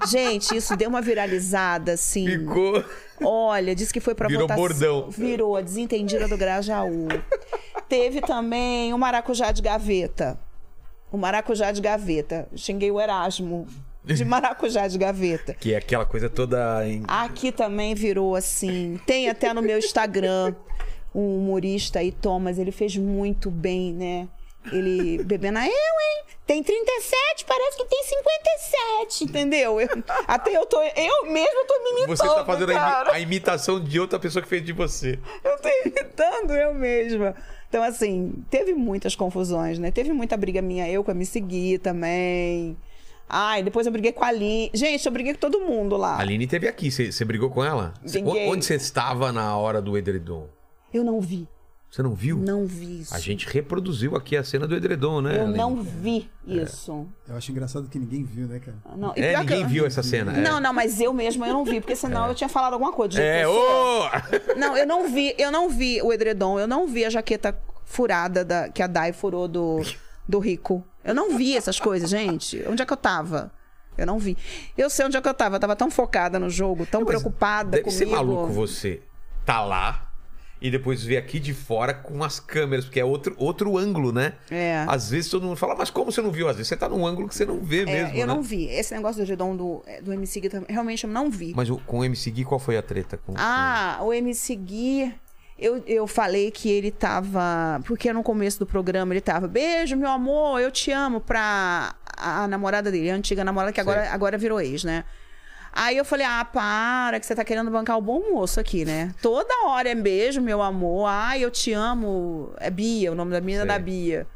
S4: Gente, isso deu uma viralizada, assim.
S1: Ficou.
S4: Olha, disse que foi pra
S1: Virou
S4: votação.
S1: bordão.
S4: Virou, a desentendida do Grajaú. Teve também o maracujá de gaveta. O maracujá de gaveta. Xinguei o Erasmo
S1: *laughs*
S4: de maracujá de gaveta.
S1: Que é aquela coisa toda. Em...
S4: Aqui também virou assim. Tem até no meu Instagram um humorista aí, Thomas. Ele fez muito bem, né? Ele bebendo. "Ah, Eu, hein? Tem 37, parece que tem 57, entendeu? Eu- até eu tô. Eu mesmo tô me imitando.
S1: Você tá fazendo a, imi-
S4: cara.
S1: a imitação de outra pessoa que fez de você.
S4: Eu tô imitando eu mesma. Então, assim, teve muitas confusões, né? Teve muita briga minha, eu com a Miss Gui também. Ai, depois eu briguei com a Aline. Gente, eu briguei com todo mundo
S1: A
S4: lá.
S1: Aline teve aqui. Você você brigou com ela? Cê- on-
S4: Briguei.
S1: Onde você estava na hora do edredom?
S4: Eu não vi.
S1: Você não viu?
S4: Não vi isso.
S1: A gente reproduziu aqui a cena do edredom, né?
S4: eu
S1: Aline?
S4: não vi isso.
S2: Eu acho engraçado que ninguém viu, né, cara?
S4: Não. e
S1: É,
S4: pior que-
S1: ninguém viu essa cena. é.
S4: Não, não, mas eu mesma eu não vi, porque senão eu tinha falado alguma coisa. de outra
S1: É,
S4: pessoa.
S1: ô!
S4: Não, eu não vi, eu não vi o edredom, eu não vi a jaqueta furada da, que a Dai furou do, do Rico. Eu não vi essas coisas, gente. Onde é que eu tava? Eu não vi. Eu sei onde é que eu tava. Eu tava tão focada no jogo, tão
S1: Mas
S4: preocupada
S1: Deve
S4: comigo.
S1: ser maluco você tá lá e depois ver aqui de fora com as câmeras, porque é outro, outro ângulo, né?
S4: É.
S1: Às vezes todo mundo fala, mas como você não viu? Às vezes você tá num ângulo que você não vê
S4: É,
S1: mesmo,
S4: eu
S1: né?
S4: não vi. Esse negócio do Redom do, é, do MC Gui também, realmente eu não vi.
S1: Mas o- com o MC Gui, qual foi a treta? Com,
S4: Ah, o MC Gui, eu, eu falei que ele tava. Porque no começo do programa ele tava, beijo, meu amor, eu te amo, pra a, a namorada dele, a antiga namorada, que agora, agora virou ex, né? Aí eu falei, ah, para, que você tá querendo bancar o bom moço aqui, né? Toda hora é beijo, meu amor. Ai, eu te amo. É Bia, o nome da menina é da
S1: Sei.
S4: Bia.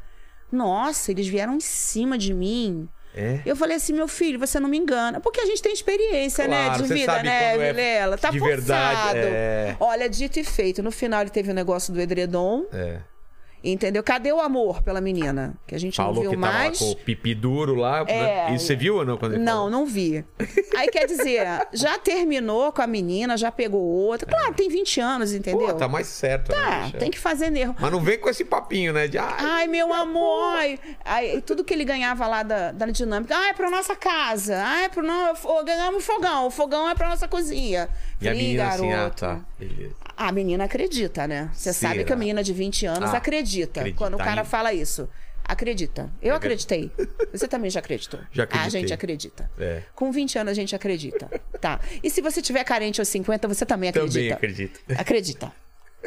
S4: Nossa, eles vieram em cima de mim.
S1: É?
S4: Eu falei assim, meu filho, você não me engana. Porque a gente tem experiência, né?
S1: Claro,
S4: De
S1: você
S4: vida,
S1: sabe
S4: né,
S1: quando é
S4: Vilela? Tá
S1: de
S4: forçado.
S1: verdade, é.
S4: Olha, dito e feito. No final ele teve o negócio do edredom,
S1: É.
S4: entendeu? Cadê o amor pela menina? Que a gente não
S1: Falou
S4: viu
S1: que tava
S4: mais.
S1: lá com o pipi duro lá.
S4: É.
S1: né? E você viu ou não? Quando ele
S4: Não,
S1: falou?
S4: não vi. Aí quer dizer, já terminou com a menina, já pegou outra. Claro, tem 20 anos, entendeu?
S1: Pô, tá mais certo. né,
S4: Tá,
S1: bicha?
S4: tem que fazer nervo.
S1: Mas não vem com esse papinho, né? De, ah,
S4: Ai, meu amor! Ai, ai, tudo que ele ganhava lá da, da dinâmica. Ah, é pra nossa casa. Ah, é pro nosso. Ganhamos fogão. O fogão é pra nossa cozinha.
S1: e a
S4: Falei, "Ih,
S1: menina assim, ah,
S4: garoto."
S1: tá. Beleza.
S4: A menina acredita, né? Você
S1: Será?
S4: sabe que a menina de 20 anos
S1: Ah,
S4: acredita.
S1: acredita
S4: Quando o cara
S1: ainda.
S4: fala isso. Acredita. Eu acreditei. Você também já acreditou. Ah,
S1: Já
S4: A
S1: acreditei.
S4: gente acredita.
S1: É.
S4: Com 20 anos a gente acredita. Tá. E se você tiver carente aos 50, você também acredita.
S1: Também acredito.
S4: Acredita.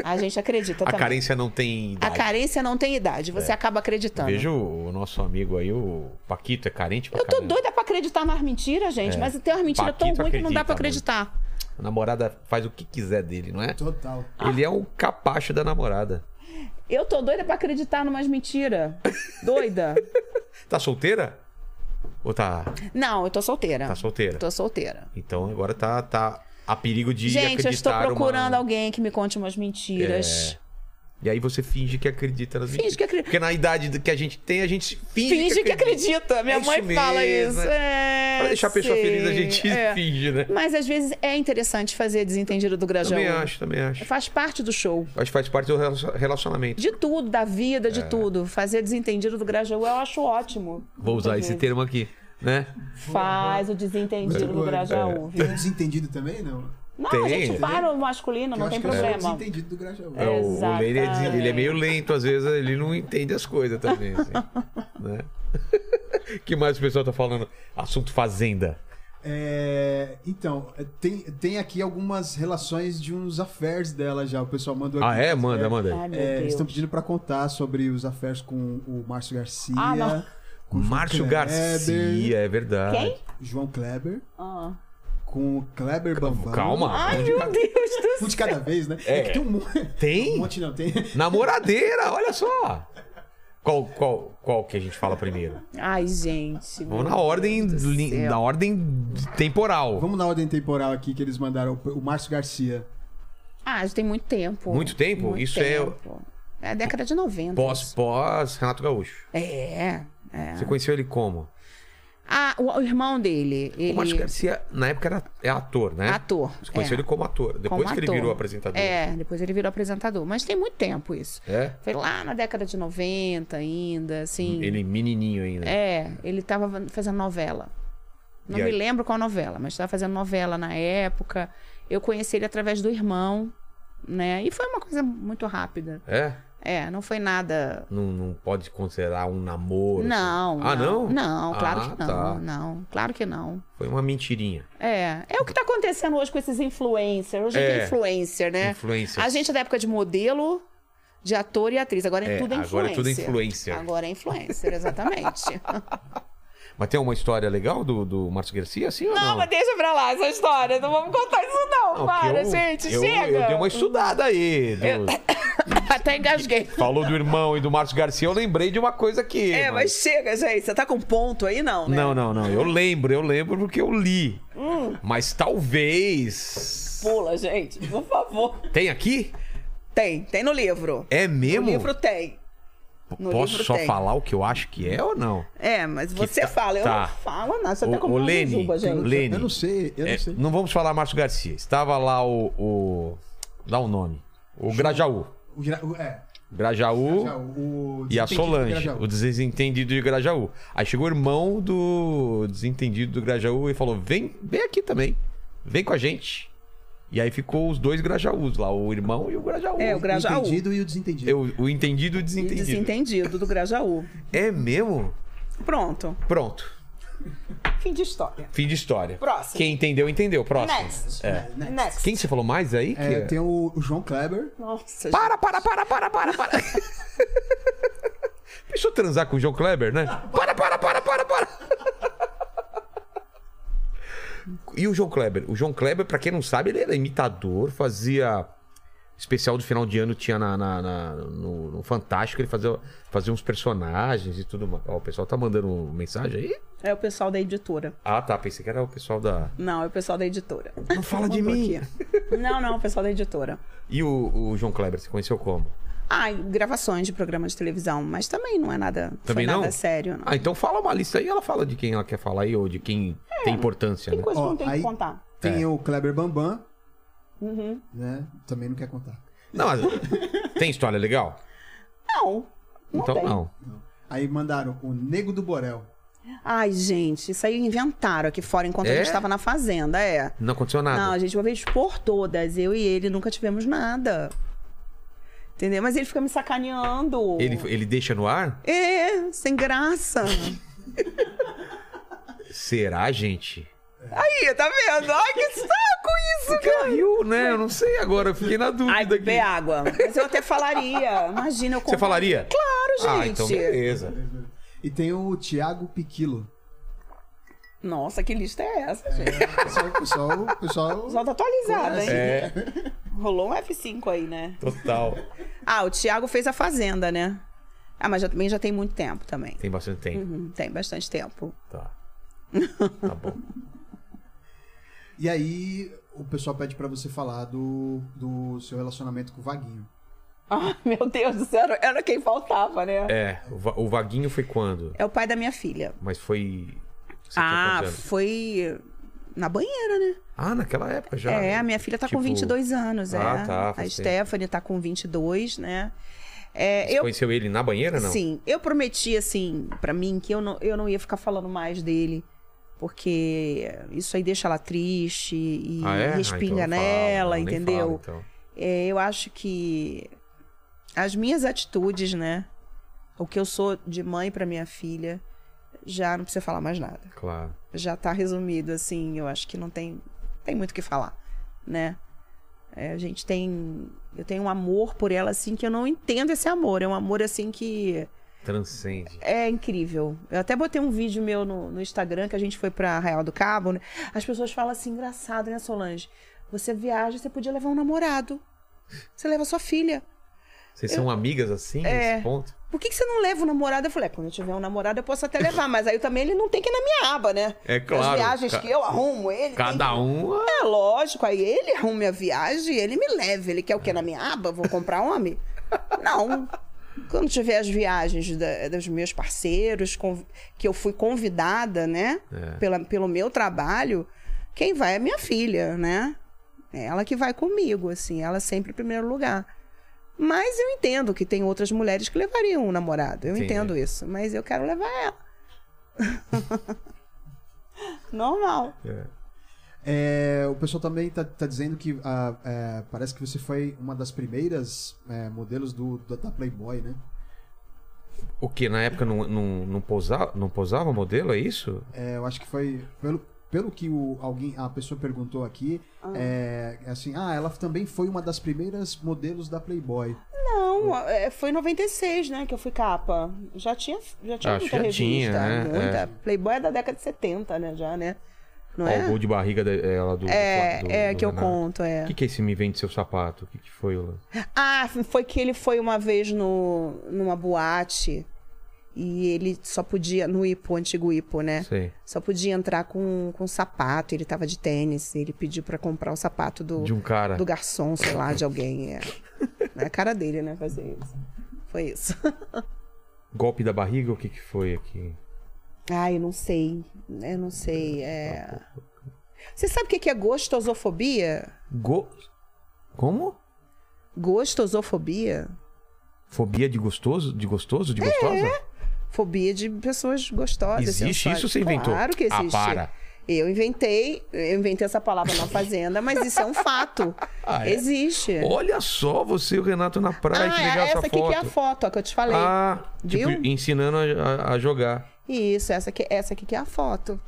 S4: A gente acredita
S1: A
S4: também.
S1: carência não tem
S4: A
S1: idade.
S4: carência não tem idade,
S1: É.
S4: você acaba acreditando.
S1: Veja o nosso amigo aí, o Paquito, é carente pra
S4: Eu tô
S1: caramba.
S4: doida pra acreditar nas mentiras, gente, mas tem umas mentiras tão
S1: É. Paquito
S4: ruins que não dá pra
S1: acredita né?
S4: acreditar.
S1: A namorada faz o que quiser dele, não é?
S2: Total.
S1: Ele é o capacho da namorada.
S4: Eu tô doida pra acreditar numas
S1: *laughs*
S4: mentiras. Doida.
S1: Tá solteira? Ou tá,
S4: Não, eu tô solteira.
S1: tá solteira?
S4: Tô solteira.
S1: Então agora tá, tá a perigo de
S4: Gente, eu estou
S1: acreditar É.
S4: procurando
S1: uma...
S4: alguém que me conte umas mentiras.
S1: E aí você finge que acredita nas
S4: Finge
S1: mentiras.
S4: que acredita.
S1: Porque na idade do- que a gente tem, a gente finge,
S4: Finge que acredita. Minha
S1: É
S4: mãe
S1: isso
S4: fala
S1: mesmo,
S4: isso. É,
S1: Pra deixar a pessoa
S4: sei.
S1: feliz, a gente
S4: É.
S1: finge, né?
S4: Mas às vezes é interessante fazer desentendido do grajão.
S1: Também acho, também acho.
S4: Faz parte do show.
S1: Acho que faz parte do relacion- relacionamento.
S4: De tudo, da vida,
S1: É.
S4: de tudo. Fazer desentendido do Grajaú eu acho ótimo.
S1: Vou usar esse
S4: tempo.
S1: termo aqui, né?
S4: Faz o desentendido do
S1: É.
S4: Grajaú, viu?
S2: Tem um É. desentendido também, não?
S4: Não, a
S1: Tem,
S4: gente
S1: tem.
S4: para o masculino,
S2: Eu
S4: não
S2: acho
S4: tem
S2: que eu sou o
S4: problema.
S2: desentendido do Grajaú.
S1: É, o o Leire, ele é des-
S4: Exatamente.
S1: ele é meio lento, às vezes ele não entende as coisas também.
S4: *laughs*
S1: assim, né? *laughs* que mais o pessoal tá falando? Assunto fazenda.
S2: É, então, tem, tem aqui algumas relações de uns affairs dela já. O pessoal mandou aqui.
S1: Ah, é? Manda, manda. aí.
S4: Ai, meu
S2: É, eles estão
S4: Deus.
S2: pedindo pra contar sobre os affairs com o Márcio Garcia.
S4: Ah, não.
S2: com o João
S1: Márcio
S2: Kleber,
S1: Garcia, é verdade.
S4: Quem?
S2: João Kleber.
S4: Ah.
S2: Com o Kleber Bambam.
S1: Calma.
S4: Ai, meu Deus do
S2: Um de cada vez, né?
S1: É.
S2: que tem um monte.
S1: Tem?
S2: *laughs* Um monte não, tem.
S1: Namoradeira, olha só. Qual, qual, qual que a gente fala primeiro?
S4: Ai, gente.
S1: Vamos
S4: meu
S1: na ordem,
S4: Deus do
S1: li-
S4: céu.
S1: na ordem temporal.
S2: Vamos na ordem temporal aqui que eles mandaram. O Márcio Garcia.
S4: Ah, já tem muito tempo.
S1: Muito tempo? Isso é-
S4: é. É década de 90.
S1: Pós,
S4: isso.
S1: pós, Renato Gaúcho.
S4: É. é.
S1: Você conheceu ele como?
S4: Ah, o, o irmão dele. Ele...
S1: O Márcio Garcia, na época, era, é ator, é, né?
S4: Ator.
S1: Você conheceu
S4: é.
S1: ele como ator. Depois
S4: como
S1: que ele
S4: ator.
S1: virou apresentador.
S4: É, depois ele virou apresentador. Mas tem muito tempo isso.
S1: É?
S4: Foi lá na década de 90 ainda, assim.
S1: Ele menininho ainda.
S4: É, ele tava fazendo novela. Não
S1: E
S4: me
S1: aí?
S4: lembro qual novela, mas tava fazendo novela na época. Eu conheci ele através do irmão, né? E foi uma coisa muito rápida.
S1: É?
S4: É, não foi nada.
S1: Não, não pode considerar um namoro.
S4: Não.
S1: assim. Ah, não?
S4: Não, claro
S1: Ah,
S4: que não.
S1: tá.
S4: Não, claro que não.
S1: Foi uma mentirinha.
S4: É, é o que tá acontecendo hoje com esses influencers. Hoje é,
S1: É.
S4: influencer, né?
S1: Influencer.
S4: A gente é da época de modelo, de ator e atriz. Agora é,
S1: É,
S4: tudo influencer.
S1: agora é tudo influencer.
S4: Agora é influencer,
S1: *laughs*
S4: exatamente.
S1: Mas tem uma história legal do, do Márcio Garcia, assim ou
S4: Não,
S1: não?
S4: mas deixa pra lá essa história. Não vamos contar isso, não.
S1: Não, porque
S4: Para,
S1: eu-
S4: gente.
S1: eu-
S4: chega.
S1: Eu dei
S4: *laughs*
S1: uma estudada aí. do-
S4: Até engasguei.
S1: *laughs* Falou do irmão e do Márcio Garcia, eu lembrei de uma coisa que.
S4: É, mas chega, gente. Você tá com ponto aí, não, né?
S1: Não,
S4: Hum.
S1: não, não. Eu lembro, eu lembro porque eu li. Mas talvez.
S4: Pula, gente. Por favor.
S1: Tem aqui?
S4: Tem. Tem no livro.
S1: É
S4: No
S1: mesmo?
S4: livro tem. No
S1: Posso
S4: livro
S1: só
S4: tem.
S1: falar o que eu acho que é ou não?
S4: É, mas você
S1: tá-
S4: fala. Eu
S1: tá.
S4: não falo nada. Você
S1: Ô,
S4: tá com
S1: ô,
S4: ponto
S1: Lene,
S4: juba, gente.
S1: Lene. Entendi.
S2: Eu não sei, eu
S1: É,
S2: não sei.
S1: não vamos falar Márcio Garcia. Estava lá um o. o- Dá o nome. O Grajaú.
S2: O gra- o- É.
S1: Grajaú,
S2: Já o- o
S1: e a
S2: desentendido
S1: Solange,
S2: Grajaú.
S1: o desentendido de Grajaú. Aí chegou o irmão do desentendido do Grajaú e falou: vem, vem aqui também. Vem com a gente. E aí ficou os dois Grajaús lá, o irmão e o Grajaú.
S4: É, o Grajaú.
S2: entendido e o desentendido.
S1: Eu- o entendido e o
S4: E o
S1: desentendido.
S4: Desentendido do Grajaú.
S1: É mesmo?
S4: Pronto.
S1: Pronto.
S4: Fim de história.
S1: Fim de história.
S4: Próximo.
S1: Quem entendeu, entendeu. Próximo.
S4: Next.
S1: É.
S2: Né?
S4: Next.
S1: Quem você falou mais aí? que-
S2: É, tem o o João Kleber.
S4: Nossa,
S1: Para, para, para, para, para, para. *laughs* Pensou transar com o João Kleber, né? Para, para, para, para, para. E o João Kleber? O João Kleber, pra quem não sabe, ele era imitador, fazia. Especial do final de ano tinha na, na- na- no, no Fantástico, ele fazia, fazia uns personagens e tudo mais. Ó, o pessoal tá mandando mensagem aí?
S4: gente. É o pessoal da editora.
S1: Ah, tá. Pensei que era o pessoal da.
S4: Não, é o pessoal da editora.
S1: Não fala de
S4: Mandou
S1: mim.
S4: aqui. Não, não, o pessoal da editora.
S1: E o, o João Kleber, você conheceu como?
S4: Ah, e gravações de programa de televisão, mas também não é nada, foi
S1: Também não?
S4: nada sério. Não.
S1: Ah, então fala uma lista aí, ela fala de quem ela quer falar aí, ou de quem tem importância,
S4: É, Tem
S1: né?
S4: coisa que
S2: Ó,
S4: não tem
S2: aí-
S4: que contar. É. Uhum.
S2: Tem o Kleber Bambam. Né? Também não quer contar.
S1: Não, mas tem história legal?
S4: Não, não
S1: então
S4: tem.
S1: não.
S2: Aí mandaram o Nego do Borel.
S4: Ai, gente, isso aí inventaram aqui fora enquanto
S1: É?
S4: a gente estava na fazenda, é.
S1: Não aconteceu nada.
S4: Não, gente, uma vez por todas, eu e ele nunca tivemos nada. Entendeu? Mas ele fica me sacaneando.
S1: ele, ele deixa no ar?
S4: É, sem graça.
S1: Será, gente?
S4: Aí, tá vendo? Ai, que saco isso, cara.
S1: Ela riu, né? Eu não sei agora, eu fiquei na
S4: Ai,
S1: dúvida
S4: beber
S1: aqui.
S4: água. Mas eu até falaria. Imagina, eu
S1: Você
S4: compro-
S1: falaria?
S4: ah, Claro,
S1: Ah,
S4: gente.
S1: então beleza.
S2: E tem o Thiago
S4: *laughs*
S2: Piquilo.
S4: Nossa, que lista é essa, gente?
S2: Pessoal, pessoal, pessoal
S4: Só tá atualizada, hein?
S1: É,
S4: Rolou um F5 aí, né?
S1: total.
S4: Ah, o Thiago fez a Fazenda, né? Ah, mas já, também já tem muito tempo também.
S1: Tem bastante tempo.
S4: Uhum, tem bastante tempo. *laughs*
S1: Tá. Tá bom.
S2: E aí o pessoal pede pra você falar do, do seu relacionamento com o Vaguinho.
S4: Ah, meu Deus do céu, era- era quem faltava, né? É,
S1: É, o, Va- o Vaguinho foi quando?
S4: o pai da minha filha.
S1: Mas foi. você tinha
S4: ah,
S1: quantos anos?
S4: foi na banheira, né?
S1: Ah, naquela época já.
S4: é, a minha filha tá
S1: Tipo,
S4: com 22 anos, é.
S1: Ah, tá,
S4: a
S1: faz tempo.
S4: Stephanie tá com 22, né? É,
S1: Você
S4: eu
S1: conheceu ele na banheira, não?
S4: Sim, eu prometi, assim, pra mim, que eu não, eu não ia ficar falando mais dele. Porque isso aí deixa ela triste e
S1: Ah, é? Ah,
S4: respinga
S1: então não fala,
S4: nela,
S1: não, nem fala,
S4: entendeu?
S1: então.
S4: É, eu acho que as minhas atitudes, né? O que eu sou de mãe pra minha filha, já não precisa falar mais nada.
S1: Claro.
S4: Já tá resumido, assim, eu acho que não tem, tem muito o que falar, né? É, a gente tem. Eu tenho um amor por ela, assim, que eu não entendo esse amor. É um amor, assim, que.
S1: Transcende.
S4: É incrível. Eu até botei um vídeo meu no, no Instagram que a gente foi pra Arraial do Cabo. Né? As pessoas falam assim: engraçado, né, Solange? Você viaja, você podia levar um namorado. Você leva sua filha.
S1: Vocês são amigas assim,
S4: É.
S1: nesse ponto?
S4: Por que, que você não leva o namorado? Eu falei: "É, quando eu tiver um namorado, eu posso até levar, mas aí também ele não tem que ir na minha aba, né?
S1: É claro.
S4: As viagens
S1: Ca-
S4: que eu arrumo, ele. tem
S1: Cada um. ah,
S4: que- É lógico, aí ele arrume a viagem, ele me leva. Ele quer o quê? Na minha aba? Vou comprar homem? Não. Quando tiver as viagens da- dos meus parceiros, conv- que eu fui convidada, né?
S1: É.
S4: pela, pelo meu trabalho, quem vai é minha filha, né? É ela que vai comigo, assim, ela sempre em primeiro lugar. Mas eu entendo que tem outras mulheres que levariam um namorado. Eu
S1: Entendi.
S4: entendo isso, mas eu quero levar ela. *laughs* Normal.
S2: É, o pessoal também tá, tá dizendo que ah, é, parece que você foi uma das primeiras é, modelos do, da- da Playboy, né?
S1: O que? Na época não, não, não, posava, não posava modelo, é isso?
S2: É, eu acho que foi pelo, pelo que o, alguém, a pessoa perguntou aqui, é, é assim, ah, ela também foi uma das primeiras modelos da Playboy.
S4: Não, é, foi em 96, né, que eu fui capa. Já tinha, já tinha
S1: Acho que
S4: muita
S1: Ah, já
S4: revista,
S1: tinha, né?
S4: muita.
S1: É.
S4: Playboy é da década de 70, né, já, né? Não
S1: Ó,
S4: é?
S1: o gol de barriga dela do.
S4: É,
S1: do- do-
S4: é
S1: do
S4: que eu
S1: Renato.
S4: conto, é.
S1: O que, que é esse me vende seu sapato? O que, que foi? Lula?
S4: Ah, foi que ele foi uma vez no, numa boate e ele só podia, no Ipo, antigo Ipo, né?
S1: Sei.
S4: Só podia entrar com, com sapato, ele tava de tênis, ele pediu pra comprar o sapato do,
S1: De um cara.
S4: do garçom, sei lá, de alguém. É. *laughs* é a cara dele, né, fazer isso. Foi isso.
S1: Golpe da barriga? O que, que foi aqui?
S4: Ai, eu não sei, eu não sei, é... Você sabe o que que é gostosofobia?
S1: Go... Como?
S4: Gostosofobia?
S1: Fobia de gostoso? De gostoso?
S4: É,
S1: De gostosa?
S4: Fobia de pessoas gostosas.
S1: Existe
S4: sensuais.
S1: isso ou você inventou?
S4: Claro que
S1: Ah,
S4: existe.
S1: para.
S4: Eu inventei, eu inventei essa palavra na fazenda, mas isso é um fato.
S1: *laughs* Ah, é?
S4: Existe.
S1: Olha só você e o Renato na praia. que
S4: ah,
S1: legal
S4: é-
S1: essa,
S4: essa aqui
S1: foto.
S4: que é a foto ó, que eu te falei.
S1: Ah, tipo,
S4: Viu?
S1: ensinando a, a- a jogar.
S4: Isso, essa aqui, essa aqui que é a foto.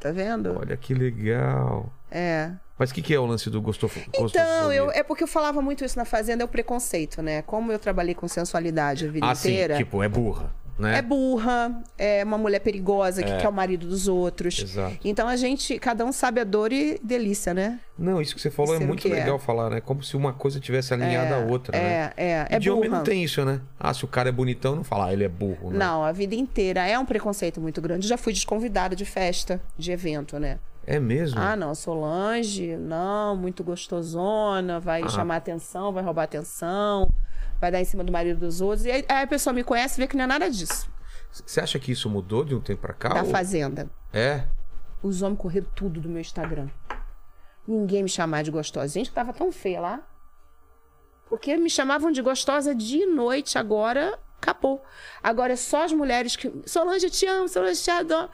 S4: Tá vendo?
S1: Olha que legal.
S4: É.
S1: Mas o que, que é o lance do gostofo?
S4: Então,
S1: gostofobia?
S4: eu, é porque eu falava muito isso na fazenda, é o preconceito, né? Como eu trabalhei com sensualidade a vida
S1: Ah, sim,
S4: inteira.
S1: tipo, é burra, né?
S4: É burra, é uma mulher perigosa que quer o marido dos outros.
S1: Exato.
S4: Então a gente, cada um sabe a dor e delícia, né?
S1: Não, isso que você falou é
S4: Ser o
S1: muito
S4: que é.
S1: legal falar, né? Como se uma coisa tivesse alinhada à outra, né?
S4: É, é, é
S1: e de homem
S4: burra.
S1: não tem isso, né? Ah, se o cara é bonitão, não fala, ah, ele é burro, né?
S4: Não, a vida inteira é um preconceito muito grande. Já fui desconvidada de festa, de evento, né?
S1: É mesmo?
S4: Ah, não, Solange, não, muito gostosona, vai
S1: Ah.
S4: chamar atenção, vai roubar atenção, vai dar em cima do marido dos outros. E aí, aí a pessoa me conhece e vê que não é nada disso.
S1: Você acha que isso mudou de um tempo pra cá?
S4: da
S1: ou-
S4: fazenda.
S1: É?
S4: Os homens correram tudo do meu Instagram. Ninguém me chamava de gostosa. Gente, eu tava tão feia lá. Porque me chamavam de gostosa de noite, agora acabou. Agora é só as mulheres que. Solange, eu te amo, Solange, eu te adoro.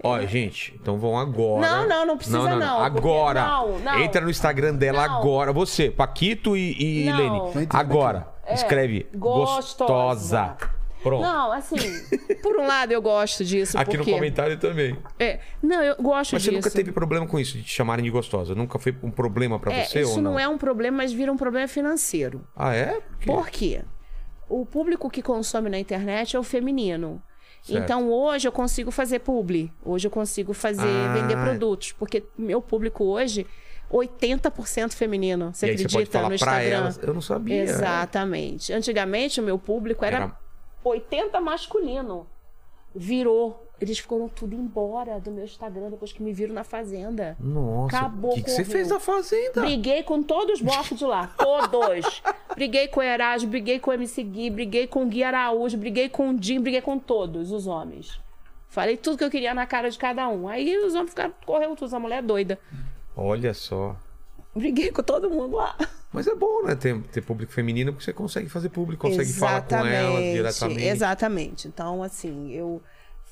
S1: Ó, gente, então vão agora.
S4: Não, não, não precisa não, porque-
S1: Agora.
S4: não, não.
S1: Entra no Instagram dela
S4: Não.
S1: agora. Você, Paquito e, e
S4: Não.
S1: Lene.
S4: Tô
S2: entrando
S1: Agora. Escreve.
S4: gostosa.
S1: Gostosa. Pronto. *laughs*
S4: Não, assim, por um lado eu gosto disso.
S1: Aqui
S4: porque...
S1: no comentário também.
S4: É, não, eu gosto
S1: Mas você
S4: disso.
S1: nunca teve problema com isso, de te chamarem de gostosa? Nunca foi um problema pra
S4: É,
S1: você
S4: isso
S1: ou não?
S4: não é um problema, mas vira um problema financeiro.
S1: Ah, é? Por quê?
S4: Por quê? O público que consome na internet é o feminino.
S1: Certo.
S4: Então hoje eu consigo fazer publi, hoje eu consigo fazer
S1: Ah.
S4: vender produtos, porque meu público hoje 80% feminino. Você
S1: e aí você
S4: acredita
S1: pode falar
S4: no
S1: pra
S4: Instagram?
S1: elas. Eu não sabia.
S4: Exatamente. Antigamente o meu público era,
S1: Era-
S4: 80 masculino. Virou, eles foram tudo embora do meu Instagram depois que me viram na fazenda.
S1: Nossa.
S4: Acabou
S1: o que, que você
S4: com o
S1: fez
S4: Rio.
S1: na fazenda?
S4: Briguei com todos os blocos de lá, todos. briguei com o Erasmo, briguei com o MC Gui, briguei com o Gui Araújo, briguei com o Jim, briguei com todos os homens. Falei tudo que eu queria na cara de cada um. Aí os homens ficaram, correu tudo, a mulher é doida.
S1: Olha só.
S4: Briguei com todo mundo lá.
S1: Mas é bom, né? Ter, ter público feminino, porque você consegue fazer público, consegue falar com elas
S4: Exatamente,
S1: diretamente.
S4: Exatamente. Então, assim, eu...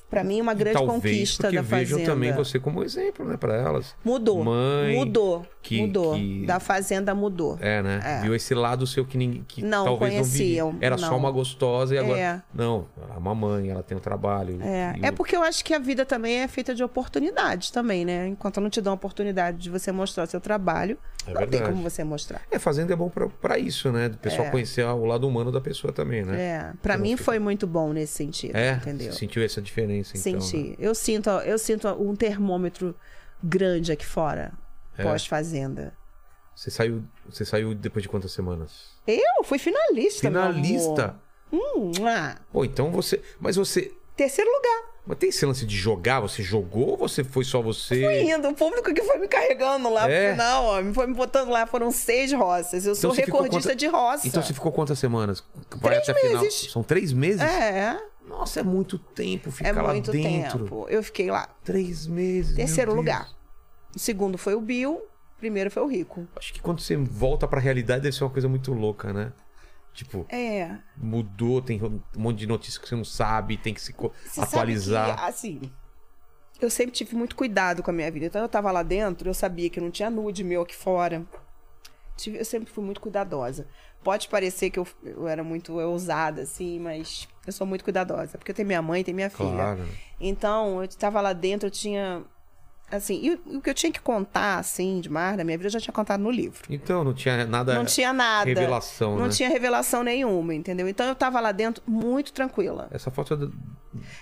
S4: Pra mim, uma grande
S1: Talvez
S4: conquista
S1: porque
S4: da
S1: vejam
S4: Fazenda.
S1: também você como exemplo, né? Pra elas.
S4: Mudou.
S1: Mãe,
S4: mudou.
S1: que-
S4: mudou.
S1: que-
S4: Da Fazenda mudou.
S1: É, né?
S4: É.
S1: Viu esse lado seu que, ninguém, que
S4: Não
S1: talvez não
S4: conheciam,
S1: viria. Era só
S4: não.
S1: uma gostosa e agora...
S4: É.
S1: Não, ela é uma mãe, ela tem um trabalho.
S4: É,
S1: e
S4: é
S1: o-
S4: porque eu acho que a vida também é feita de oportunidades também, né? Enquanto não te dão a oportunidade de você mostrar o seu trabalho,
S1: É
S4: não tem
S1: verdade.
S4: como você mostrar.
S1: É, fazenda é bom pra, pra isso, né? Do pessoal conhecer o lado humano da pessoa também, né?
S4: É, para
S1: Não
S4: mim
S1: fica-
S4: foi muito bom nesse sentido,
S1: É,
S4: entendeu?
S1: você sentiu essa diferença, então.
S4: Senti.
S1: né?
S4: Eu sinto, eu sinto um termômetro grande aqui fora,
S1: É.
S4: pós fazenda.
S1: Você saiu, você saiu depois de quantas semanas?
S4: Eu fui finalista, meu amor.
S1: Finalista?
S4: Hum, ah,
S1: Pô, então você. Mas você.
S4: terceiro lugar.
S1: Mas tem esse lance de jogar? Você jogou ou você foi só você?
S4: Fui indo, o público que foi me carregando lá
S1: É? Então
S4: pro final, ó, foi me botando lá, foram seis roças. Eu sou
S1: você ficou
S4: recordista
S1: contra-
S4: de roça.
S1: Então você ficou quantas semanas? Vai
S4: Três
S1: até a final.
S4: meses.
S1: São três meses?
S4: É.
S1: Nossa, é muito tempo ficar
S4: é
S1: lá
S4: muito
S1: dentro.
S4: tempo. Eu fiquei lá.
S1: Três meses. meu
S4: Terceiro
S1: Deus.
S4: lugar. O segundo foi o Bill, o primeiro foi o Rico.
S1: Acho que quando você volta pra realidade deve ser uma coisa muito louca, né? Tipo,
S4: É.
S1: mudou, tem um monte de notícias que você não sabe, tem que se co-
S4: Você
S1: atualizar.
S4: Sabe que, assim, eu sempre tive muito cuidado com a minha vida. Então eu tava lá dentro, eu sabia que não tinha nude meu aqui fora. Tive- eu sempre fui muito cuidadosa. Pode parecer que eu, eu era muito ousada, assim, mas eu sou muito cuidadosa. Porque eu tenho minha mãe, tenho minha filha.
S1: Claro.
S4: Então, eu tava lá dentro, eu tinha. Assim, e o- o que eu tinha que contar, assim, de mar da minha vida, eu já tinha contado no livro.
S1: Então, não tinha nada.
S4: Não tinha nada.
S1: Revelação,
S4: Não
S1: né?
S4: tinha revelação nenhuma, entendeu? Então eu tava lá dentro muito tranquila.
S1: Essa foto é do...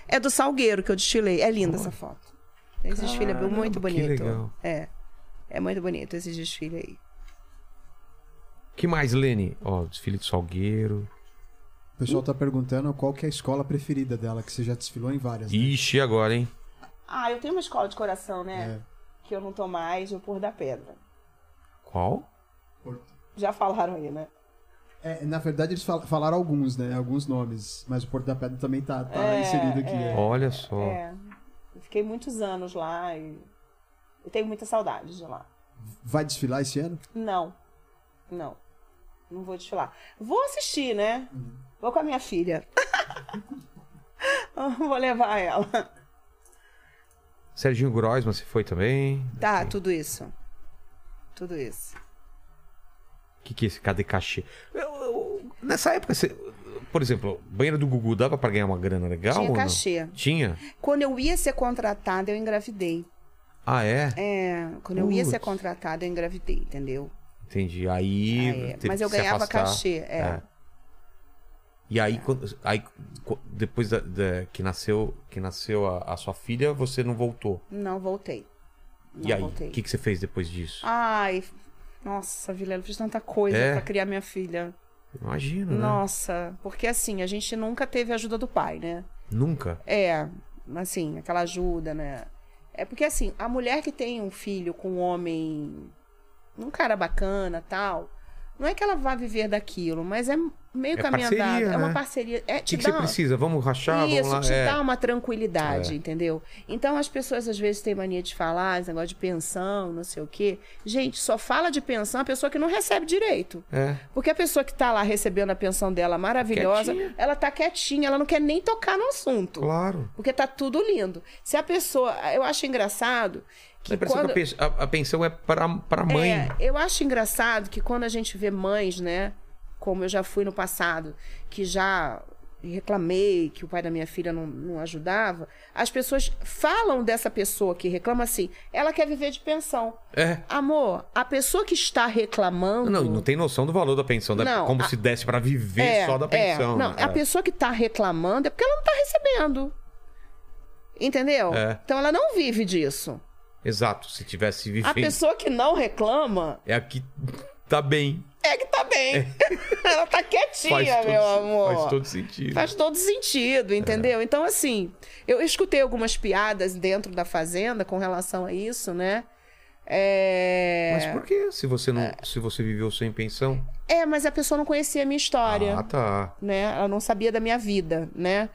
S4: É do Salgueiro que eu destilei. É linda essa foto. Esse desfile é
S1: Caramba,
S4: muito
S1: que
S4: bonito.
S1: legal.
S4: É. É muito bonito esse desfile aí.
S1: que mais, Lene? Ó, desfile de Salgueiro.
S2: O pessoal tá perguntando qual que é a escola preferida dela, que você já desfilou em várias. né?
S1: Ixi, agora, hein?
S4: Ah, eu tenho uma escola de coração,
S1: É.
S2: É.
S4: né? Que eu não tô mais, o Pôr da Pedra.
S1: Qual?
S4: Já falaram aí, né?
S2: É, na verdade, eles fal- falaram alguns, né? Alguns nomes. Mas o Porto da Pedra também tá, tá inserido aqui. é.
S1: Olha só.
S4: É. Eu fiquei muitos anos lá e. Eu tenho muita saudade de lá.
S2: Vai desfilar esse ano?
S1: Uhum.
S4: Não. Não. Não vou desfilar. Vou assistir, né? Vou
S5: Vou com a
S4: *laughs*
S5: minha filha. Vou levar ela.
S1: Serginho Groisman, você foi também?
S5: Tá, tudo isso. Tudo isso.
S1: O que, que é esse cara de cachê? Eu- eu- nessa época, você- por exemplo, banheiro do Gugu dava pra ganhar uma grana legal?
S5: Tinha
S1: ou não?
S5: cachê.
S1: Tinha?
S5: Quando eu ia ser contratada, eu engravidei.
S1: Ah, é?
S5: É, quando eu ia ser
S1: Putz.
S5: contratada, eu engravidei, entendeu?
S1: Entendi. Aí.
S5: Aí,
S1: teve
S5: Ah, é. mas
S1: que
S5: eu
S1: se
S5: ganhava
S1: afastar.
S5: cachê, é.
S1: E aí, quando- aí co- depois da- da- que nasceu, que nasceu a, a sua filha, você não voltou.
S5: Não voltei. Não
S1: e aí,
S5: voltei.
S1: o que, que você fez depois disso?
S5: Ai, nossa, Vilela, eu fiz tanta coisa
S1: É?
S5: pra criar minha filha.
S1: Imagina, né?
S5: Nossa, porque assim, a gente nunca teve ajuda do pai, né?
S1: Nunca.
S5: É, assim, aquela ajuda, né? É porque assim, a mulher que tem um filho com um homem, um cara bacana, tal, não é que ela vá viver daquilo, mas é meio
S1: É
S5: caminho
S1: parceria,
S5: andado, é
S1: né?
S5: uma parceria, é
S1: O que,
S5: te
S1: que você
S5: dá uma-
S1: precisa? Vamos rachar?
S5: Isso,
S1: vamos lá.
S5: te
S1: é.
S5: dá uma tranquilidade, entendeu? Então as pessoas às vezes têm mania de falar, esse negócio de pensão, não sei o quê. Gente, só fala de pensão a pessoa que não recebe direito.
S1: É.
S5: Porque a pessoa que tá lá recebendo a pensão dela maravilhosa,
S1: Quietinha.
S5: ela tá quietinha, ela não quer nem tocar no assunto.
S1: Claro.
S5: Porque tá tudo lindo. Se a pessoa. Eu acho engraçado
S1: Dá a
S5: que.
S1: impressão
S5: Quando,
S1: que a pe- a, a pensão é pra, pra mãe.
S5: é, eu acho engraçado que quando a gente vê mães, né? Como eu já fui no passado, que já reclamei que o pai da minha filha não, não ajudava, as pessoas falam dessa pessoa que reclama assim, ela quer viver de pensão.
S1: É.
S5: Amor, a pessoa que está reclamando.
S1: Não, e não tem noção do valor da pensão. da-
S5: Não,
S1: como
S5: a-
S1: se desse pra viver
S5: É,
S1: só da
S5: é.
S1: pensão.
S5: Não,
S1: né?
S5: a pessoa que tá reclamando é porque ela não tá recebendo. Entendeu?
S1: É.
S5: Então ela não vive disso.
S1: Exato. Se tivesse vivendo.
S5: A pessoa que não reclama
S1: É aqui. Tá bem.
S5: é que tá bem. *laughs* ela tá quietinha,
S1: Faz todo,
S5: meu
S1: sen-
S5: amor.
S1: Faz todo sentido. É.
S5: Faz todo sentido, entendeu? Então, assim, eu escutei algumas piadas dentro da fazenda com relação a isso, né? É...
S1: Mas por que se você não, se você viveu sem pensão?
S5: é, mas a pessoa não conhecia a minha história.
S1: Ah, tá.
S5: né? Ela não sabia da minha vida, né?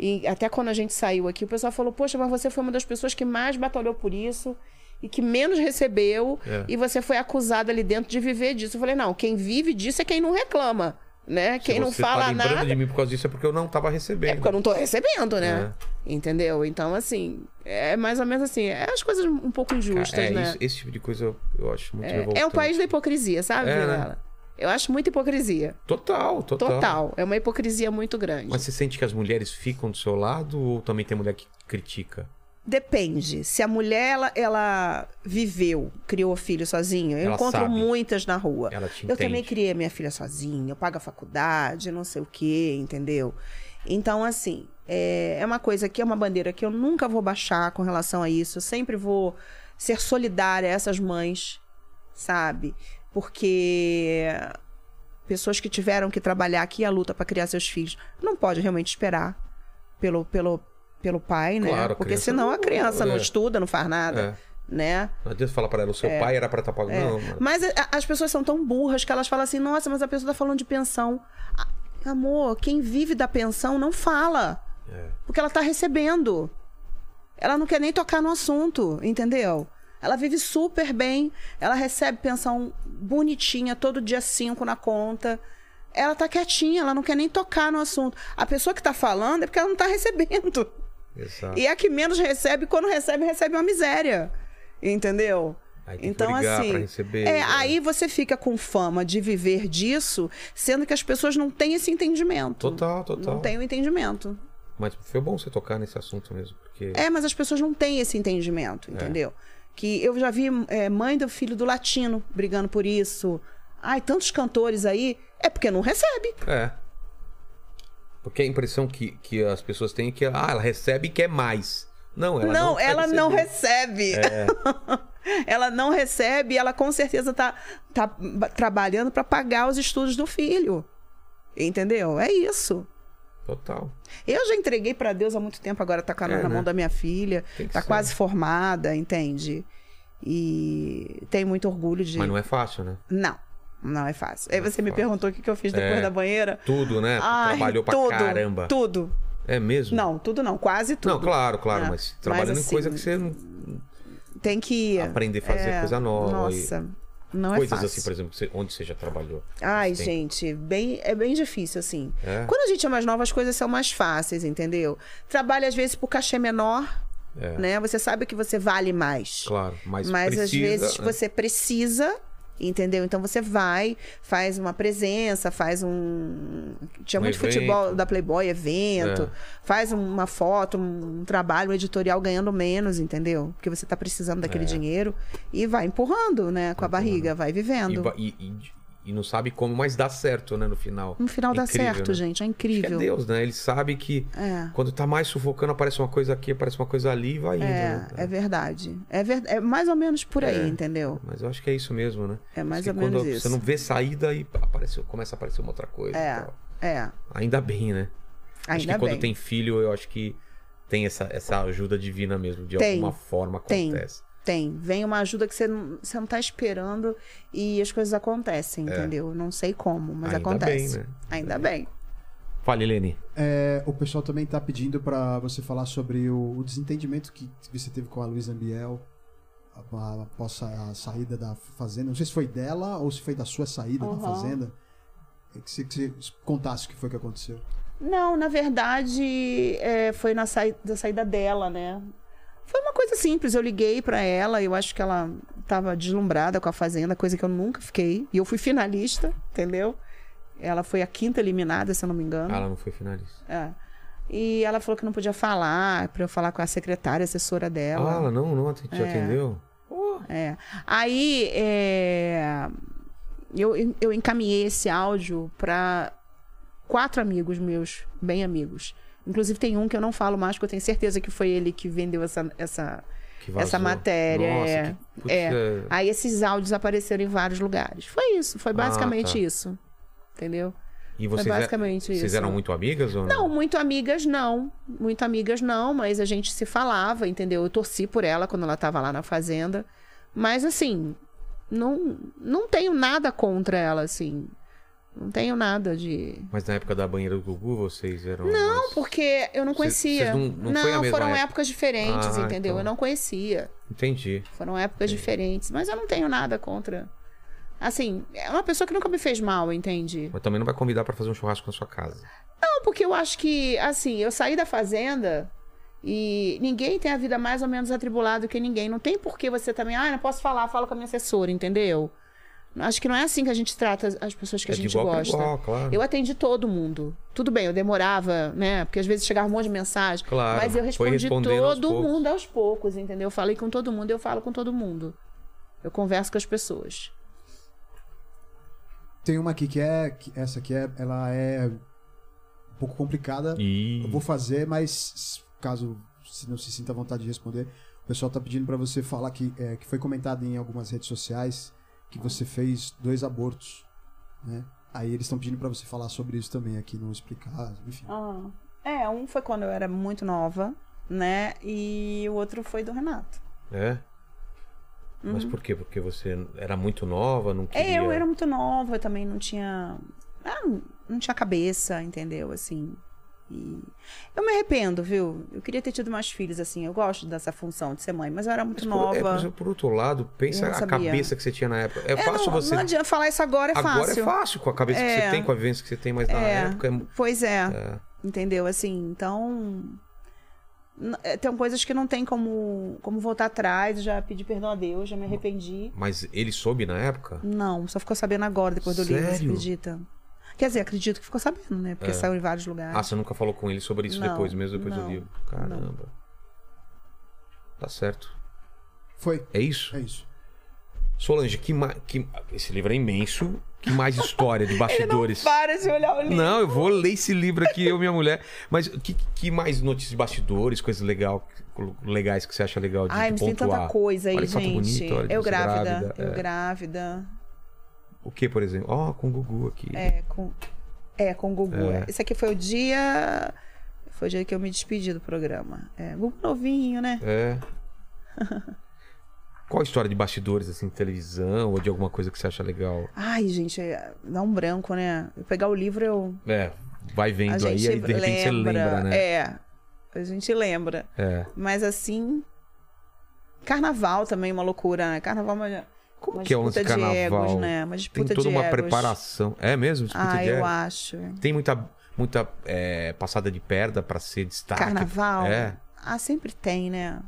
S5: E até quando a gente saiu aqui, o pessoal falou: Poxa, mas você foi uma das pessoas que mais batalhou por isso e que menos recebeu,
S1: É.
S5: e você foi acusada ali dentro de viver disso. Eu falei: Não, quem vive disso é quem não reclama, né?
S1: se
S5: quem não
S1: você
S5: fala
S1: tá lembrando
S5: nada.
S1: de mim por causa disso é porque eu não tava recebendo. É,
S5: É porque eu não tô recebendo, né? Entendeu? Então, assim, é mais ou menos assim. É as coisas um pouco injustas,
S1: Cara, é,
S5: né?
S1: isso- esse tipo de coisa eu, eu acho muito revoltante.
S5: É o país da hipocrisia, sabe,
S1: É, né?
S5: Vilela? Eu acho muita hipocrisia.
S1: Total, total.
S5: Total. É uma hipocrisia muito grande.
S1: Mas você sente que as mulheres ficam do seu lado ou também tem mulher que critica?
S5: Depende. Se a mulher ela, ela viveu, criou o filho sozinha, eu
S1: Ela
S5: encontro
S1: sabe.
S5: muitas na rua.
S1: Ela te
S5: Eu também
S1: entende.
S5: criei a minha filha sozinha, eu pago a faculdade, não sei o quê, entendeu? Então, assim, é, é uma coisa que é uma bandeira que eu nunca vou baixar com relação a isso. Eu sempre vou ser solidária a essas mães, sabe? Porque pessoas que tiveram que trabalhar aqui a luta para criar seus filhos não pode realmente esperar pelo, pelo, pelo pai, né?
S1: Claro, a
S5: Porque
S1: criança
S5: senão a
S1: não-
S5: criança não
S1: é.
S5: estuda, não faz nada,
S1: É.
S5: né?
S1: Não adianta falar pra ela, o seu pai era pra estar pagando.
S5: É.
S1: Não, mano.
S5: Mas a- as pessoas são tão burras que elas falam assim: nossa, mas a pessoa tá falando de pensão. Ah, Amor, quem vive da pensão não fala.
S1: É.
S5: Porque ela tá recebendo. Ela não quer nem tocar no assunto, entendeu? Ela vive super bem, ela recebe pensão bonitinha, todo dia cinco na conta. Ela tá quietinha, ela não quer nem tocar no assunto. A pessoa que tá falando é porque ela não tá recebendo.
S1: Exato.
S5: E é a que menos recebe, quando recebe, recebe uma miséria. Entendeu?
S1: Aí tem que
S5: então,
S1: brigar
S5: assim.
S1: pra receber,
S5: é,
S1: né?
S5: aí você fica com fama de viver disso, sendo que as pessoas não têm esse entendimento.
S1: Total, total.
S5: Não têm o entendimento.
S1: Mas foi bom você tocar nesse assunto mesmo, porque
S5: É, mas as pessoas não têm esse
S1: É.
S5: entendimento, entendeu? Que eu já vi é, mãe do filho do latino brigando por isso. Ai, tantos cantores aí. É porque não recebe.
S1: É. Porque a impressão que, que as pessoas têm é que ah, ela recebe e quer mais. Não, ela não,
S5: não,
S1: quer
S5: ela não
S1: receber. É.
S5: recebe. *laughs* ela não recebe, ela com certeza tá, tá ba- trabalhando para pagar os estudos do filho. Entendeu? É isso.
S1: Total.
S5: Eu já entreguei para Deus há muito tempo, agora tá com a
S1: É,
S5: na
S1: né?
S5: mão da minha filha,
S1: Tem que
S5: tá
S1: ser.
S5: quase formada, entende? E tenho muito orgulho de.
S1: Mas não é fácil, né?
S5: Não, não é fácil. Aí
S1: Não é
S5: você me
S1: fácil.
S5: perguntou o que que eu fiz depois
S1: É.
S5: da banheira.
S1: Tudo, né?
S5: Ai,
S1: Trabalhou pra
S5: tudo,
S1: caramba.
S5: Tudo.
S1: É mesmo?
S5: Não, tudo não, quase tudo.
S1: Não, claro, claro,
S5: É.
S1: mas trabalhando
S5: Mas,
S1: em coisa
S5: assim,
S1: que você não
S5: Tem que
S1: aprender a fazer
S5: é,
S1: coisa nova. e-
S5: Nossa. Não é
S1: Coisas
S5: fácil.
S1: assim, por exemplo, que você- onde você já trabalhou.
S5: Ai,
S1: Você tem-
S5: gente, bem, é bem difícil, assim.
S1: É?
S5: Quando a gente é mais nova, as coisas são mais fáceis, entendeu? Trabalha, às vezes, por cachê menor,
S1: É.
S5: né? Você sabe que você vale mais.
S1: Claro, mas,
S5: Mas às
S1: precisa,
S5: vezes tipo,
S1: né?
S5: você precisa, entendeu? Então você vai, faz uma presença, faz um. Tinha
S1: Um
S5: muito futebol
S1: evento.
S5: da Playboy, evento,
S1: É.
S5: faz uma foto, um trabalho, um editorial ganhando menos, entendeu? Porque você tá precisando
S1: É.
S5: daquele dinheiro e vai empurrando, né? Com a barriga, vai
S1: E
S5: vivendo.
S1: ba- E, e- e não sabe como, mas dá certo, né, no final.
S5: No Um final dá
S1: Incrível,
S5: certo,
S1: né?
S5: gente. É
S1: Acho que é
S5: incrível.
S1: Deus, né? Ele sabe que
S5: É.
S1: quando tá mais sufocando, aparece uma coisa aqui, aparece uma coisa ali e vai indo. né?
S5: É, é verdade. É, ver- é mais ou menos por aí,
S1: É.
S5: entendeu?
S1: Mas eu acho que é isso mesmo, né?
S5: É mais
S1: que
S5: ou menos
S1: quando Você
S5: isso.
S1: não vê saída e aparece, começa a aparecer uma outra coisa. e
S5: É,
S1: tal.
S5: é.
S1: Ainda bem, né? acho que
S5: Ainda
S1: quando
S5: bem.
S1: tem filho, eu acho que tem essa, essa ajuda divina mesmo. De
S5: Tem.
S1: alguma forma
S5: Tem.
S1: acontece.
S5: Tem. Vem uma ajuda que você não, você não tá esperando e as coisas acontecem, entendeu? Não sei como, mas
S1: É. Ainda
S5: acontece.
S1: bem, né?
S5: Ainda bem.
S1: Fale, Leni.
S2: É, o pessoal também tá pedindo pra você falar sobre o, o desentendimento que você teve com a Luísa Ambiel a- a- após a, a saída da Fazenda. Não sei se foi dela ou se foi da sua saída
S5: Uhum.
S2: da Fazenda. É Que você, que você contasse o que foi que aconteceu.
S5: Não, na verdade, é, foi na sai- da saída dela, né? Foi uma coisa simples. Eu liguei pra ela, eu acho que ela tava deslumbrada com a Fazenda, coisa que eu nunca fiquei. E eu fui finalista, entendeu? Ela foi a quinta eliminada, se eu não me engano.
S1: Ela não foi finalista.
S5: É. E ela falou que não podia falar, pra eu falar com a secretária, assessora dela.
S1: Ah, ela não, não te atendeu?
S5: É. Aí é, eu, eu encaminhei esse áudio para quatro amigos meus, bem amigos. Inclusive tem um que eu não falo mais, que eu tenho certeza que foi ele que vendeu essa. essa...
S1: Que
S5: Essa
S1: vazou.
S5: matéria,
S1: Nossa,
S5: é.
S1: que- putz,
S5: É.
S1: é.
S5: Aí esses áudios apareceram em vários lugares. Foi isso, foi basicamente
S1: tá.
S5: isso. Entendeu?
S1: E vocês,
S5: Foi
S1: é-
S5: basicamente
S1: vocês
S5: isso.
S1: eram muito amigas ou não?
S5: Não, muito amigas não. Muito amigas não, mas a gente se falava, entendeu? Eu torci por ela quando ela tava lá na fazenda. Mas assim, não, não tenho nada contra ela, assim. Não tenho nada de.
S1: Mas na época da banheira do Gugu, vocês eram.
S5: Não,
S1: mais-
S5: porque eu não
S1: Cês-
S5: conhecia.
S1: cês não- não foi a mesma
S5: foram
S1: época?
S5: épocas diferentes,
S1: Ah,
S5: entendeu?
S1: então.
S5: Eu não conhecia.
S1: Entendi.
S5: Foram épocas diferentes. Mas eu não tenho nada contra. Assim, é uma pessoa que nunca me fez mal, entende?
S1: Mas também não vai convidar pra fazer um churrasco na sua casa.
S5: Não, porque eu acho que, assim, eu saí da fazenda e ninguém tem a vida mais ou menos atribulada que ninguém. Não tem por que você também, ah, não posso falar, falo com a minha assessora, entendeu? Acho que não é assim que a gente trata as- as pessoas que
S1: é
S5: a gente
S1: de igual pra
S5: gosta.
S1: igual, claro.
S5: Eu atendi todo mundo. Tudo bem, eu demorava, né? Porque às vezes chegava um monte de mensagem.
S1: Claro,
S5: mas eu
S1: foi
S5: respondi
S1: respondendo aos
S5: todo
S1: poucos.
S5: mundo aos poucos, entendeu? Eu falei com todo mundo, eu falo com todo mundo. Eu converso com as pessoas.
S2: Tem uma aqui que é. que- essa aqui é, ela é um pouco complicada.
S1: E...
S2: Eu vou fazer, mas s- caso se não se sinta à vontade de responder, o pessoal tá pedindo para você falar que, é, que foi comentado em algumas redes sociais que você fez dois abortos, né? Aí eles estão pedindo para você falar sobre isso também aqui, não explicar, enfim.
S5: Ah, é, um foi quando eu era muito nova, né? E o outro foi do Renato.
S1: É? Mas por quê? Porque você era muito nova, não queria...
S5: Uhum. É, eu era muito nova, eu também não tinha. ah, não- não tinha cabeça, entendeu? Assim. E eu me arrependo, viu? Eu queria ter tido mais filhos, assim. Eu gosto dessa função de ser mãe, mas eu era muito
S1: Mas por- é,
S5: nova.
S1: mas por outro lado, pensa
S5: Eu não
S1: a
S5: sabia.
S1: cabeça que você tinha na época. É,
S5: É,
S1: fácil
S5: não,
S1: você...
S5: não adianta falar isso agora, é
S1: Agora
S5: fácil.
S1: é fácil com a cabeça que você
S5: É.
S1: tem, com a vivência que você tem, mas na
S5: É.
S1: época é... mu-
S5: Pois é,
S1: é.
S5: entendeu? Assim, então. n- é, Tem coisas que não tem como, como voltar atrás. Já pedi perdão a Deus, já me arrependi.
S1: Mas ele soube na época?
S5: Não, só ficou sabendo agora, depois do livro, você
S1: Sério? É.
S5: acredita? Quer dizer, acredito que ficou sabendo, né? Porque saiu em vários lugares.
S1: Ah, você nunca falou com ele sobre isso
S5: Não,
S1: depois, mesmo depois do
S5: não,
S1: livro. Caramba. Tá certo.
S2: Foi,
S1: É isso?
S2: é isso.
S1: Solange, que, ma... que esse livro é imenso. Que
S5: *laughs*
S1: mais história de bastidores?
S5: Para de olhar o livro.
S1: Não, eu vou ler esse livro aqui, eu e minha mulher. Mas que, que mais notícias de bastidores, coisas legal, legais que você acha legal de,
S5: Ai,
S1: de
S5: mas tem
S1: pontuar?
S5: tanta coisa aí,
S1: Olha que foto
S5: gente.
S1: bonita, olha que
S5: eu
S1: você
S5: grávida, eu
S1: é.
S5: grávida.
S1: O que, por exemplo? Ó, com o Gugu aqui.
S5: É, com. É, com o Gugu.
S1: É.
S5: é. Esse aqui foi o dia. Foi o dia que eu me despedi do programa. É, Gugu novinho, né? *laughs*
S1: É. Qual a história de bastidores, assim, de televisão ou de alguma coisa que você acha legal?
S5: Ai, gente, é- dá um branco, né? Eu pegar o livro, eu.
S1: É, vai
S5: A
S1: vendo aí,
S5: gente
S1: aí de repente você lembra, né?
S5: É. A gente lembra.
S1: É.
S5: Mas assim. Carnaval também é uma loucura, né? Carnaval é uma
S1: Como
S5: Uma
S1: que é o lance
S5: disputa de
S1: carnaval?
S5: egos, né? Uma
S1: Tem
S5: disputa
S1: toda
S5: de
S1: uma
S5: egos.
S1: preparação. É mesmo? Disputa
S5: Ah,
S1: de
S5: eu
S1: ego?
S5: acho.
S1: Tem muita, muita é, passada de perda pra ser destaque.
S5: Carnaval.
S1: Tá, É.
S5: Ah, sempre tem, né?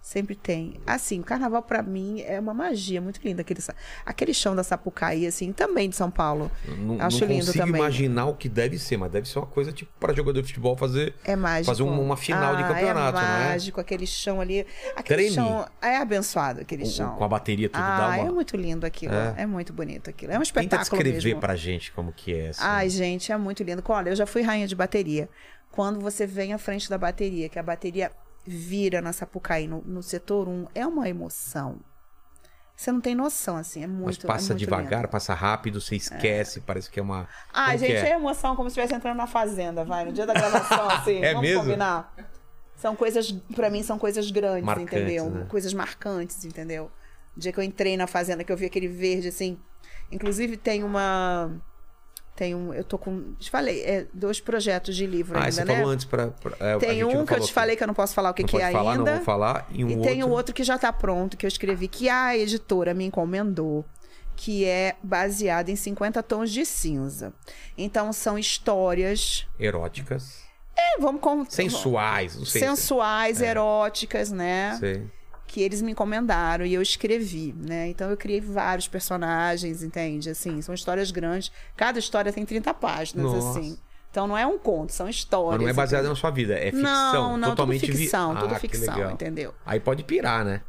S5: Sempre tem. Assim, o carnaval pra mim é uma magia muito linda. Aquele, sa- aquele chão da Sapucaí, assim, também de São Paulo.
S1: Eu Não,
S5: Acho
S1: não
S5: lindo
S1: consigo
S5: também.
S1: imaginar o que deve ser, mas deve ser uma coisa tipo pra jogador de futebol fazer.
S5: É mágico.
S1: Fazer um, uma- uma final de
S5: Ah,
S1: campeonato,
S5: é
S1: não é?
S5: mágico, aquele chão ali. Aquele
S1: Treme.
S5: chão é abençoado, aquele
S1: o-
S5: chão.
S1: o- Com a bateria tudo dá
S5: ah,
S1: uma.
S5: é muito lindo aquilo.
S1: É.
S5: É. muito bonito aquilo. É um
S1: Tenta
S5: espetáculo
S1: descrever
S5: mesmo.
S1: pra gente como que é. assim.
S5: Ai, gente, é muito lindo. Olha, eu já fui rainha de bateria. Quando você vem à frente da bateria, que a bateria vira na Sapucaí, no, no setor 1, é uma emoção. Você não tem noção, assim, é muito
S1: mas
S5: é
S1: passa
S5: muito
S1: devagar,
S5: lindo.
S1: passa rápido, você esquece, parece que é uma.
S5: Ai,
S1: Como que
S5: gente,
S1: é?
S5: é? emoção como se estivesse entrando na fazenda, vai, no dia da
S1: *laughs*
S5: gravação, assim.
S1: É
S5: vamos
S1: mesmo?
S5: combinar. São coisas, pra mim, são coisas grandes,
S1: Marcantes,
S5: entendeu?
S1: né?
S5: Coisas marcantes, entendeu? O dia que eu entrei na fazenda, que eu vi aquele verde, assim. Inclusive, tem uma. Tem um. Eu tô com. Te falei, é, dois projetos de livro
S1: Ah,
S5: ainda,
S1: você
S5: né?
S1: falou antes pra. pra- é, a
S5: Tem
S1: gente não
S5: um que eu
S1: falou
S5: te falei que eu não posso falar o que,
S1: não
S5: que é
S1: pode falar,
S5: ainda.
S1: Não vou falar. E, um
S5: e
S1: outro...
S5: tem o outro que já tá pronto, que eu escrevi, que a editora me encomendou, que é baseado em 50 tons de cinza. Então são histórias.
S1: Eróticas.
S5: É, vamos contar.
S1: Sensuais, não sei. É.
S5: Sensuais, eróticas, né?
S1: Sei.
S5: Que eles me encomendaram e eu escrevi, né? Então eu criei vários personagens, entende? Assim, são histórias grandes. Cada história tem 30 páginas,
S1: Nossa.
S5: assim. Então não é um conto, são
S1: Mas
S5: histórias.
S1: não é baseado
S5: entendeu?
S1: na sua vida, é ficção.
S5: Não, não,
S1: totalmente
S5: tudo
S1: vi-
S5: ficção,
S1: Ah,
S5: tudo
S1: que
S5: ficção,
S1: legal.
S5: entendeu?
S1: Aí pode pirar, né?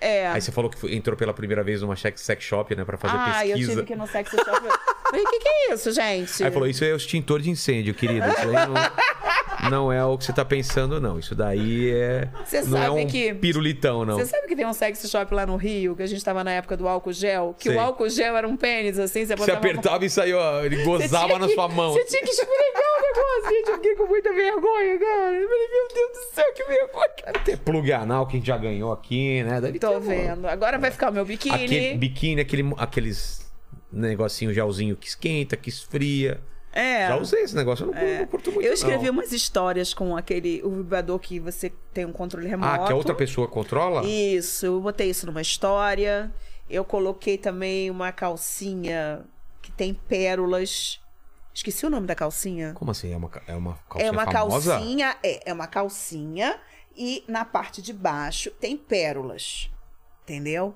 S5: É.
S1: Aí você falou que foi- entrou pela primeira vez numa check- sex shop, né? Pra fazer
S5: ah,
S1: pesquisa.
S5: eu tive que ir no sex shop. Eu Falei, o que, que é isso, gente?
S1: Aí falou, isso é o extintor de incêndio, querido. Isso aí não, não é o que você tá pensando, não. Isso daí é.
S5: Você
S1: não é
S5: sabe
S1: um
S5: que-
S1: pirulitão, não.
S5: Você sabe que tem um sex shop lá no Rio, que a gente tava na época do álcool gel, que
S1: Sei.
S5: o álcool gel era um pênis, assim,
S1: Você
S5: você botava a mão-
S1: apertava e saiu, ó, ele
S5: Você
S1: gozava
S5: tinha
S1: na
S5: que-
S1: sua mão.
S5: *laughs* Você tinha que esfregar o negócio,
S1: *laughs*
S5: gente. assim, Eu fiquei com muita vergonha, cara. Eu falei, meu Deus do céu, que vergonha.
S1: Tem plug anal que a gente já ganhou aqui, né? Deve ter
S5: Tô
S1: um-
S5: vendo. Agora vai ficar o meu biquíni.
S1: Aquele biquíni, aquele, aqueles negocinho gelzinho que esquenta, que esfria.
S5: É.
S1: Já usei esse negócio, eu não, não curto muito.
S5: Eu escrevi
S1: não.
S5: umas histórias com aquele o vibrador que você tem um controle remoto.
S1: Ah, que a outra pessoa controla?
S5: Isso, eu botei isso numa história. Eu coloquei também uma calcinha que tem pérolas. Esqueci o nome da calcinha.
S1: Como assim? É uma, ca- é uma calcinha
S5: É uma
S1: famosa?
S5: calcinha, é, é uma calcinha e na parte de baixo tem pérolas, entendeu?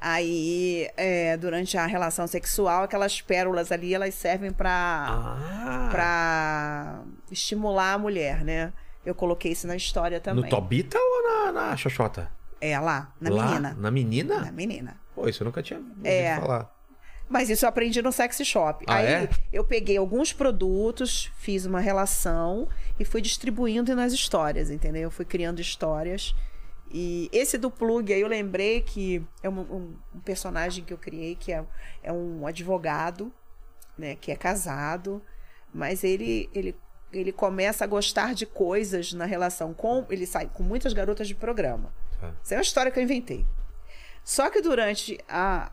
S5: Aí, é, durante a relação sexual, aquelas pérolas ali, elas servem pra
S1: Ah,
S5: pra estimular a mulher, né? Eu coloquei isso na história também.
S1: no Tobita ou na, na Xoxota?
S5: É lá, na
S1: Lá?
S5: menina.
S1: Na menina?
S5: Na menina.
S1: Pô, isso eu nunca tinha ouvido
S5: É.
S1: falar.
S5: Mas isso eu aprendi no sex shop.
S1: Ah,
S5: Aí
S1: é?
S5: eu peguei alguns produtos, fiz uma relação e fui distribuindo nas histórias, entendeu? Eu fui criando histórias. E esse do plug aí eu lembrei que é um, um- um personagem que eu criei que é, é um advogado, né, que é casado, mas ele ele ele começa a gostar de coisas na relação com, ele sai com muitas garotas de programa.
S1: Tá.
S5: Isso é uma história que eu inventei. Só que durante a-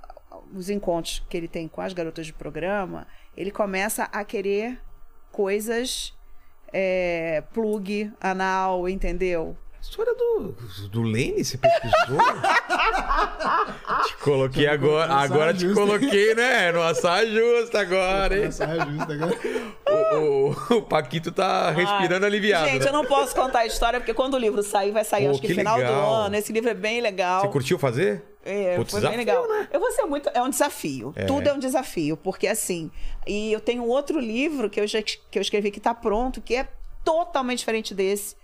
S5: os encontros que ele tem com as garotas de programa, ele começa a querer coisas é, plug, anal, entendeu?
S1: História do, do Lene, você pesquisou?
S5: *laughs*
S1: te coloquei
S2: Tô colocando
S1: agora.
S2: saia
S1: Agora te
S2: justa.
S1: coloquei, né? Numa saia justa agora, hein?
S2: Essa é justa agora.
S1: O, o- o Paquito tá respirando aliviado.
S5: Gente,
S1: né?
S5: eu não posso contar a história, porque quando o livro sair, vai sair
S1: Pô,
S5: acho que,
S1: que
S5: final
S1: legal.
S5: do ano. Esse livro é bem legal.
S1: Você curtiu fazer?
S5: É,
S1: Putz, desafio,
S5: foi
S1: né?
S5: bem legal. Eu vou ser muito. É um desafio. Tudo é um desafio, porque assim. E eu tenho outro livro que eu, já, que eu escrevi que tá pronto, que é totalmente diferente desse.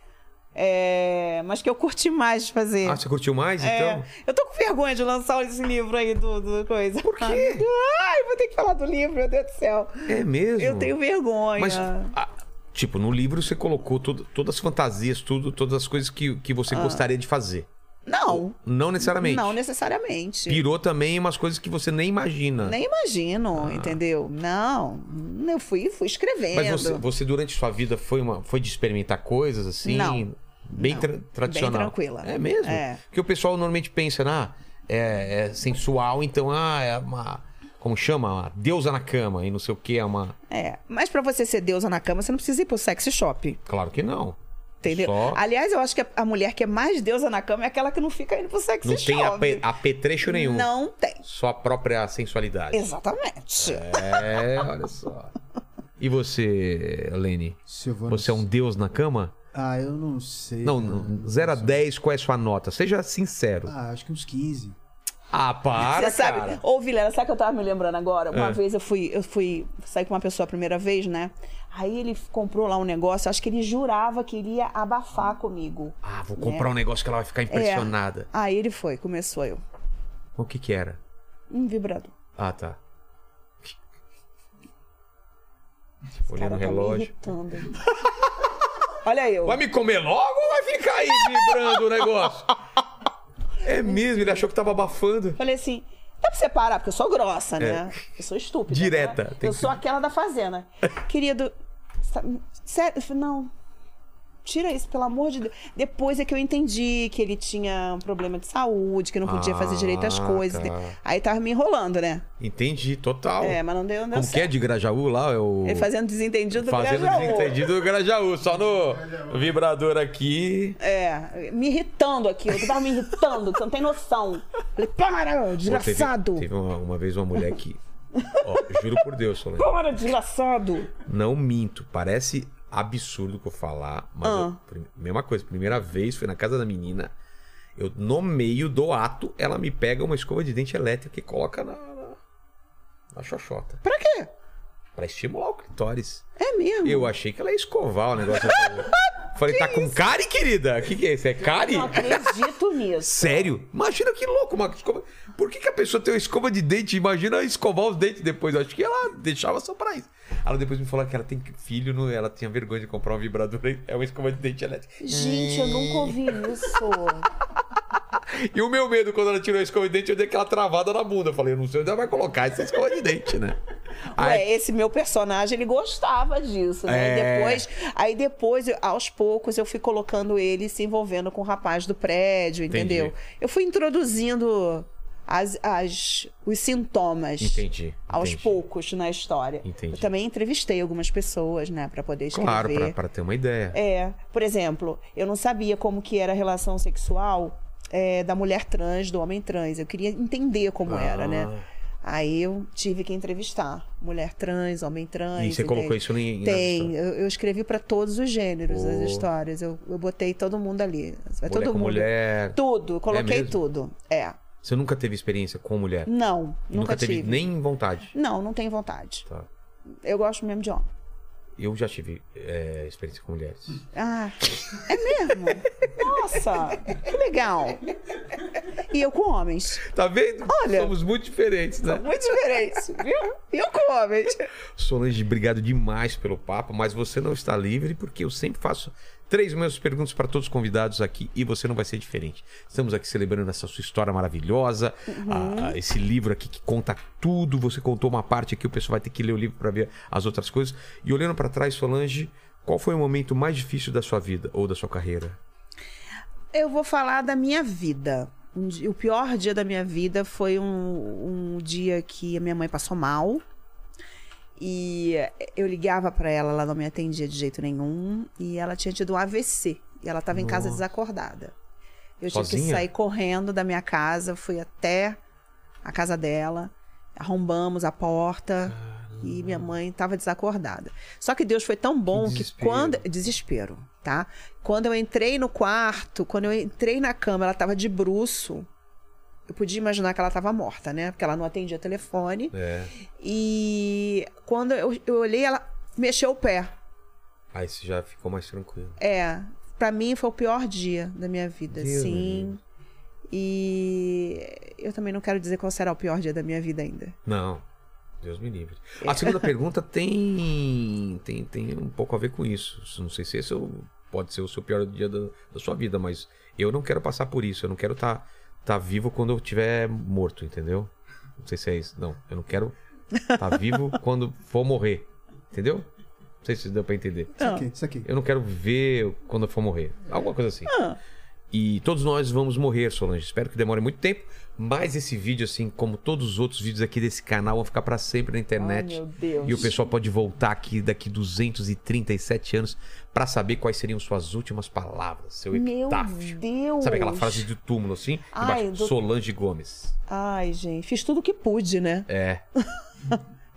S5: é, mas que eu curti mais de fazer.
S1: Ah, você curtiu mais,
S5: É,
S1: então?
S5: eu tô com vergonha de lançar esse livro aí do, do coisa. Por
S1: quê?
S5: *laughs* Ai, vou ter que falar do livro, meu Deus do céu.
S1: É mesmo?
S5: Eu tenho vergonha.
S1: Mas, ah, tipo, no livro você colocou tudo- todas as fantasias, tudo, todas as coisas que, que você gostaria de fazer.
S5: Não.
S1: Não necessariamente.
S5: Ah. Não necessariamente.
S1: Pirou também umas coisas que você nem imagina.
S5: Nem
S1: Ah.
S5: imagino, entendeu? Não. Eu fui, fui escrevendo.
S1: Mas você, você, durante sua vida, foi, uma, foi de experimentar coisas assim?
S5: Não.
S1: Bem
S5: Não.
S1: tra- tradicional.
S5: tranquila.
S1: É mesmo?
S5: É.
S1: Porque o pessoal normalmente pensa, ah, é, é sensual, então, ah, é uma. Como chama? Uma deusa na cama e não sei o que, é uma.
S5: É, mas pra você ser deusa na cama, você não precisa ir pro sex shop.
S1: Claro que não.
S5: Entendeu?
S1: Só-
S5: Aliás, eu acho que a- a mulher que é mais deusa na cama é aquela que não fica indo pro sexo
S1: Não tem ape- apetrecho nenhum.
S5: Não tem.
S1: Só a própria sensualidade.
S5: Exatamente.
S1: É, olha só. E você, Lene?
S2: Silvana.
S1: Você é um deus na cama?
S2: Ah, eu não sei.
S1: Não,
S2: cara.
S1: não. 0 a
S2: sei.
S1: 10, qual é a sua nota? Seja sincero.
S2: Ah, acho que uns 15.
S1: Ah, para,
S5: Você sabe,
S1: cara.
S5: ô Vilela, sabe que eu tava me lembrando agora? Uma
S1: É.
S5: vez eu fui, eu fui sair com uma pessoa a primeira vez, né? Aí ele comprou lá um negócio, acho que ele jurava que ele ia abafar comigo.
S1: Ah, vou comprar um negócio que ela vai ficar
S5: É.
S1: impressionada.
S5: Aí ele foi, começou eu.
S1: O que que era?
S5: Um vibrador.
S1: Ah, tá.
S5: Cara,
S1: Olhando o
S5: tá me
S1: relógio.
S5: irritando. *laughs* Olha eu.
S1: Vai me comer logo ou vai ficar aí vibrando o negócio? É mesmo, ele achou que tava abafando.
S5: Falei assim, dá pra separar, porque eu sou grossa, né? Eu sou estúpida.
S1: É. Direta,
S5: né?
S1: tem
S5: Eu
S1: que
S5: sou
S1: ser.
S5: aquela
S1: *laughs*
S5: da fazenda. Querido, sa- sério, eu falei, não. Tira isso, pelo amor de Deus. Depois é que eu entendi que ele tinha um problema de saúde, que não podia
S1: Ah,
S5: fazer direito as coisas. né?
S1: tá.
S5: Aí tava me enrolando, né?
S1: Entendi, total.
S5: É, mas não deu, não deu
S1: Como que é
S5: certo.
S1: de Grajaú lá? É o...
S5: Ele fazendo desentendido do
S1: Fazendo
S5: Grajaú.
S1: desentendido do Grajaú. Só no vibrador aqui.
S5: É, me irritando aqui. Eu tava me irritando, que você não tem noção. Falei, para,
S1: Pô, teve-
S5: desgraçado.
S1: Teve, uma, uma vez uma mulher que. Ó, juro por Deus, Solange.
S5: Para, desgraçado.
S1: Não minto. Parece absurdo que eu falar, mas
S5: Ah.
S1: eu- prim- mesma coisa. Primeira vez foi na casa da menina. Eu, no meio do ato, ela me pega uma escova de dente elétrica e coloca na, na, na xoxota.
S5: Pra quê?
S1: Pra estimular o clitóris.
S5: É mesmo.
S1: Eu achei que ela ia escovar o
S5: *laughs*
S1: negócio. Falei, tá com cárie, querida? O que, que é isso? É cárie?
S5: Não acredito nisso.
S1: Sério? Imagina que louco, uma escova. Por que, que a pessoa tem uma escova de dente? Imagina escovar os dentes depois. Eu acho que ela deixava só pra isso. Ela depois me falou que ela tem filho, não- ela tinha vergonha de comprar um vibrador. É uma escova de dente elétrica.
S5: Gente, eu nunca ouvi isso.
S1: E o meu medo, quando ela tirou a escova de dente, eu dei aquela travada na bunda. Eu falei, eu não sei onde ela vai colocar essa escova de dente, né? Aí-
S5: *laughs* Ué, esse meu personagem, ele gostava disso, né?
S1: É.
S5: E depois, aí depois, eu- aos poucos, eu fui colocando ele se envolvendo com o rapaz do prédio, entendeu?
S1: Entendi.
S5: Eu fui introduzindo as, as- os sintomas.
S1: Entendi.
S5: Aos
S1: entendi.
S5: poucos na história.
S1: Entendi.
S5: Eu também entrevistei algumas pessoas, né, Pra poder escrever.
S1: Claro, pra, pra ter uma ideia.
S5: É, por exemplo, eu não sabia como que era a relação sexual é, da mulher trans, do homem trans. Eu queria entender como
S1: Ah.
S5: era, né? Aí eu tive que entrevistar mulher trans, homem trans.
S1: e você
S5: entende?
S1: colocou isso em. na
S5: Tem,
S1: história.
S5: eu, eu escrevi pra todos os gêneros
S1: Pô.
S5: as histórias. Eu, eu botei todo mundo ali.
S1: Mulher
S5: Vai É todo
S1: com
S5: mundo.
S1: mulher.
S5: Tudo, eu coloquei
S1: mesmo?
S5: tudo. É.
S1: Você nunca teve experiência com mulher?
S5: Não, nunca,
S1: teve
S5: tive.
S1: nem vontade.
S5: Não, não tenho vontade.
S1: Tá.
S5: Eu gosto mesmo de homem.
S1: Eu já tive é, experiência com mulheres.
S5: Ah, é mesmo? Nossa, que legal. E eu com homens.
S1: Tá vendo?
S5: Olha-
S1: Somos muito diferentes, né?
S5: Muito diferente, viu? E eu com homens.
S1: Solange, obrigado demais pelo papo, mas você não está livre porque eu sempre faço três meus perguntas para todos os convidados aqui e você não vai ser diferente. Estamos aqui celebrando essa sua história maravilhosa, a- a- esse livro aqui que conta tudo. Você contou uma parte aqui, o pessoal vai ter que ler o livro para ver as outras coisas. E olhando para trás, Solange, qual foi o momento mais difícil da sua vida ou da sua carreira?
S5: Eu vou falar da minha vida. Um di- O pior dia da minha vida foi um, um dia que a minha mãe passou mal. E eu ligava pra ela, ela não me atendia de jeito nenhum. E ela tinha tido um AVC. E ela tava em casa
S1: Nossa.
S5: desacordada. Eu tive que
S1: Sozinha?
S5: sair correndo da minha casa, fui até a casa dela, arrombamos a porta. E minha mãe estava desacordada. Só que Deus foi tão bom que,
S1: desespero.
S5: quando. Desespero, tá? Quando eu entrei no quarto, quando eu entrei na cama, ela estava de bruço. Eu podia imaginar que ela estava morta, né? Porque ela não atendia telefone.
S1: É.
S5: E quando eu, eu olhei, ela mexeu o pé.
S1: Aí você já ficou mais tranquilo.
S5: É, pra mim foi o pior dia da minha vida,
S1: Deus me
S5: sim. E eu também não quero dizer qual será o pior dia da minha vida ainda.
S1: Não. Deus me livre. A segunda pergunta tem, tem tem um pouco a ver com isso. Não sei se esse é o- pode ser o seu pior dia da, da sua vida, mas eu não quero passar por isso. Eu não quero estar tá, tá vivo quando eu estiver morto, entendeu? Não sei se é isso. Não, eu não quero estar vivo quando for morrer, entendeu? Não
S2: Ah.
S1: sei se deu pra entender.
S2: Isso aqui, isso aqui.
S1: Eu não quero ver quando eu for morrer. Alguma coisa assim.
S5: Ah.
S1: E todos nós vamos morrer, Solange. Espero que demore muito tempo. Mas esse vídeo, assim como todos os outros vídeos aqui desse canal, vão ficar pra sempre na internet.
S5: Ai, meu Deus.
S1: E o pessoal pode voltar aqui daqui 237 anos pra saber quais seriam suas últimas palavras, seu
S5: Meu
S1: epitáfio.
S5: Deus.
S1: Sabe aquela frase de túmulo assim?
S5: Ai,
S1: Embaixo,
S5: do-
S1: Solange Gomes.
S5: Ai, gente, fiz tudo que pude, né?
S1: É.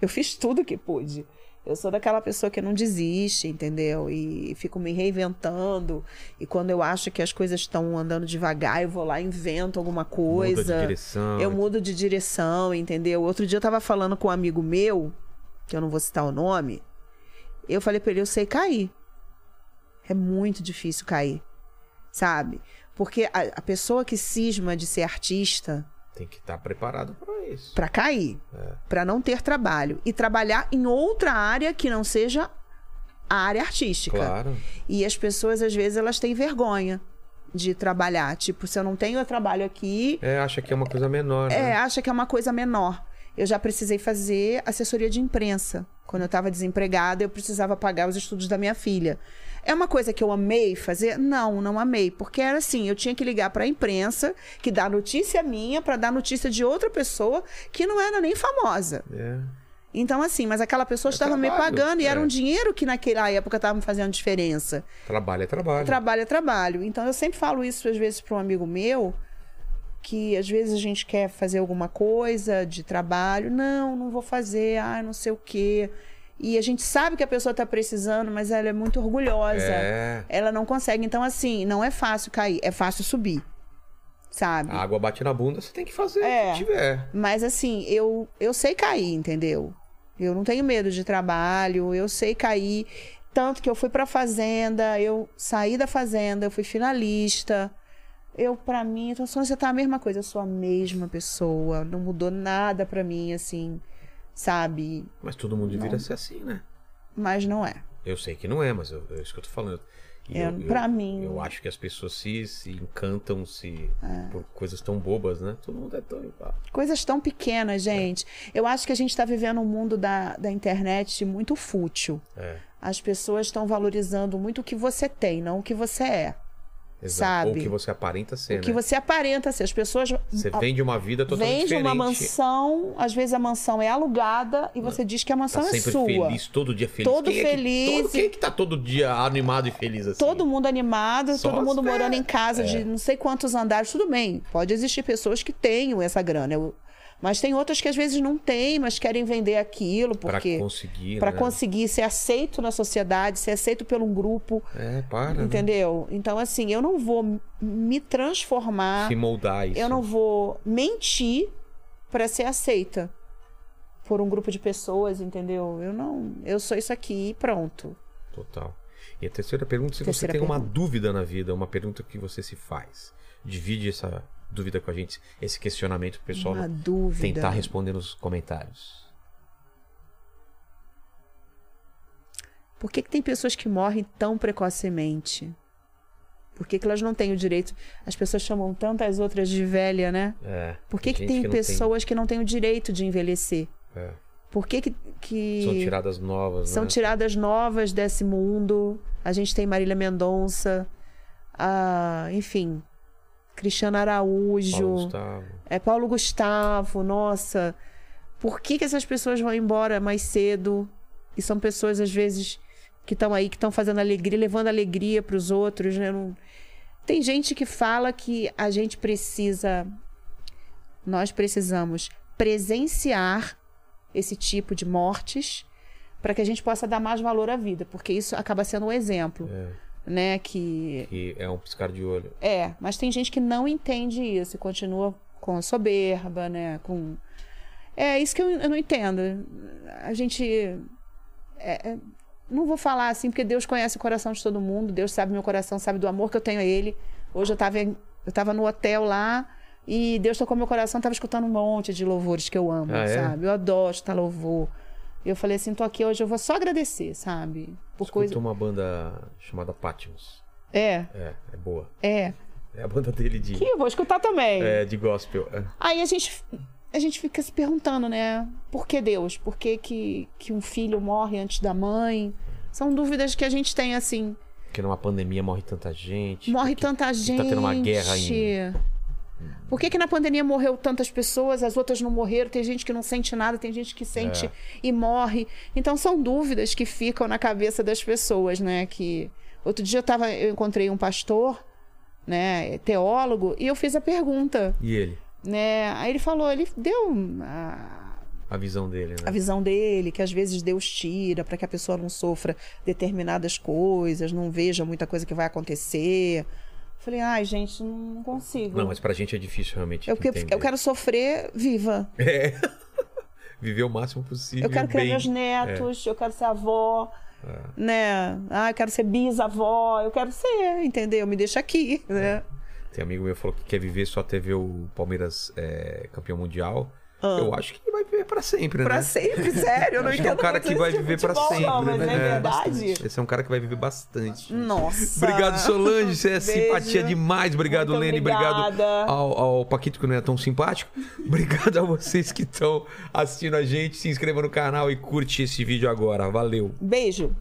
S5: Eu fiz tudo que pude. Eu sou daquela pessoa que não desiste, entendeu? E fico me reinventando. E quando eu acho que as coisas estão andando devagar, eu vou lá e invento alguma
S1: Muda de
S5: coisa.
S1: direção. né?
S5: eu mudo de direção, entendeu? Outro dia eu tava falando com um amigo meu, que eu não vou citar o nome. Eu falei pra ele, eu sei cair. É muito difícil cair, sabe? Porque a, a pessoa que cisma de ser artista,
S1: Tem que estar preparado pra isso.
S5: Pra cair, Pra não ter trabalho e trabalhar em outra área que não seja a área artística.
S1: Claro.
S5: E as pessoas às vezes elas têm vergonha de trabalhar, tipo, se eu não tenho eu trabalho aqui,
S1: É, acha que é uma coisa menor.
S5: é,
S1: né?
S5: acha que é uma coisa menor. Eu já precisei fazer assessoria de imprensa. Quando eu estava desempregada, eu precisava pagar os estudos da minha filha. É uma coisa que eu amei fazer? Não, não amei, porque era assim, eu tinha que ligar para a imprensa que dá notícia minha para dar notícia de outra pessoa que não era nem famosa.
S1: É.
S5: Então, assim, mas aquela pessoa
S1: É
S5: estava me
S1: trabalho,
S5: pagando e
S1: é.
S5: era um dinheiro que naquela época estava me fazendo diferença.
S1: Trabalho é trabalho.
S5: Trabalho é trabalho. Então, eu sempre falo isso, às vezes, para um amigo meu, que às vezes a gente quer fazer alguma coisa de trabalho. Não, não vou fazer, ah, não sei o quê. E a gente sabe que a pessoa está precisando, mas ela é muito orgulhosa.
S1: É.
S5: Ela não consegue. Então, assim, não é fácil cair, é fácil subir. Sabe?
S1: A água bate na bunda, você tem que fazer
S5: É.
S1: o que tiver.
S5: Mas assim, eu, eu sei cair, entendeu? Eu não tenho medo de trabalho, eu sei cair. Tanto que eu fui pra fazenda, eu saí da fazenda, eu fui finalista. Eu, pra mim, então, só você tá a mesma coisa, eu sou a mesma pessoa, não mudou nada pra mim, assim, sabe?
S1: Mas todo mundo deveria ser assim, né?
S5: Mas não é.
S1: Eu sei que não é, mas eu, é isso que eu tô falando. E
S5: É, pra mim-
S1: Eu acho que as pessoas se, se encantam se
S5: É.
S1: por coisas tão bobas, né? Todo mundo é tão igual.
S5: Coisas tão pequenas,
S1: É.
S5: gente. Eu acho que a gente tá vivendo um mundo da, da internet muito fútil.
S1: É,
S5: As pessoas estão valorizando muito o que você tem, não o que você é.
S1: exato. Ou
S5: Sabe?
S1: que você aparenta ser,
S5: o que
S1: né?
S5: você aparenta ser. As pessoas
S1: Você
S5: a-
S1: vende uma vida totalmente
S5: vende
S1: diferente.
S5: uma mansão, às vezes a mansão é alugada e você diz que a
S1: Tá
S5: mansão é
S1: sempre
S5: sua.
S1: feliz, todo dia feliz.
S5: Todo
S1: quem É que,
S5: feliz
S1: todo, quem é que tá todo dia animado e feliz assim?
S5: Todo mundo animado,
S1: Só
S5: todo
S1: as É.
S5: mundo
S1: fe-
S5: morando em casa de não sei quantos andares, tudo bem. Pode existir pessoas que tenham essa grana, eu- mas tem outras que às vezes não têm, mas querem vender aquilo
S1: Pra
S5: porque
S1: conseguir,
S5: para
S1: né?
S5: conseguir ser aceito na sociedade, ser aceito por um grupo,
S1: É, para. né?
S5: entendeu? Então assim, eu não vou m- me transformar
S1: Se moldar isso.
S5: Eu não vou mentir pra ser aceita por um grupo de pessoas, entendeu? Eu não, eu sou isso aqui e pronto.
S1: Total. E a terceira pergunta, se
S5: Terceira
S1: você tem uma
S5: pergunta.
S1: dúvida na vida, uma pergunta que você se faz, divide essa dúvida com a gente, esse questionamento pro pessoal
S5: Uma dúvida.
S1: tentar responder nos comentários.
S5: Por que, que tem pessoas que morrem tão precocemente? Por que, que elas não têm o direito? As pessoas chamam tantas outras de velha, né?
S1: É,
S5: Por que, que
S1: gente
S5: tem
S1: não
S5: pessoas que não têm o direito de envelhecer?
S1: É.
S5: Por que que, que
S1: São tiradas novas,
S5: São
S1: né?
S5: tiradas novas desse mundo. A gente tem Marília Mendonça, a- enfim, Cristiano
S1: Paulo
S5: Araújo,
S1: Gustavo.
S5: é Paulo Gustavo, nossa. Por que, que essas pessoas vão embora mais cedo? E são pessoas, às vezes, que estão aí, que estão fazendo alegria, levando alegria para os outros, né? Não- Tem gente que fala que a gente precisa, nós precisamos presenciar esse tipo de mortes para que a gente possa dar mais valor à vida, porque isso acaba sendo um exemplo, né? Que
S1: Que é um piscar de olho.
S5: é, mas tem gente que não entende isso e continua com a soberba, né? Com... É isso que eu, eu não entendo. A gente. é, é, não vou falar assim, porque Deus conhece o coração de todo mundo, Deus sabe meu coração, sabe do amor que eu tenho a Ele. Hoje eu tava, em- eu tava no hotel lá e Deus tocou meu coração, eu tava escutando um monte de louvores que eu amo,
S1: Ah, é?
S5: sabe? Eu adoro estar louvor. Eu falei assim, tô aqui hoje, eu vou só agradecer, sabe? Por
S1: Escuta
S5: coisa.
S1: uma banda chamada Patmos.
S5: É,
S1: É, é boa.
S5: é.
S1: É a banda dele de,
S5: Que eu vou escutar também.
S1: é, de gospel. É.
S5: Aí a gente, a gente fica se perguntando, né? Por que Deus? Por que, que, que um filho morre antes da mãe? São dúvidas que a gente tem, assim.
S1: Que Porque numa pandemia morre tanta gente.
S5: Morre
S1: porque...
S5: tanta gente.
S1: tá tendo uma guerra em-
S5: Por que, que na pandemia morreu tantas pessoas, as outras não morreram? Tem gente que não sente nada, tem gente que sente
S1: É.
S5: e morre. Então são dúvidas que ficam na cabeça das pessoas, né? Que outro dia eu, tava, eu encontrei um pastor, né, teólogo, e eu fiz a pergunta,
S1: E ele?
S5: né? Aí ele falou, ele deu a,
S1: A visão dele,
S5: a
S1: né?
S5: visão dele, que às vezes Deus tira para que a pessoa não sofra determinadas coisas, não veja muita coisa que vai acontecer. Falei, ai, gente, não consigo.
S1: Não, mas pra gente é difícil realmente.
S5: eu, é que-
S1: entender.
S5: eu quero sofrer viva.
S1: É. Viver o máximo possível.
S5: eu quero criar
S1: bem. é.
S5: meus netos, eu quero ser avó, né? Ah, eu quero ser bisavó, eu quero ser, entendeu? Me deixa aqui, né?
S1: Tem amigo meu que falou que quer viver só até ver o Palmeiras é, campeão mundial. Eu acho que ele vai viver pra sempre,
S5: Ah. Pra
S1: né?
S5: sempre, sério. Eu não
S1: Acho que é um
S5: entendo
S1: cara
S5: muito
S1: que vai
S5: de
S1: viver pra
S5: futebol, Não,
S1: sempre,
S5: mas é,
S1: né?
S5: verdade.
S1: Esse é um cara que vai viver bastante.
S5: Nossa.
S1: Obrigado, Solange. Você é
S5: Beijo.
S1: simpatia demais. Obrigado,
S5: Muito
S1: Lene. Obrigado
S5: obrigada.
S1: ao, ao Paquito, que não é tão simpático. Obrigado a vocês que estão assistindo a gente. Se inscreva no canal e curte esse vídeo agora. Valeu.
S5: Beijo.